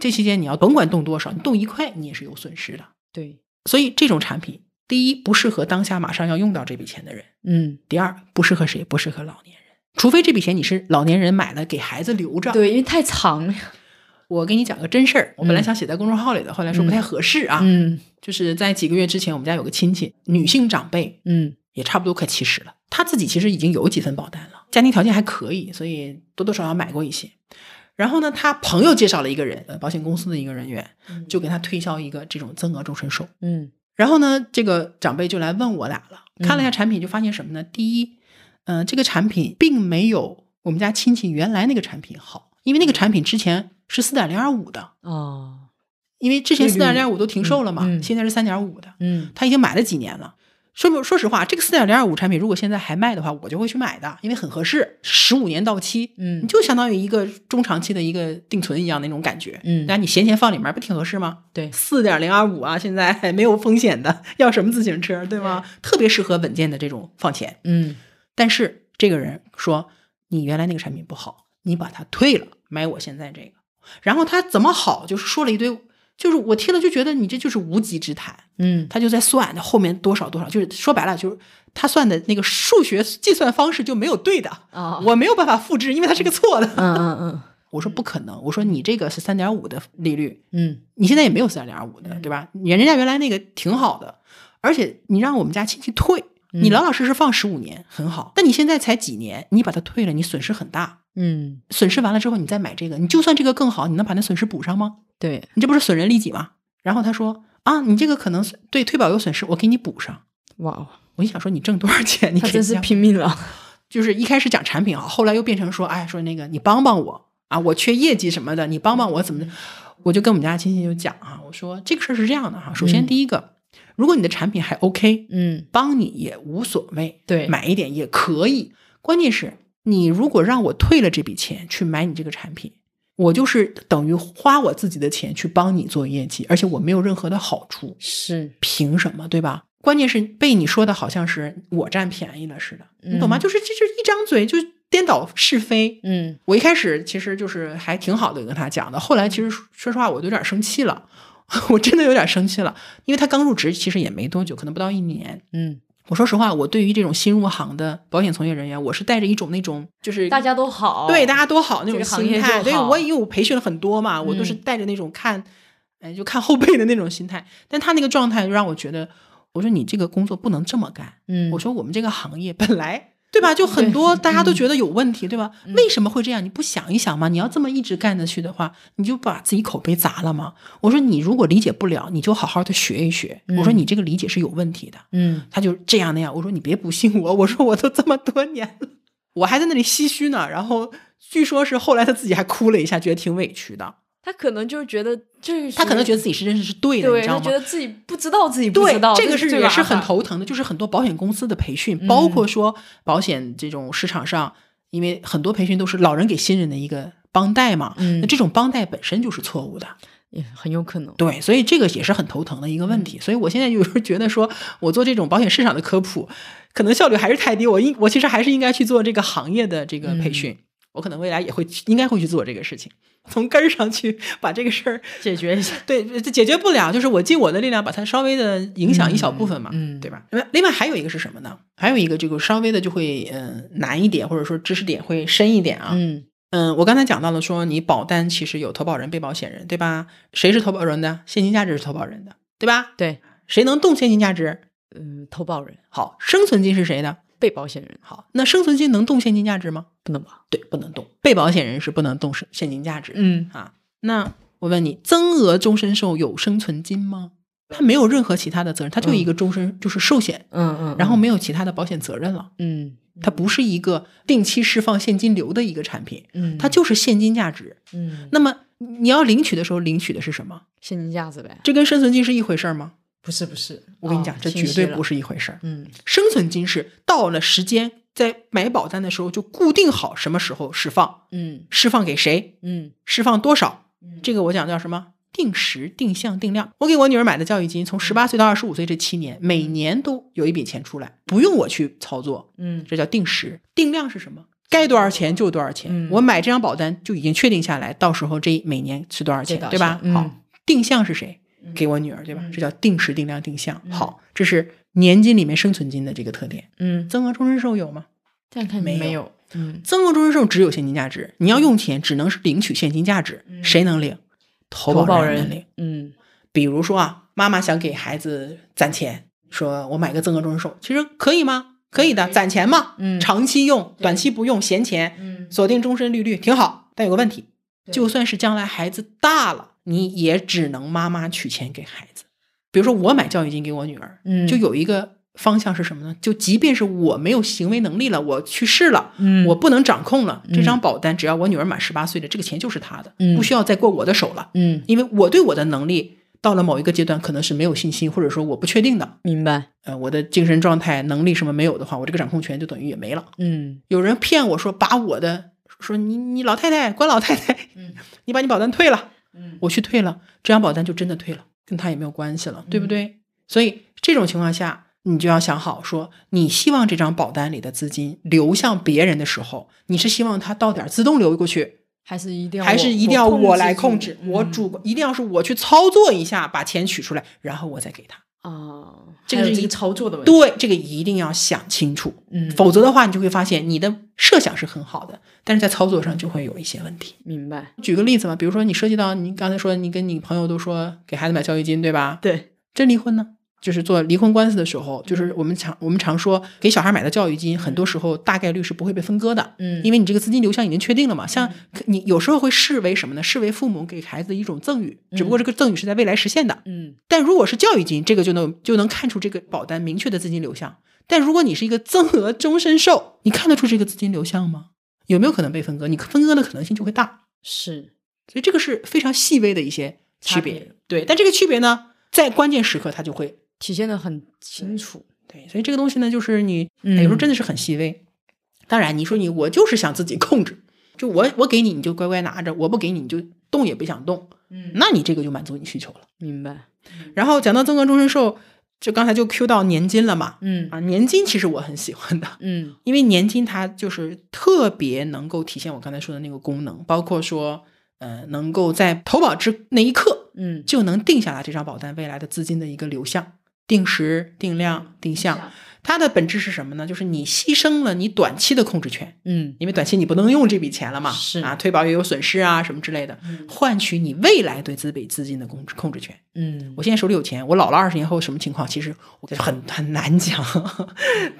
Speaker 1: 这期间你要甭管动多少，你动一块你也是有损失的。
Speaker 2: 对，
Speaker 1: 所以这种产品，第一不适合当下马上要用到这笔钱的人。
Speaker 2: 嗯
Speaker 1: 第二，不适合谁？不适合老年人，除非这笔钱你是老年人买了给孩子留着。
Speaker 2: 对，因为太长了，
Speaker 1: 我给你讲个真事儿，我本来想写在公众号里的，后来说不太合适啊。
Speaker 2: 嗯
Speaker 1: 就是在几个月之前，我们家有个亲戚，女性长辈
Speaker 2: 嗯
Speaker 1: 也差不多快七十了，她自己其实已经有几份保单了，家庭条件还可以，所以多多少少买过一些。然后呢，他朋友介绍了一个人，呃保险公司的一个人员，就给他推销一个这种增额终身寿。
Speaker 2: 嗯
Speaker 1: 然后呢，这个长辈就来问我俩了，看了一下产品，就发现什么呢？第一，嗯、这个产品并没有我们家亲戚原来那个产品好，因为
Speaker 2: 嗯
Speaker 1: 那个产品之前是四点零二五的，
Speaker 2: 哦
Speaker 1: 因为之前四
Speaker 2: 对对
Speaker 1: 点零二五都停售了嘛，
Speaker 2: 嗯嗯
Speaker 1: 现在是三点五的，
Speaker 2: 嗯
Speaker 1: 他已经买了几年了。说不说实话，这个四点零二五产品如果现在还卖的话，我就会去买的，因为很合适，十五年到期，你
Speaker 2: 嗯
Speaker 1: 就相当于一个中长期的一个定存一样那种感觉。
Speaker 2: 嗯
Speaker 1: 那你闲钱放里面不挺合适吗？
Speaker 2: 对
Speaker 1: 四点零二五啊，现在还没有风险的，要什么自行车，对吗？特别适合稳健的这种放钱。
Speaker 2: 嗯
Speaker 1: 但是这个人说，你原来那个产品不好，你把它退了，买我现在这个。然后他怎么好，就是说了一堆，就是我听了就觉得你这就是无稽之谈。
Speaker 2: 嗯
Speaker 1: 他就在算后面多少多少，就是说白了，就是他算的那个数学计算方式就没有对的，
Speaker 2: 啊
Speaker 1: 我没有办法复制，因为它是个错的。
Speaker 2: 嗯嗯嗯
Speaker 1: 我说不可能，我说你这个是三点五的利率，
Speaker 2: 嗯
Speaker 1: 你现在也没有三点五的，对吧？人人家原来那个挺好的，而且你让我们家亲戚退，
Speaker 2: 嗯
Speaker 1: 你老老实实放十五年很好，但你现在才几年，你把它退了，你损失很大。
Speaker 2: 嗯
Speaker 1: 损失完了之后，你再买这个，你就算这个更好，你能把那损失补上吗？
Speaker 2: 对
Speaker 1: 你这不是损人利己吗？然后他说啊，你这个可能损对退保有损失，我给你补上。
Speaker 2: 哇哦
Speaker 1: 我就想说，你挣多少钱？你
Speaker 2: 他
Speaker 1: 给
Speaker 2: 真是
Speaker 1: 家
Speaker 2: 拼命了
Speaker 1: 就是一开始讲产品啊，后来又变成说，哎，说那个你帮帮我啊，我缺业绩什么的，你帮帮我怎
Speaker 2: 嗯
Speaker 1: 么的？我就跟我们家亲戚就讲啊，我说这个事儿是这样的哈、首先
Speaker 2: 嗯
Speaker 1: 第一个，如果你的产品还 OK，
Speaker 2: 嗯
Speaker 1: 帮你也无所谓，
Speaker 2: 对
Speaker 1: 买一点也可以。关键是，你如果让我退了这笔钱去买你这个产品，我就是等于花我自己的钱去帮你做业绩，而且我没有任何的好处，
Speaker 2: 是
Speaker 1: 凭什么，对吧？关键是被你说的好像是我占便宜了似的，你懂吗？
Speaker 2: 嗯
Speaker 1: 就是这就是一张嘴就颠倒是非。
Speaker 2: 嗯
Speaker 1: 我一开始其实就是还挺好的跟他讲的，后来其实说说实话我都有点生气了， 我真的有点生气了，因为他刚入职其实也没多久，可能不到一年。
Speaker 2: 嗯
Speaker 1: 我说实话，我对于这种新入行的保险从业人员，我是带着一种那种就是
Speaker 2: 大家都好
Speaker 1: 对大家都好那
Speaker 2: 这
Speaker 1: 种
Speaker 2: 个行
Speaker 1: 心
Speaker 2: 业
Speaker 1: 态，
Speaker 2: 就
Speaker 1: 对
Speaker 2: 好
Speaker 1: 我因为我培训了很多嘛，我都是
Speaker 2: 嗯
Speaker 1: 带着那种看，哎，就看后背的那种心态。但他那个状态就让我觉得，我说你这个工作不能这么干。
Speaker 2: 嗯嗯
Speaker 1: 我说我们这个行业本来对吧，就很多大家都觉得有问题，对吧？为什么会这样？你不想一想吗？你要这么一直干下去的话，你就把自己口碑砸了吗？我说你如果理解不了，你就好好的学一学。我说你这个理解是有问题的。
Speaker 2: 嗯
Speaker 1: 他就这样那样。我说你别不信我，我说我都这么多年了，我还在那里唏嘘呢。然后据说是后来他自己还哭了一下，觉得挺委屈的。
Speaker 2: 他可能就觉得这
Speaker 1: 他可能觉
Speaker 2: 得
Speaker 1: 得自己是认识是对的，你
Speaker 2: 对
Speaker 1: 知道
Speaker 2: 他
Speaker 1: 吗？
Speaker 2: 觉得自己不知道自己不
Speaker 1: 对
Speaker 2: 知道，
Speaker 1: 这个
Speaker 2: 是
Speaker 1: 是
Speaker 2: 最嗯
Speaker 1: 也
Speaker 2: 麻
Speaker 1: 是很
Speaker 2: 烦
Speaker 1: 头疼的，就是很多保险公司的培训，包括说保险这种市场上，因为很多培训都是老人给新人的一个帮带嘛，
Speaker 2: 嗯
Speaker 1: 那这种帮带本身就是错误的，
Speaker 2: 也很有可能
Speaker 1: 对，所以这个也是很头疼的一个问
Speaker 2: 嗯
Speaker 1: 题。所以我现在有时候觉得说，我做这种保险市场的科普，可能效率还是太低。我应我其实还是应该去做这个行业的这个培
Speaker 2: 嗯
Speaker 1: 训，我可能未来也会去应该会去做这个事情，从根儿上去把这个事儿
Speaker 2: 解决一下
Speaker 1: 对，这解决不了，就是我尽我的力量把它稍微的影响一小部分嘛，
Speaker 2: 嗯嗯
Speaker 1: 对吧？另外，另外还有一个是什么呢？还有一个这个稍微的就会嗯、呃难一点，或者说知识点会深一点啊。
Speaker 2: 嗯
Speaker 1: 嗯，我刚才讲到了说，你保单其实有投保人、被保险人，对吧？谁是投保人的？现金价值是投保人的，对吧？
Speaker 2: 对
Speaker 1: 谁能动现金价值？
Speaker 2: 嗯投保人
Speaker 1: 好，生存金是谁的？
Speaker 2: 被保险人
Speaker 1: 好，那生存金能动现金价值吗？
Speaker 2: 不能吧
Speaker 1: 对，不能动。被保险人是不能动是现金价值的。
Speaker 2: 嗯
Speaker 1: 啊。那我问你，增额终身寿有生存金吗？它没有任何其他的责任，它就一个终身、就是寿险，
Speaker 2: 嗯嗯
Speaker 1: 然后没有其他的保险责任了。
Speaker 2: 嗯
Speaker 1: 它不是一个定期释放现金流的一个产品，
Speaker 2: 嗯
Speaker 1: 它就是现金价值。
Speaker 2: 嗯
Speaker 1: 那么你要领取的时候，领取的是什么？
Speaker 2: 现金价值呗哦
Speaker 1: 这跟生存金是一回事儿吗？
Speaker 2: 不是不是
Speaker 1: 我跟你讲，这绝对不是一回事儿。
Speaker 2: 嗯
Speaker 1: 生存金是到了时间，在买保单的时候就固定好什么时候释放，
Speaker 2: 嗯
Speaker 1: 释放给谁，
Speaker 2: 嗯
Speaker 1: 释放多少
Speaker 2: 嗯？
Speaker 1: 这个我讲叫什么？定时、定向、定量。我给我女儿买的教育金，从十八岁到二十五岁这七年，每年都有一笔钱出来，不用我去操作，
Speaker 2: 嗯
Speaker 1: 这叫定时。定量是什么？该多少钱就多少钱。
Speaker 2: 嗯
Speaker 1: 我买这张保单就已经确定下来，到时候这每年是多少钱
Speaker 2: 这，倒
Speaker 1: 对吧？
Speaker 2: 是嗯
Speaker 1: 好，定向是谁？给我女儿，对吧？这叫定时、定量、定向。好，这是年金里面生存金的这个特点。
Speaker 2: 嗯
Speaker 1: 增额终身寿有吗？
Speaker 2: 这样看
Speaker 1: 没
Speaker 2: 没
Speaker 1: 有
Speaker 2: 有嗯
Speaker 1: 增额终身寿只有现金价值，你要用钱只能是领取现金价值，谁能领？投
Speaker 2: 投
Speaker 1: 保
Speaker 2: 保
Speaker 1: 人能
Speaker 2: 人
Speaker 1: 领。
Speaker 2: 嗯
Speaker 1: 比如说啊，妈妈想给孩子攒钱，说我买个增额终身寿，其实可以吗？可以的，攒钱嘛，
Speaker 2: 嗯
Speaker 1: 长期用，短期不用，闲钱，
Speaker 2: 嗯
Speaker 1: 锁定终身利率挺好。但有个问题，就算是将来孩子大了，你也只能妈妈取钱给孩子。比如说，我买教育金给我女儿，
Speaker 2: 嗯
Speaker 1: 就有一个方向是什么呢？就即便是我没有行为能力了，我去世了，
Speaker 2: 嗯
Speaker 1: 我不能掌控了，
Speaker 2: 嗯
Speaker 1: 这张保单只要我女儿满十八岁了，这个钱就是她的，
Speaker 2: 嗯
Speaker 1: 不需要再过我的手了，
Speaker 2: 嗯，
Speaker 1: 因为我对我的能力到了某一个阶段可能是没有信心，或者说我不确定的。
Speaker 2: 明白，
Speaker 1: 呃，我的精神状态、能力什么没有的话，我这个掌控权就等于也没了。
Speaker 2: 嗯
Speaker 1: 有人骗我说把我的说你你老太太关老太太， 你把你保单退了，
Speaker 2: 嗯
Speaker 1: 我去退了，这张保单就真的退了，跟他也没有关系了，对不对？所以这种情况下，你就要想好说，你希望这张保单里的资金流向别人的时候，你是希望它到点儿自动流过去，
Speaker 2: 还是一定要
Speaker 1: 还是一定要我来控制？嗯
Speaker 2: 住
Speaker 1: 我主、一定要是我去操作一下，把钱取出来，然后我再给他。
Speaker 2: 啊，
Speaker 1: 这个
Speaker 2: 还有
Speaker 1: 是一
Speaker 2: 这个操作的问题，
Speaker 1: 对，这个一定要想清楚，
Speaker 2: 嗯，
Speaker 1: 否则的话，你就会发现你的设想是很好的，但是在操作上就会有一些问题。
Speaker 2: 明白，
Speaker 1: 举个例子嘛，比如说你涉及到你刚才说你跟你朋友都说给孩子买教育金，对吧？
Speaker 2: 对，
Speaker 1: 真离婚呢？就是做离婚官司的时候，就是我们常我们常说给小孩买的教育金，很多时候大概率是不会被分割的，
Speaker 2: 嗯
Speaker 1: 因为你这个资金流向已经确定了嘛。像你有时候会视为什么呢？视为父母给孩子的一种赠与，只不过这个赠与是在未来实现的。
Speaker 2: 嗯
Speaker 1: 但如果是教育金，这个就能就能看出这个保单明确的资金流向。但如果你是一个增额终身寿，你看得出这个资金流向吗？有没有可能被分割？你分割的可能性就会大。
Speaker 2: 是
Speaker 1: 所以这个是非常细微的一些区别。
Speaker 2: 差别
Speaker 1: 对，但这个区别呢，在关键时刻它就会
Speaker 2: 体现的很清楚，
Speaker 1: 对，所以这个东西呢，就是你哎
Speaker 2: 嗯
Speaker 1: 有时候真的是很细微。当然，你说你我就是想自己控制，就我我给你你就乖乖拿着，我不给你你就动也别想动，
Speaker 2: 嗯
Speaker 1: 那你这个就满足你需求了。
Speaker 2: 明白，
Speaker 1: 然后讲到增额终身寿，就刚才就 Q 到年金了嘛，
Speaker 2: 嗯
Speaker 1: 啊，年金其实我很喜欢的，
Speaker 2: 嗯
Speaker 1: 因为年金它就是特别能够体现我刚才说的那个功能，包括说，呃，能够在投保之那一刻
Speaker 2: 嗯，
Speaker 1: 就能定下来这张保单未来的资金的一个流向，定时、定量、定向。它的本质是什么呢？就是你牺牲了你短期的控制权，
Speaker 2: 嗯
Speaker 1: 因为短期你不能用这笔钱了嘛，
Speaker 2: 是
Speaker 1: 啊，退保也有损失啊什么之类的，换取你未来对资本资金的控制控制权。
Speaker 2: 嗯
Speaker 1: 我现在手里有钱，我老了二十年后什么情况，其实我觉得很很难讲。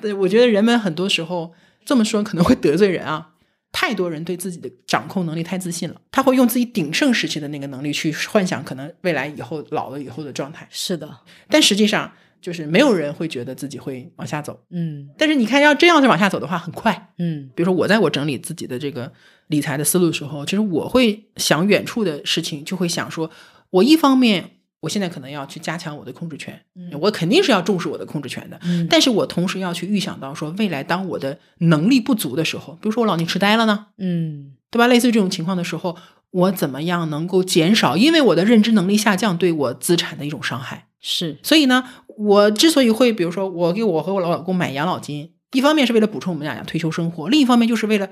Speaker 1: 对，我觉得人们很多时候这么说可能会得罪人啊。太多人对自己的掌控能力太自信了，他会用自己鼎盛时期的那个能力去幻想可能未来以后老了以后的状态，
Speaker 2: 嗯是的，
Speaker 1: 但实际上就是没有人会觉得自己会往下走。
Speaker 2: 嗯
Speaker 1: 但是你看，要真要是往下走的话，很快。
Speaker 2: 嗯
Speaker 1: 比如说，我在我整理自己的这个理财的思路的时候，其实我会想远处的事情，就会想说，我一方面我现在可能要去加强我的控制权，嗯我肯定是要重视我的控制权的，
Speaker 2: 嗯
Speaker 1: 但是我同时要去预想到说，未来当我的能力不足的时候，比如说我老年痴呆了呢，
Speaker 2: 嗯
Speaker 1: 对吧？类似于这种情况的时候，我怎么样能够减少因为我的认知能力下降对我资产的一种伤害？
Speaker 2: 是，
Speaker 1: 所以呢，我之所以会，比如说我给我和我老老公买养老金，一方面是为了补充我们俩的退休生活，另一方面就是为了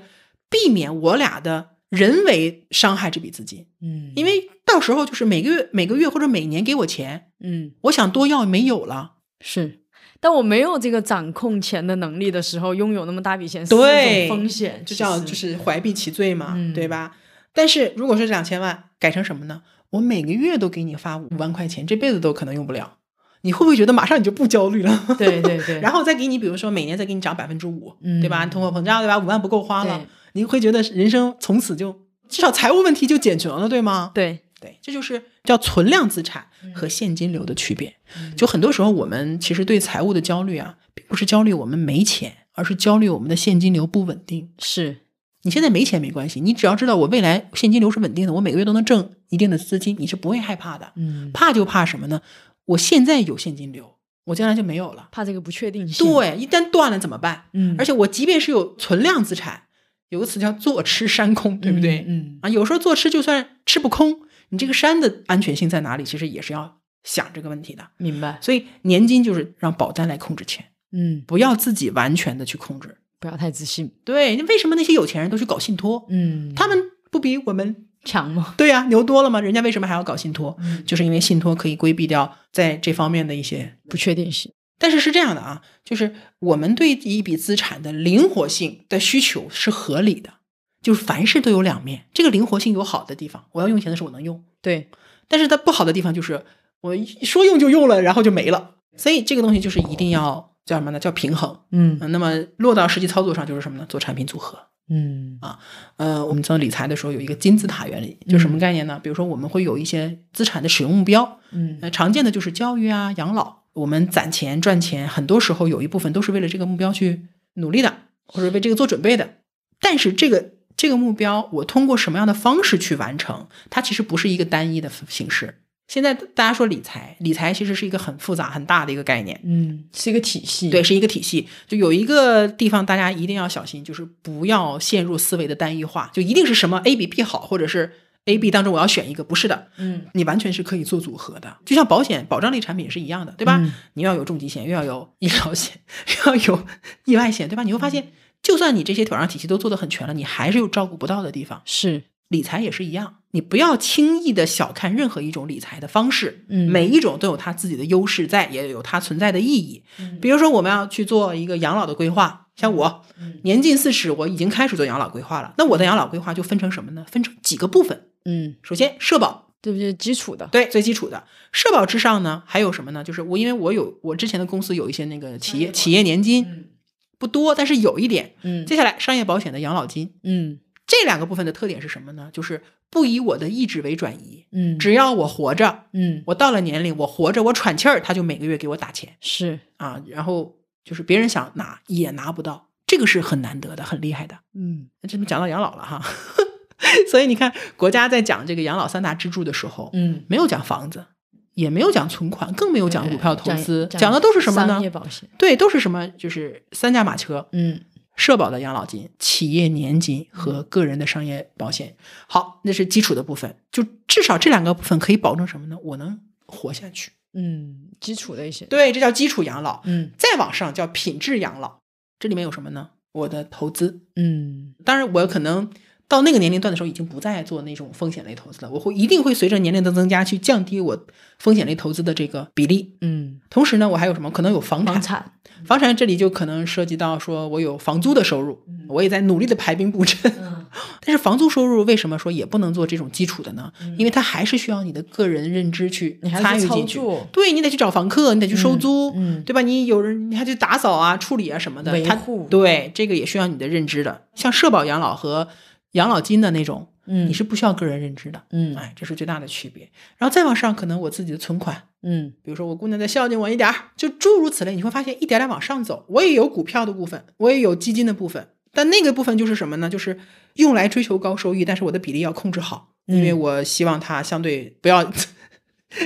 Speaker 1: 避免我俩的人为伤害这笔资金，
Speaker 2: 嗯
Speaker 1: 因为到时候就是每个月每个月或者每年给我钱，
Speaker 2: 嗯
Speaker 1: 我想多要没有了，
Speaker 2: 是。当我没有这个掌控钱的能力的时候，拥有那么大笔钱是
Speaker 1: 对
Speaker 2: 一种风险，
Speaker 1: 就
Speaker 2: 其
Speaker 1: 叫
Speaker 2: 实
Speaker 1: 就是怀璧其罪嘛，
Speaker 2: 嗯
Speaker 1: 对吧？但是如果是两千万改成什么呢？我每个月都给你发五万块钱，这辈子都可能用不了，你会不会觉得马上你就不焦虑了？
Speaker 2: 对对对，
Speaker 1: 然后再给你，比如说每年再给你涨百分之五，
Speaker 2: 嗯
Speaker 1: 对吧？通货膨胀，对吧？五万不够花了
Speaker 2: 对，
Speaker 1: 你会觉得人生从此就至少财务问题就解决了，对吗？
Speaker 2: 对，嗯
Speaker 1: 对，这就是叫存量资产和现金流的区别。就很多时候，我们其实对财务的焦虑啊，并不是焦虑我们没钱，而是焦虑我们的现金流不稳定。
Speaker 2: 是
Speaker 1: 你现在没钱没关系，你只要知道我未来现金流是稳定的，我每个月都能挣一定的资金，你是不会害怕的。
Speaker 2: 嗯，
Speaker 1: 怕就怕什么呢？我现在有现金流，我将来就没有了。
Speaker 2: 怕这个不确定性，，
Speaker 1: 对，一旦断了怎么办？
Speaker 2: 嗯，
Speaker 1: 而且我即便是有存量资产，有个词叫坐吃山空，对不对？
Speaker 2: 嗯，
Speaker 1: 啊，有时候坐吃就算吃不空，你这个山的安全性在哪里，其实也是要想这个问题的。
Speaker 2: 明白，
Speaker 1: 所以年金就是让保单来控制钱，
Speaker 2: 嗯，
Speaker 1: 不要自己完全的去控制。
Speaker 2: 不要太自信，
Speaker 1: 对，为什么那些有钱人都去搞信托？
Speaker 2: 嗯，
Speaker 1: 他们不比我们
Speaker 2: 强吗？
Speaker 1: 对呀、牛多了吗？人家为什么还要搞信托？
Speaker 2: 嗯
Speaker 1: 就是因为信托可以规避掉在这方面的一些
Speaker 2: 不确定性，
Speaker 1: 但是是这样的啊，就是我们对一笔资产的灵活性的需求是合理的，就是凡事都有两面。这个灵活性有好的地方，我要用钱的时候我能用；
Speaker 2: 对，
Speaker 1: 但是它不好的地方就是我一说用就用了，然后就没了。所以这个东西就是一定要叫什么呢？叫平衡。
Speaker 2: 嗯
Speaker 1: 嗯那么落到实际操作上就是什么呢？做产品组合。
Speaker 2: 嗯
Speaker 1: 呃，我们在理财的时候有一个金字塔原理，就什么概念呢？比如说我们会有一些资产的使用目标，
Speaker 2: 嗯
Speaker 1: 呃，常见的就是教育啊、养老。我们攒钱赚钱，很多时候有一部分都是为了这个目标去努力的，或者为这个做准备的。但是这个这个目标，我通过什么样的方式去完成，它其实不是一个单一的形式。现在大家说理财，理财其实是一个很复杂、很大的一个概念。
Speaker 2: 嗯，是一个体系，
Speaker 1: 对，，是一个体系。就有一个地方大家一定要小心，就是不要陷入思维的单一化，就一定是什么 A 比 B 好，或者是 A B 当中我要选一个，不是的，
Speaker 2: 嗯
Speaker 1: 你完全是可以做组合的。就像保险、保障类产品也是一样的，对吧？
Speaker 2: 嗯
Speaker 1: 你要有重疾险，又要有医疗险， 又要有意外险，对吧？你会发现，就算你这些保障体系都做得很全了，你还是有照顾不到的地方。
Speaker 2: 是，
Speaker 1: 理财也是一样，你不要轻易的小看任何一种理财的方式，
Speaker 2: 嗯
Speaker 1: 每一种都有它自己的优势在，也有它存在的意义。
Speaker 2: 嗯
Speaker 1: 比如说，我们要去做一个养老的规划，像我
Speaker 2: 嗯
Speaker 1: 年近四十，我已经开始做养老规划了。那我的养老规划就分成什么呢？分成几个部分。
Speaker 2: 嗯，
Speaker 1: 首先，社保，
Speaker 2: 这不就是基础的，
Speaker 1: 对，最基础的社保之上呢，还有什么呢？就是我因为我有我之前的公司有一些那个企业企业年金
Speaker 2: 嗯
Speaker 1: 不多，但是有一点。
Speaker 2: 嗯
Speaker 1: 接下来，商业保险的养老金，
Speaker 2: 嗯
Speaker 1: 这两个部分的特点是什么呢？就是不以我的意志为转移，
Speaker 2: 嗯，
Speaker 1: 只要我活着，
Speaker 2: 嗯
Speaker 1: 我到了年龄，我活着，我喘气儿，他就每个月给我打钱
Speaker 2: 是，
Speaker 1: 啊。然后就是别人想拿也拿不到，这个是很难得的，很厉害的。
Speaker 2: 嗯
Speaker 1: 那这么讲到养老了哈， 所以你看，国家在讲这个养老三大支柱的时候，
Speaker 2: 嗯，
Speaker 1: 没有讲房子，也没有讲存款，更没有讲股票投资，
Speaker 2: 讲
Speaker 1: 讲的都是什么
Speaker 2: 商
Speaker 1: 呢
Speaker 2: 业？保险，
Speaker 1: 对，都是什么？就是三驾马车：
Speaker 2: 嗯
Speaker 1: 社保的养老金、企业年金和个人的商业保险。好，那是基础的部分，就至少这两个部分可以保证什么呢？我能活下去。
Speaker 2: 嗯，基础的一些，
Speaker 1: 对，这叫基础养老。
Speaker 2: 嗯
Speaker 1: 再往上叫品质养老，这里面有什么呢？我的投资，
Speaker 2: 嗯
Speaker 1: 当然我可能到那个年龄段的时候，已经不再做那种风险类投资了。我会一定会随着年龄的增加去降低我风险类投资的这个比例。
Speaker 2: 嗯，
Speaker 1: 同时呢，我还有什么？可能有房产，
Speaker 2: 房产，
Speaker 1: 房产这里就可能涉及到说我有房租的收入，我也在努力的排兵布阵。
Speaker 2: 嗯
Speaker 1: 但是房租收入为什么说也不能做这种基础的呢？因为它还是需要你的个人认知去
Speaker 2: 嗯你还
Speaker 1: 参
Speaker 2: 是
Speaker 1: 与
Speaker 2: 操
Speaker 1: 进去。
Speaker 2: 作，
Speaker 1: 对你得去找房客，你得去收租，
Speaker 2: 嗯嗯
Speaker 1: 对吧？你有人你还去打扫啊、处理啊什么的，
Speaker 2: 维
Speaker 1: 它
Speaker 2: 护
Speaker 1: 对这个也需要你的认知的。像社保养老和养老金的那种，
Speaker 2: 嗯
Speaker 1: 你是不需要个人认知的，
Speaker 2: 嗯
Speaker 1: 哎，这是最大的区别。然后再往上，可能我自己的存款，
Speaker 2: 嗯
Speaker 1: 比如说我姑娘再孝敬我一点儿，就诸如此类，你会发现一点点往上走，我也有股票的部分，我也有基金的部分，但那个部分就是什么呢？就是用来追求高收益，但是我的比例要控制好，因为
Speaker 2: 嗯
Speaker 1: 我希望它相对不要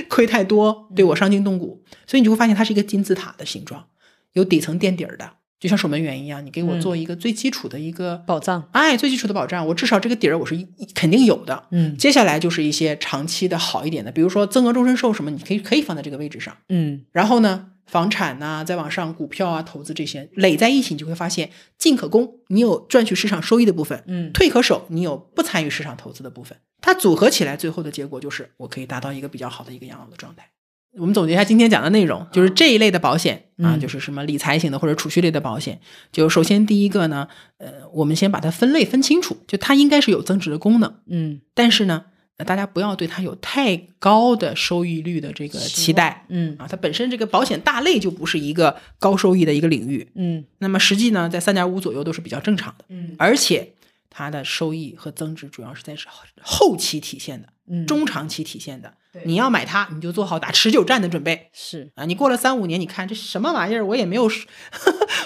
Speaker 1: 亏太多，
Speaker 2: 嗯
Speaker 1: 对我伤筋动骨，所以你就会发现它是一个金字塔的形状，有底层垫底儿的，就像守门员一样，你给我
Speaker 2: 嗯
Speaker 1: 做一个最基础的一个，
Speaker 2: 保障，
Speaker 1: 哎，最基础的保障，我至少这个底儿我是一一肯定有的，
Speaker 2: 嗯
Speaker 1: 接下来就是一些长期的好一点的，比如说增额终身寿什么，你可以可以放在这个位置上。
Speaker 2: 嗯
Speaker 1: 然后呢，房产呐、再往上股票啊、投资这些累在一起，你就会发现进可攻，你有赚取市场收益的部分；
Speaker 2: 嗯
Speaker 1: 退可守，你有不参与市场投资的部分。它组合起来，最后的结果就是我可以达到一个比较好的一个养老的状态。我们总结一下今天讲的内容，就是这一类的保险啊，
Speaker 2: 嗯
Speaker 1: 就是什么理财型的或者储蓄类的保险。就首先第一个呢，呃，我们先把它分类分清楚，就它应该是有增值的功能。
Speaker 2: 嗯
Speaker 1: 但是呢，呃大家不要对它有太高的收益率的这个期待
Speaker 2: 嗯
Speaker 1: 啊。它本身这个保险大类就不是一个高收益的一个领域，
Speaker 2: 嗯
Speaker 1: 那么实际呢，在三点五左右都是比较正常的，
Speaker 2: 嗯
Speaker 1: 而且它的收益和增值主要是在后后期体现的，
Speaker 2: 嗯
Speaker 1: 中长期体现的
Speaker 2: 对。
Speaker 1: 你要买它，你就做好打持久战的准备。
Speaker 2: 是
Speaker 1: 啊，你过了三五年，你看这什么玩意儿，我也没有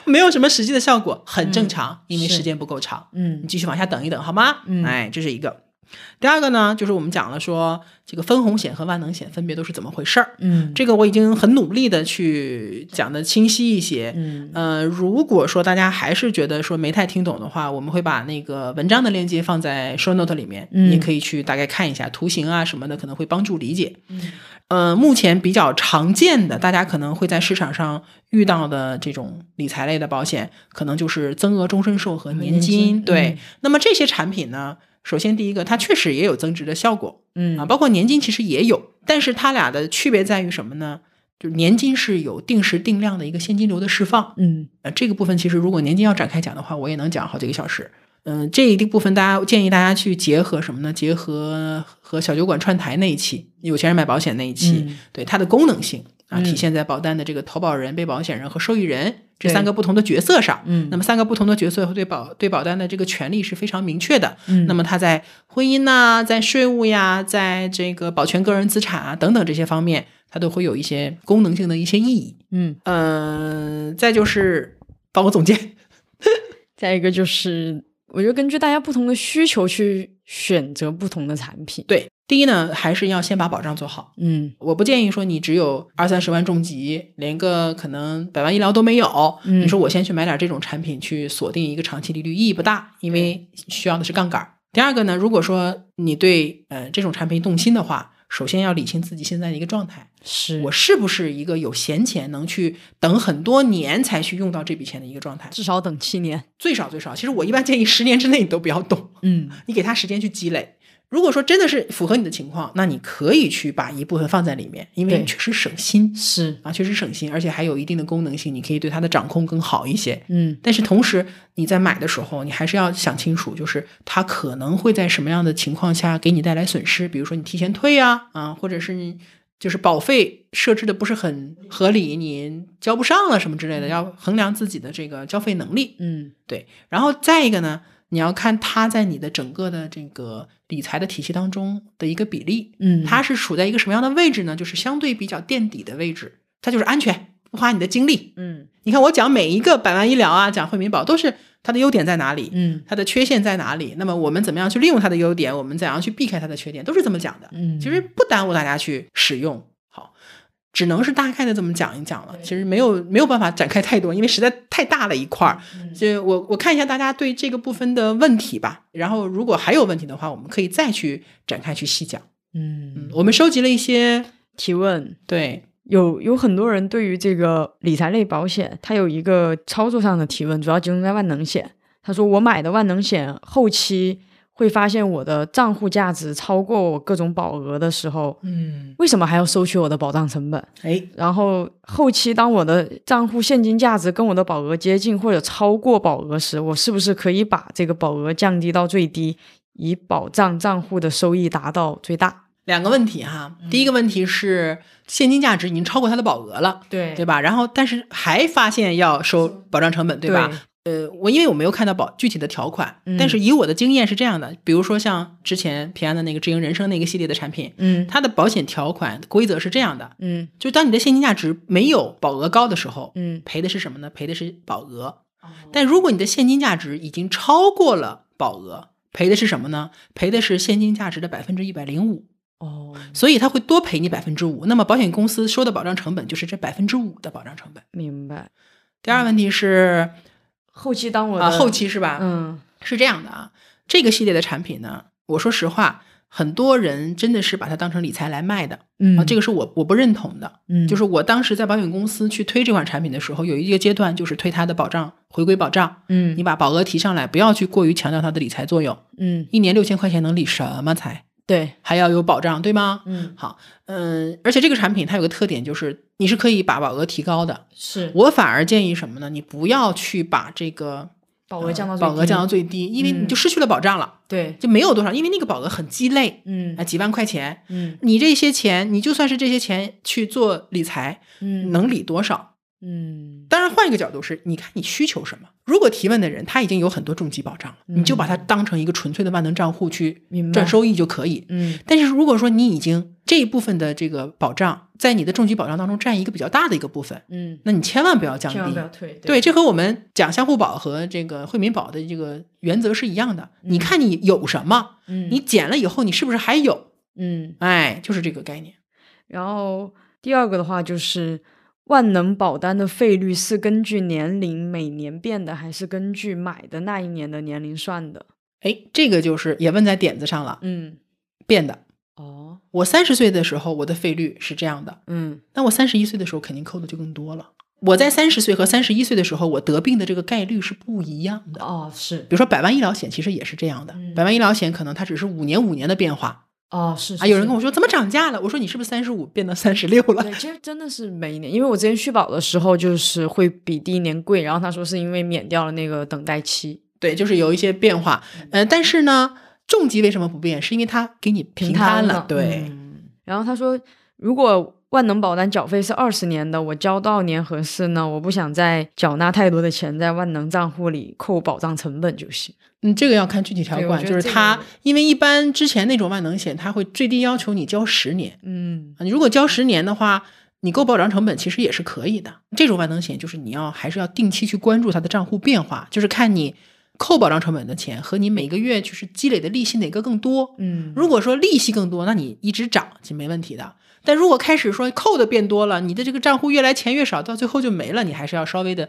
Speaker 1: 没有什么实际的效果，很正常，因为
Speaker 2: 嗯是
Speaker 1: 时间不够长。你
Speaker 2: 嗯
Speaker 1: 继续往下等一等，好吗？
Speaker 2: 嗯
Speaker 1: 哎，这是一个。第二个呢，就是我们讲了说这个分红险和万能险分别都是怎么回事儿。
Speaker 2: 嗯
Speaker 1: 这个我已经很努力的去讲的清晰一些。
Speaker 2: 嗯
Speaker 1: 呃，如果说大家还是觉得说没太听懂的话，我们会把那个文章的链接放在 show note 里面，
Speaker 2: 嗯
Speaker 1: 你可以去大概看一下图形啊什么的，可能会帮助理解。
Speaker 2: 嗯
Speaker 1: 呃，目前比较常见的，大家可能会在市场上遇到的这种理财类的保险，可能就是增额终身寿和年
Speaker 2: 年
Speaker 1: 金。
Speaker 2: 金
Speaker 1: 对，
Speaker 2: 嗯
Speaker 1: 那么这些产品呢，首先第一个，它确实也有增值的效果啊，
Speaker 2: 嗯
Speaker 1: 包括年金其实也有，但是它俩的区别在于什么呢？就是年金是有定时定量的一个现金流的释放，
Speaker 2: 嗯
Speaker 1: 呃，这个部分其实如果年金要展开讲的话，我也能讲好几个小时。嗯，这一部分大家建议大家去结合什么呢？结合和小酒馆串台那一期，有钱人买保险那一期，
Speaker 2: 嗯
Speaker 1: 对它的功能性啊，体现在保单的这个投保人、被保险人和受益人这三个不同的角色上。
Speaker 2: 嗯
Speaker 1: 那么三个不同的角色对保对保单的这个权利是非常明确的。
Speaker 2: 嗯
Speaker 1: 那么他在婚姻呐、在税务呀、在这个保全个人资产啊等等这些方面，它都会有一些功能性的一些意义。
Speaker 2: 嗯，
Speaker 1: 嗯、再就是帮我总结，
Speaker 2: 再一个就是，我觉得根据大家不同的需求去选择不同的产品。
Speaker 1: 对，第一呢，还是要先把保障做好。
Speaker 2: 嗯
Speaker 1: 我不建议说你只有二三十万重疾，连个可能百万医疗都没有。
Speaker 2: 嗯
Speaker 1: 你说我先去买点这种产品去锁定一个长期利率，意义不大，因为需要的是杠杆儿。第二个呢，如果说你对呃这种产品动心的话，首先要理清自己现在的一个状态，
Speaker 2: 是
Speaker 1: 我是不是一个有闲钱能去等很多年才去用到这笔钱的一个状态？
Speaker 2: 至少等七年。
Speaker 1: 最少最少，其实我一般建议十年之内你都不要动。
Speaker 2: 嗯
Speaker 1: 你给他时间去积累。如果说真的是符合你的情况，那你可以去把一部分放在里面，因为
Speaker 2: 对
Speaker 1: 确实省心
Speaker 2: 是
Speaker 1: 啊，确实省心，而且还有一定的功能性，你可以对它的掌控更好一些。
Speaker 2: 嗯
Speaker 1: 但是同时，你在买的时候，你还是要想清楚，就是它可能会在什么样的情况下给你带来损失，比如说你提前退啊，啊，或者是你就是保费设置的不是很合理，你交不上了什么之类的，要衡量自己的这个交费能力。
Speaker 2: 嗯
Speaker 1: 对，然后再一个呢，你要看它在你的整个的这个理财的体系当中的一个比例，
Speaker 2: 嗯，
Speaker 1: 它是处在一个什么样的位置呢？就是相对比较垫底的位置，它就是安全，不花你的精力。
Speaker 2: 嗯
Speaker 1: 你看我讲每一个百万医疗啊，讲惠民保，都是它的优点在哪里，
Speaker 2: 嗯
Speaker 1: 它的缺陷在哪里。那么我们怎么样去利用它的优点，我们怎样去避开它的缺点，都是这么讲的。
Speaker 2: 嗯，
Speaker 1: 其实不耽误大家去使用。好，只能是大概的这么讲一讲了。其实没有没有办法展开太多，因为实在太大了一块儿。
Speaker 2: 嗯
Speaker 1: 就我我看一下大家对这个部分的问题吧，然后如果还有问题的话，我们可以再去展开去细讲。嗯
Speaker 2: 嗯，
Speaker 1: 我们收集了一些
Speaker 2: 提问。
Speaker 1: 对
Speaker 2: 有有很多人对于这个理财类保险，他有一个操作上的提问，主要集中在万能险。他说我买的万能险后期会发现我的账户价值超过我各种保额的时候，
Speaker 1: 嗯
Speaker 2: 为什么还要收取我的保障成本？
Speaker 1: 哎
Speaker 2: 然后后期当我的账户现金价值跟我的保额接近或者超过保额时，我是不是可以把这个保额降低到最低，以保障账户的收益达到最大？
Speaker 1: 两个问题哈，
Speaker 2: 嗯
Speaker 1: 第一个问题是现金价值已经超过它的保额了。
Speaker 2: 对
Speaker 1: 对吧？然后，但是还发现要收保障成本，对吧？呃，我因为我没有看到保具体的条款，
Speaker 2: 嗯
Speaker 1: 但是以我的经验是这样的，比如说像之前平安的那个智盈人生那个系列的产品，
Speaker 2: 嗯
Speaker 1: 它的保险条款规则是这样的：
Speaker 2: 嗯
Speaker 1: 就当你的现金价值没有保额高的时候，
Speaker 2: 嗯哦
Speaker 1: 赔的是什么呢？赔的是保额。但如果你的现金价值已经超过了保额，赔的是什么呢？赔的是现金价值的百分之一百零五，
Speaker 2: 哦，
Speaker 1: 所以它会多赔你百分之五。那么保险公司收的保障成本就是这百分之五的保障成本。
Speaker 2: 明白。
Speaker 1: 第二个问题是
Speaker 2: 后期嗯当我的、
Speaker 1: 啊、后期是吧？
Speaker 2: 嗯
Speaker 1: 是这样的啊，这个系列的产品呢，我说实话，很多人真的是把它当成理财来卖的
Speaker 2: 嗯
Speaker 1: 啊，这
Speaker 2: 个
Speaker 1: 个是我我不认同的。
Speaker 2: 嗯
Speaker 1: 就是我当时在保险公司去推这款产品的时候，有一个阶段就是推它的保障回归保障，
Speaker 2: 嗯
Speaker 1: 你把保额提上来，不要去过于强调它的理财作用，
Speaker 2: 嗯
Speaker 1: 一年六千块钱能理什么财？
Speaker 2: 对
Speaker 1: 还要有保障，对吗？
Speaker 2: 嗯
Speaker 1: 好，嗯，而且这个产品它有个特点，就是你是可以把保额提高的。
Speaker 2: 是
Speaker 1: 我反而建议什么呢？你不要去把这个
Speaker 2: 保额降到
Speaker 1: 呃
Speaker 2: 最
Speaker 1: 保额降到
Speaker 2: 低
Speaker 1: 最低，因为你
Speaker 2: 嗯
Speaker 1: 就失去了保障了，
Speaker 2: 对
Speaker 1: 就没有多少，因为那个保额很鸡肋
Speaker 2: 嗯
Speaker 1: 啊，几万块钱，
Speaker 2: 嗯
Speaker 1: 你这些钱，你就算是这些钱去做理财，
Speaker 2: 嗯
Speaker 1: 能理多少？
Speaker 2: 嗯
Speaker 1: 当然，换一个角度是，你看你需求什么。如果提问的人他已经有很多重疾保障了，你就把它当成一个纯粹的万能账户去
Speaker 2: 嗯明白
Speaker 1: 赚收益就可以。
Speaker 2: 嗯
Speaker 1: 但是如果说你已经这一部分的这个保障在你的重疾保障当中占一个比较大的一个部分，
Speaker 2: 嗯，
Speaker 1: 那你千万不要降低，
Speaker 2: 千万不要退
Speaker 1: 对，这和我们讲相互保和这个惠民保的这个原则是一样的。你看你有什么，
Speaker 2: 嗯
Speaker 1: 你减了以后你是不是还有？
Speaker 2: 嗯，
Speaker 1: 哎，就是这个概念。
Speaker 2: 然后第二个的话就是。万能保单的费率是根据年龄每年变的，还是根据买的那一年的年龄算的？
Speaker 1: 哎，这个就是也问在点子上了，
Speaker 2: 嗯，
Speaker 1: 变的。
Speaker 2: 哦，
Speaker 1: 我三十岁的时候，我的费率是这样的，
Speaker 2: 嗯
Speaker 1: 那我三十一岁的时候肯定扣的就更多了。我在三十岁和三十一岁的时候，我得病的这个概率是不一样的。
Speaker 2: 哦是
Speaker 1: 比如说百万医疗险，其实也是这样的。
Speaker 2: 嗯
Speaker 1: 百万医疗险可能它只是五年五年的变化
Speaker 2: 哦是
Speaker 1: 啊。有人跟我说怎么涨价了？我说你是不是三十五变到三十六了？
Speaker 2: 对，其实真的是每一年，因为我之前续保的时候就是会比第一年贵，然后他说是因为免掉了那个等待期，
Speaker 1: 对，就是有一些变化。
Speaker 2: 嗯
Speaker 1: 呃，但是呢，重疾为什么不变？是因为它给你平
Speaker 2: 摊
Speaker 1: 摊
Speaker 2: 嗯
Speaker 1: 了。对，
Speaker 2: 嗯然后他说如果万能保单缴费是二十年的，我交多少年合适呢？我不想再缴纳太多的钱在万能账户里扣保障成本就行。
Speaker 1: 嗯，这个要看具体条
Speaker 2: 对我
Speaker 1: 款，
Speaker 2: 觉
Speaker 1: 就
Speaker 2: 得
Speaker 1: 是
Speaker 2: 这
Speaker 1: 它
Speaker 2: 个，
Speaker 1: 因为一般之前那种万能险，它会最低要求你交十年，
Speaker 2: 嗯，
Speaker 1: 啊你如果交十年的话，你够保障成本其实也是可以的。这种万能险就是你要还是要定期去关注它的账户变化，就是看你扣保障成本的钱和你每个月就是积累的利息哪个更多。
Speaker 2: 嗯，
Speaker 1: 如果说利息更多，那你一直涨是没问题的。但如果开始说扣的变多了，你的这个账户越来钱越少，到最后就没了，你还是要稍微的，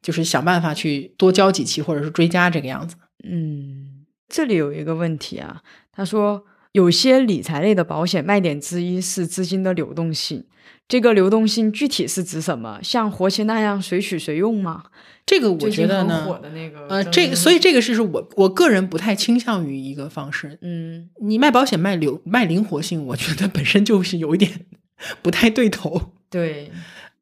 Speaker 1: 就是想办法去多交几期，或者是追加这个样子。
Speaker 2: 嗯，这里有一个问题啊，他说有些理财类的保险卖点之一是资金的流动性，这个流动性具体是指什么？像活期那样随取随用吗？
Speaker 1: 这个我
Speaker 2: 最
Speaker 1: 觉
Speaker 2: 近
Speaker 1: 得
Speaker 2: 很
Speaker 1: 呢
Speaker 2: 火，的那个，
Speaker 1: 呃，这个所以这个是是我我个人不太倾向于一个方式，
Speaker 2: 嗯，
Speaker 1: 你卖保险卖流卖灵活性，我觉得本身就是有一点不太对头。
Speaker 2: 对，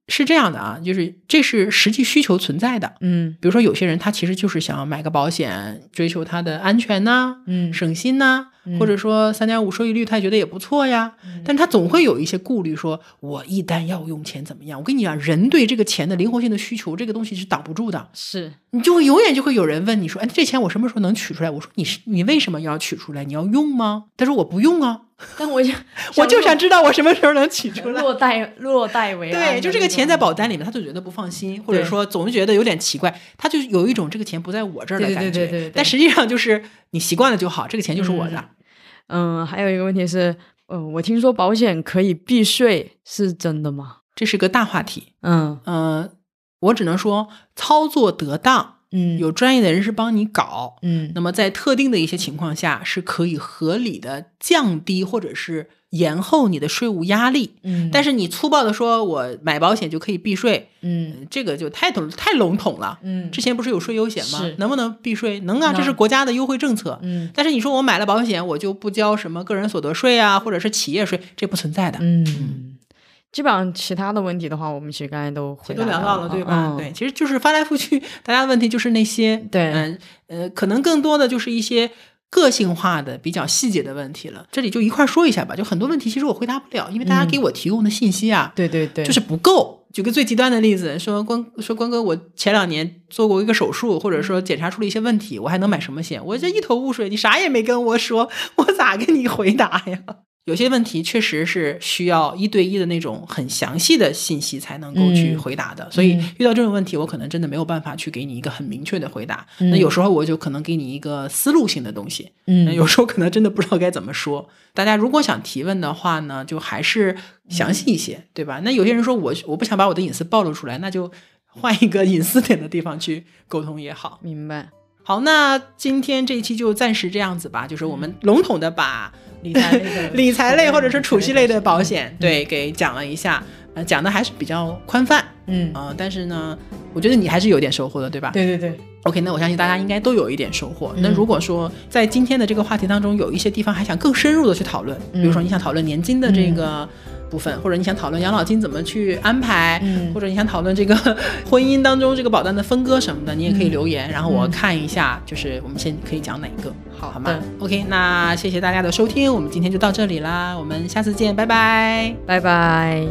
Speaker 1: 是这样的啊，就是这是实际需求存在的。
Speaker 2: 嗯
Speaker 1: 比如说，有些人他其实就是想要买个保险，追求他的安全呐、
Speaker 2: 嗯
Speaker 1: 省心呐、
Speaker 2: 嗯
Speaker 1: 或者说三点五收益率，他觉得也不错呀。但他总会有一些顾虑说，我一旦要用钱怎么样？我跟你讲，人对这个钱的灵活性的需求，这个东西是挡不住的。
Speaker 2: 是，
Speaker 1: 你就会永远就会有人问你说：“哎，这钱我什么时候能取出来？”我说：“你是你为什么要取出来？你要用吗？”他说：“我不用啊，
Speaker 2: 但我想
Speaker 1: 我就
Speaker 2: 落
Speaker 1: 想知道我什么时候能取出来。
Speaker 2: 落袋落袋为安的那
Speaker 1: 对，
Speaker 2: 种，
Speaker 1: 就这个钱在保单里面，他就觉得不放心，或者
Speaker 2: 对
Speaker 1: 说总是觉得有点奇怪，他就有一种这个钱不在我这儿的
Speaker 2: 对对
Speaker 1: 感觉。
Speaker 2: 对对对对
Speaker 1: 但实际上就是你习惯了就好，这个钱就是我的。
Speaker 2: 嗯，还有一个问题是，嗯，我听说保险可以避税，是真的吗？
Speaker 1: 这是个大话题。
Speaker 2: 嗯
Speaker 1: 嗯、我只能说操作得当，
Speaker 2: 嗯
Speaker 1: 有专业的人士帮你搞。
Speaker 2: 嗯
Speaker 1: 那么在特定的一些情况下，是可以合理的降低或者是延后你的税务压力。
Speaker 2: 嗯，
Speaker 1: 但
Speaker 2: 是
Speaker 1: 是你粗暴的说我买保险就可以避税，
Speaker 2: 嗯
Speaker 1: 嗯这个就太笼太笼统了。
Speaker 2: 嗯
Speaker 1: 之前不是有税优险吗
Speaker 2: 是？
Speaker 1: 能不能避税？能啊，
Speaker 2: 能
Speaker 1: 这是国家的优惠政策。
Speaker 2: 嗯
Speaker 1: 但是你说我买了保险，我就不交什么个人所得税啊，或者是企业税，这不存在的。
Speaker 2: 嗯，基本上其他的问题的话，我们其实刚才都回
Speaker 1: 都
Speaker 2: 答
Speaker 1: 聊到了，对吧？
Speaker 2: 嗯、
Speaker 1: 对，其实就是翻来覆去，大家问题就是那些，
Speaker 2: 对
Speaker 1: 嗯呃，可能更多的就是一些个性化的、比较细节的问题了。这里就一块儿说一下吧，就很多问题其实我回答不了，因为大家
Speaker 2: 嗯
Speaker 1: 给我提供的信息啊，
Speaker 2: 对对对，
Speaker 1: 就是不够。举个最极端的例子，说关说关哥，我前两年做过一个手术，或者
Speaker 2: 嗯
Speaker 1: 说检查出了一些问题，我还能买什么险？我这一头雾水，你啥也没跟我说，我咋跟你回答呀？有些问题确实是需要一对一的那种很详细的信息才能够去
Speaker 2: 嗯
Speaker 1: 回答的，所以
Speaker 2: 嗯
Speaker 1: 遇到这种问题，我可能真的没有办法去给你一个很明确的回答。
Speaker 2: 嗯
Speaker 1: 那有时候我就可能给你一个思路性的东西，那
Speaker 2: 嗯
Speaker 1: 有时候可能真的不知道该怎么说。大家如果想提问的话呢，就还是详细一些，对吧？那有些人说我我不想把我的隐私暴露出来，那就换一个隐私点的地方去沟通也好。
Speaker 2: 明白
Speaker 1: 好，那今天这一期就暂时这样子吧，就是我
Speaker 2: 嗯
Speaker 1: 们笼统的把
Speaker 2: 理财类的
Speaker 1: 理财类或者是储蓄类的保险
Speaker 2: 嗯
Speaker 1: 对给讲了一下，呃，讲的还是比较宽泛
Speaker 2: 嗯，
Speaker 1: 啊、呃但是呢，我觉得你还是有点收获的，对吧？
Speaker 2: 对对对，
Speaker 1: OK，那我相信大家应该都有一点收获。
Speaker 2: 嗯
Speaker 1: 那如果说在今天的这个话题当中，有一些地方还想更深入的去讨论，
Speaker 2: 嗯
Speaker 1: 比如说你想讨论年金的这个部分，或者你想讨论养老金怎么去安排，
Speaker 2: 嗯
Speaker 1: 或者你想讨论这个 婚姻当中这个保单的分割什么的，你也可以
Speaker 2: 嗯
Speaker 1: 留言，然后我
Speaker 2: 嗯
Speaker 1: 看一下，就是我们先可以讲哪一个，
Speaker 2: 好
Speaker 1: 好吗
Speaker 2: 的
Speaker 1: ？OK，那谢谢大家的收听，我们今天就到这里啦，我们下次见，拜拜。
Speaker 2: 拜拜。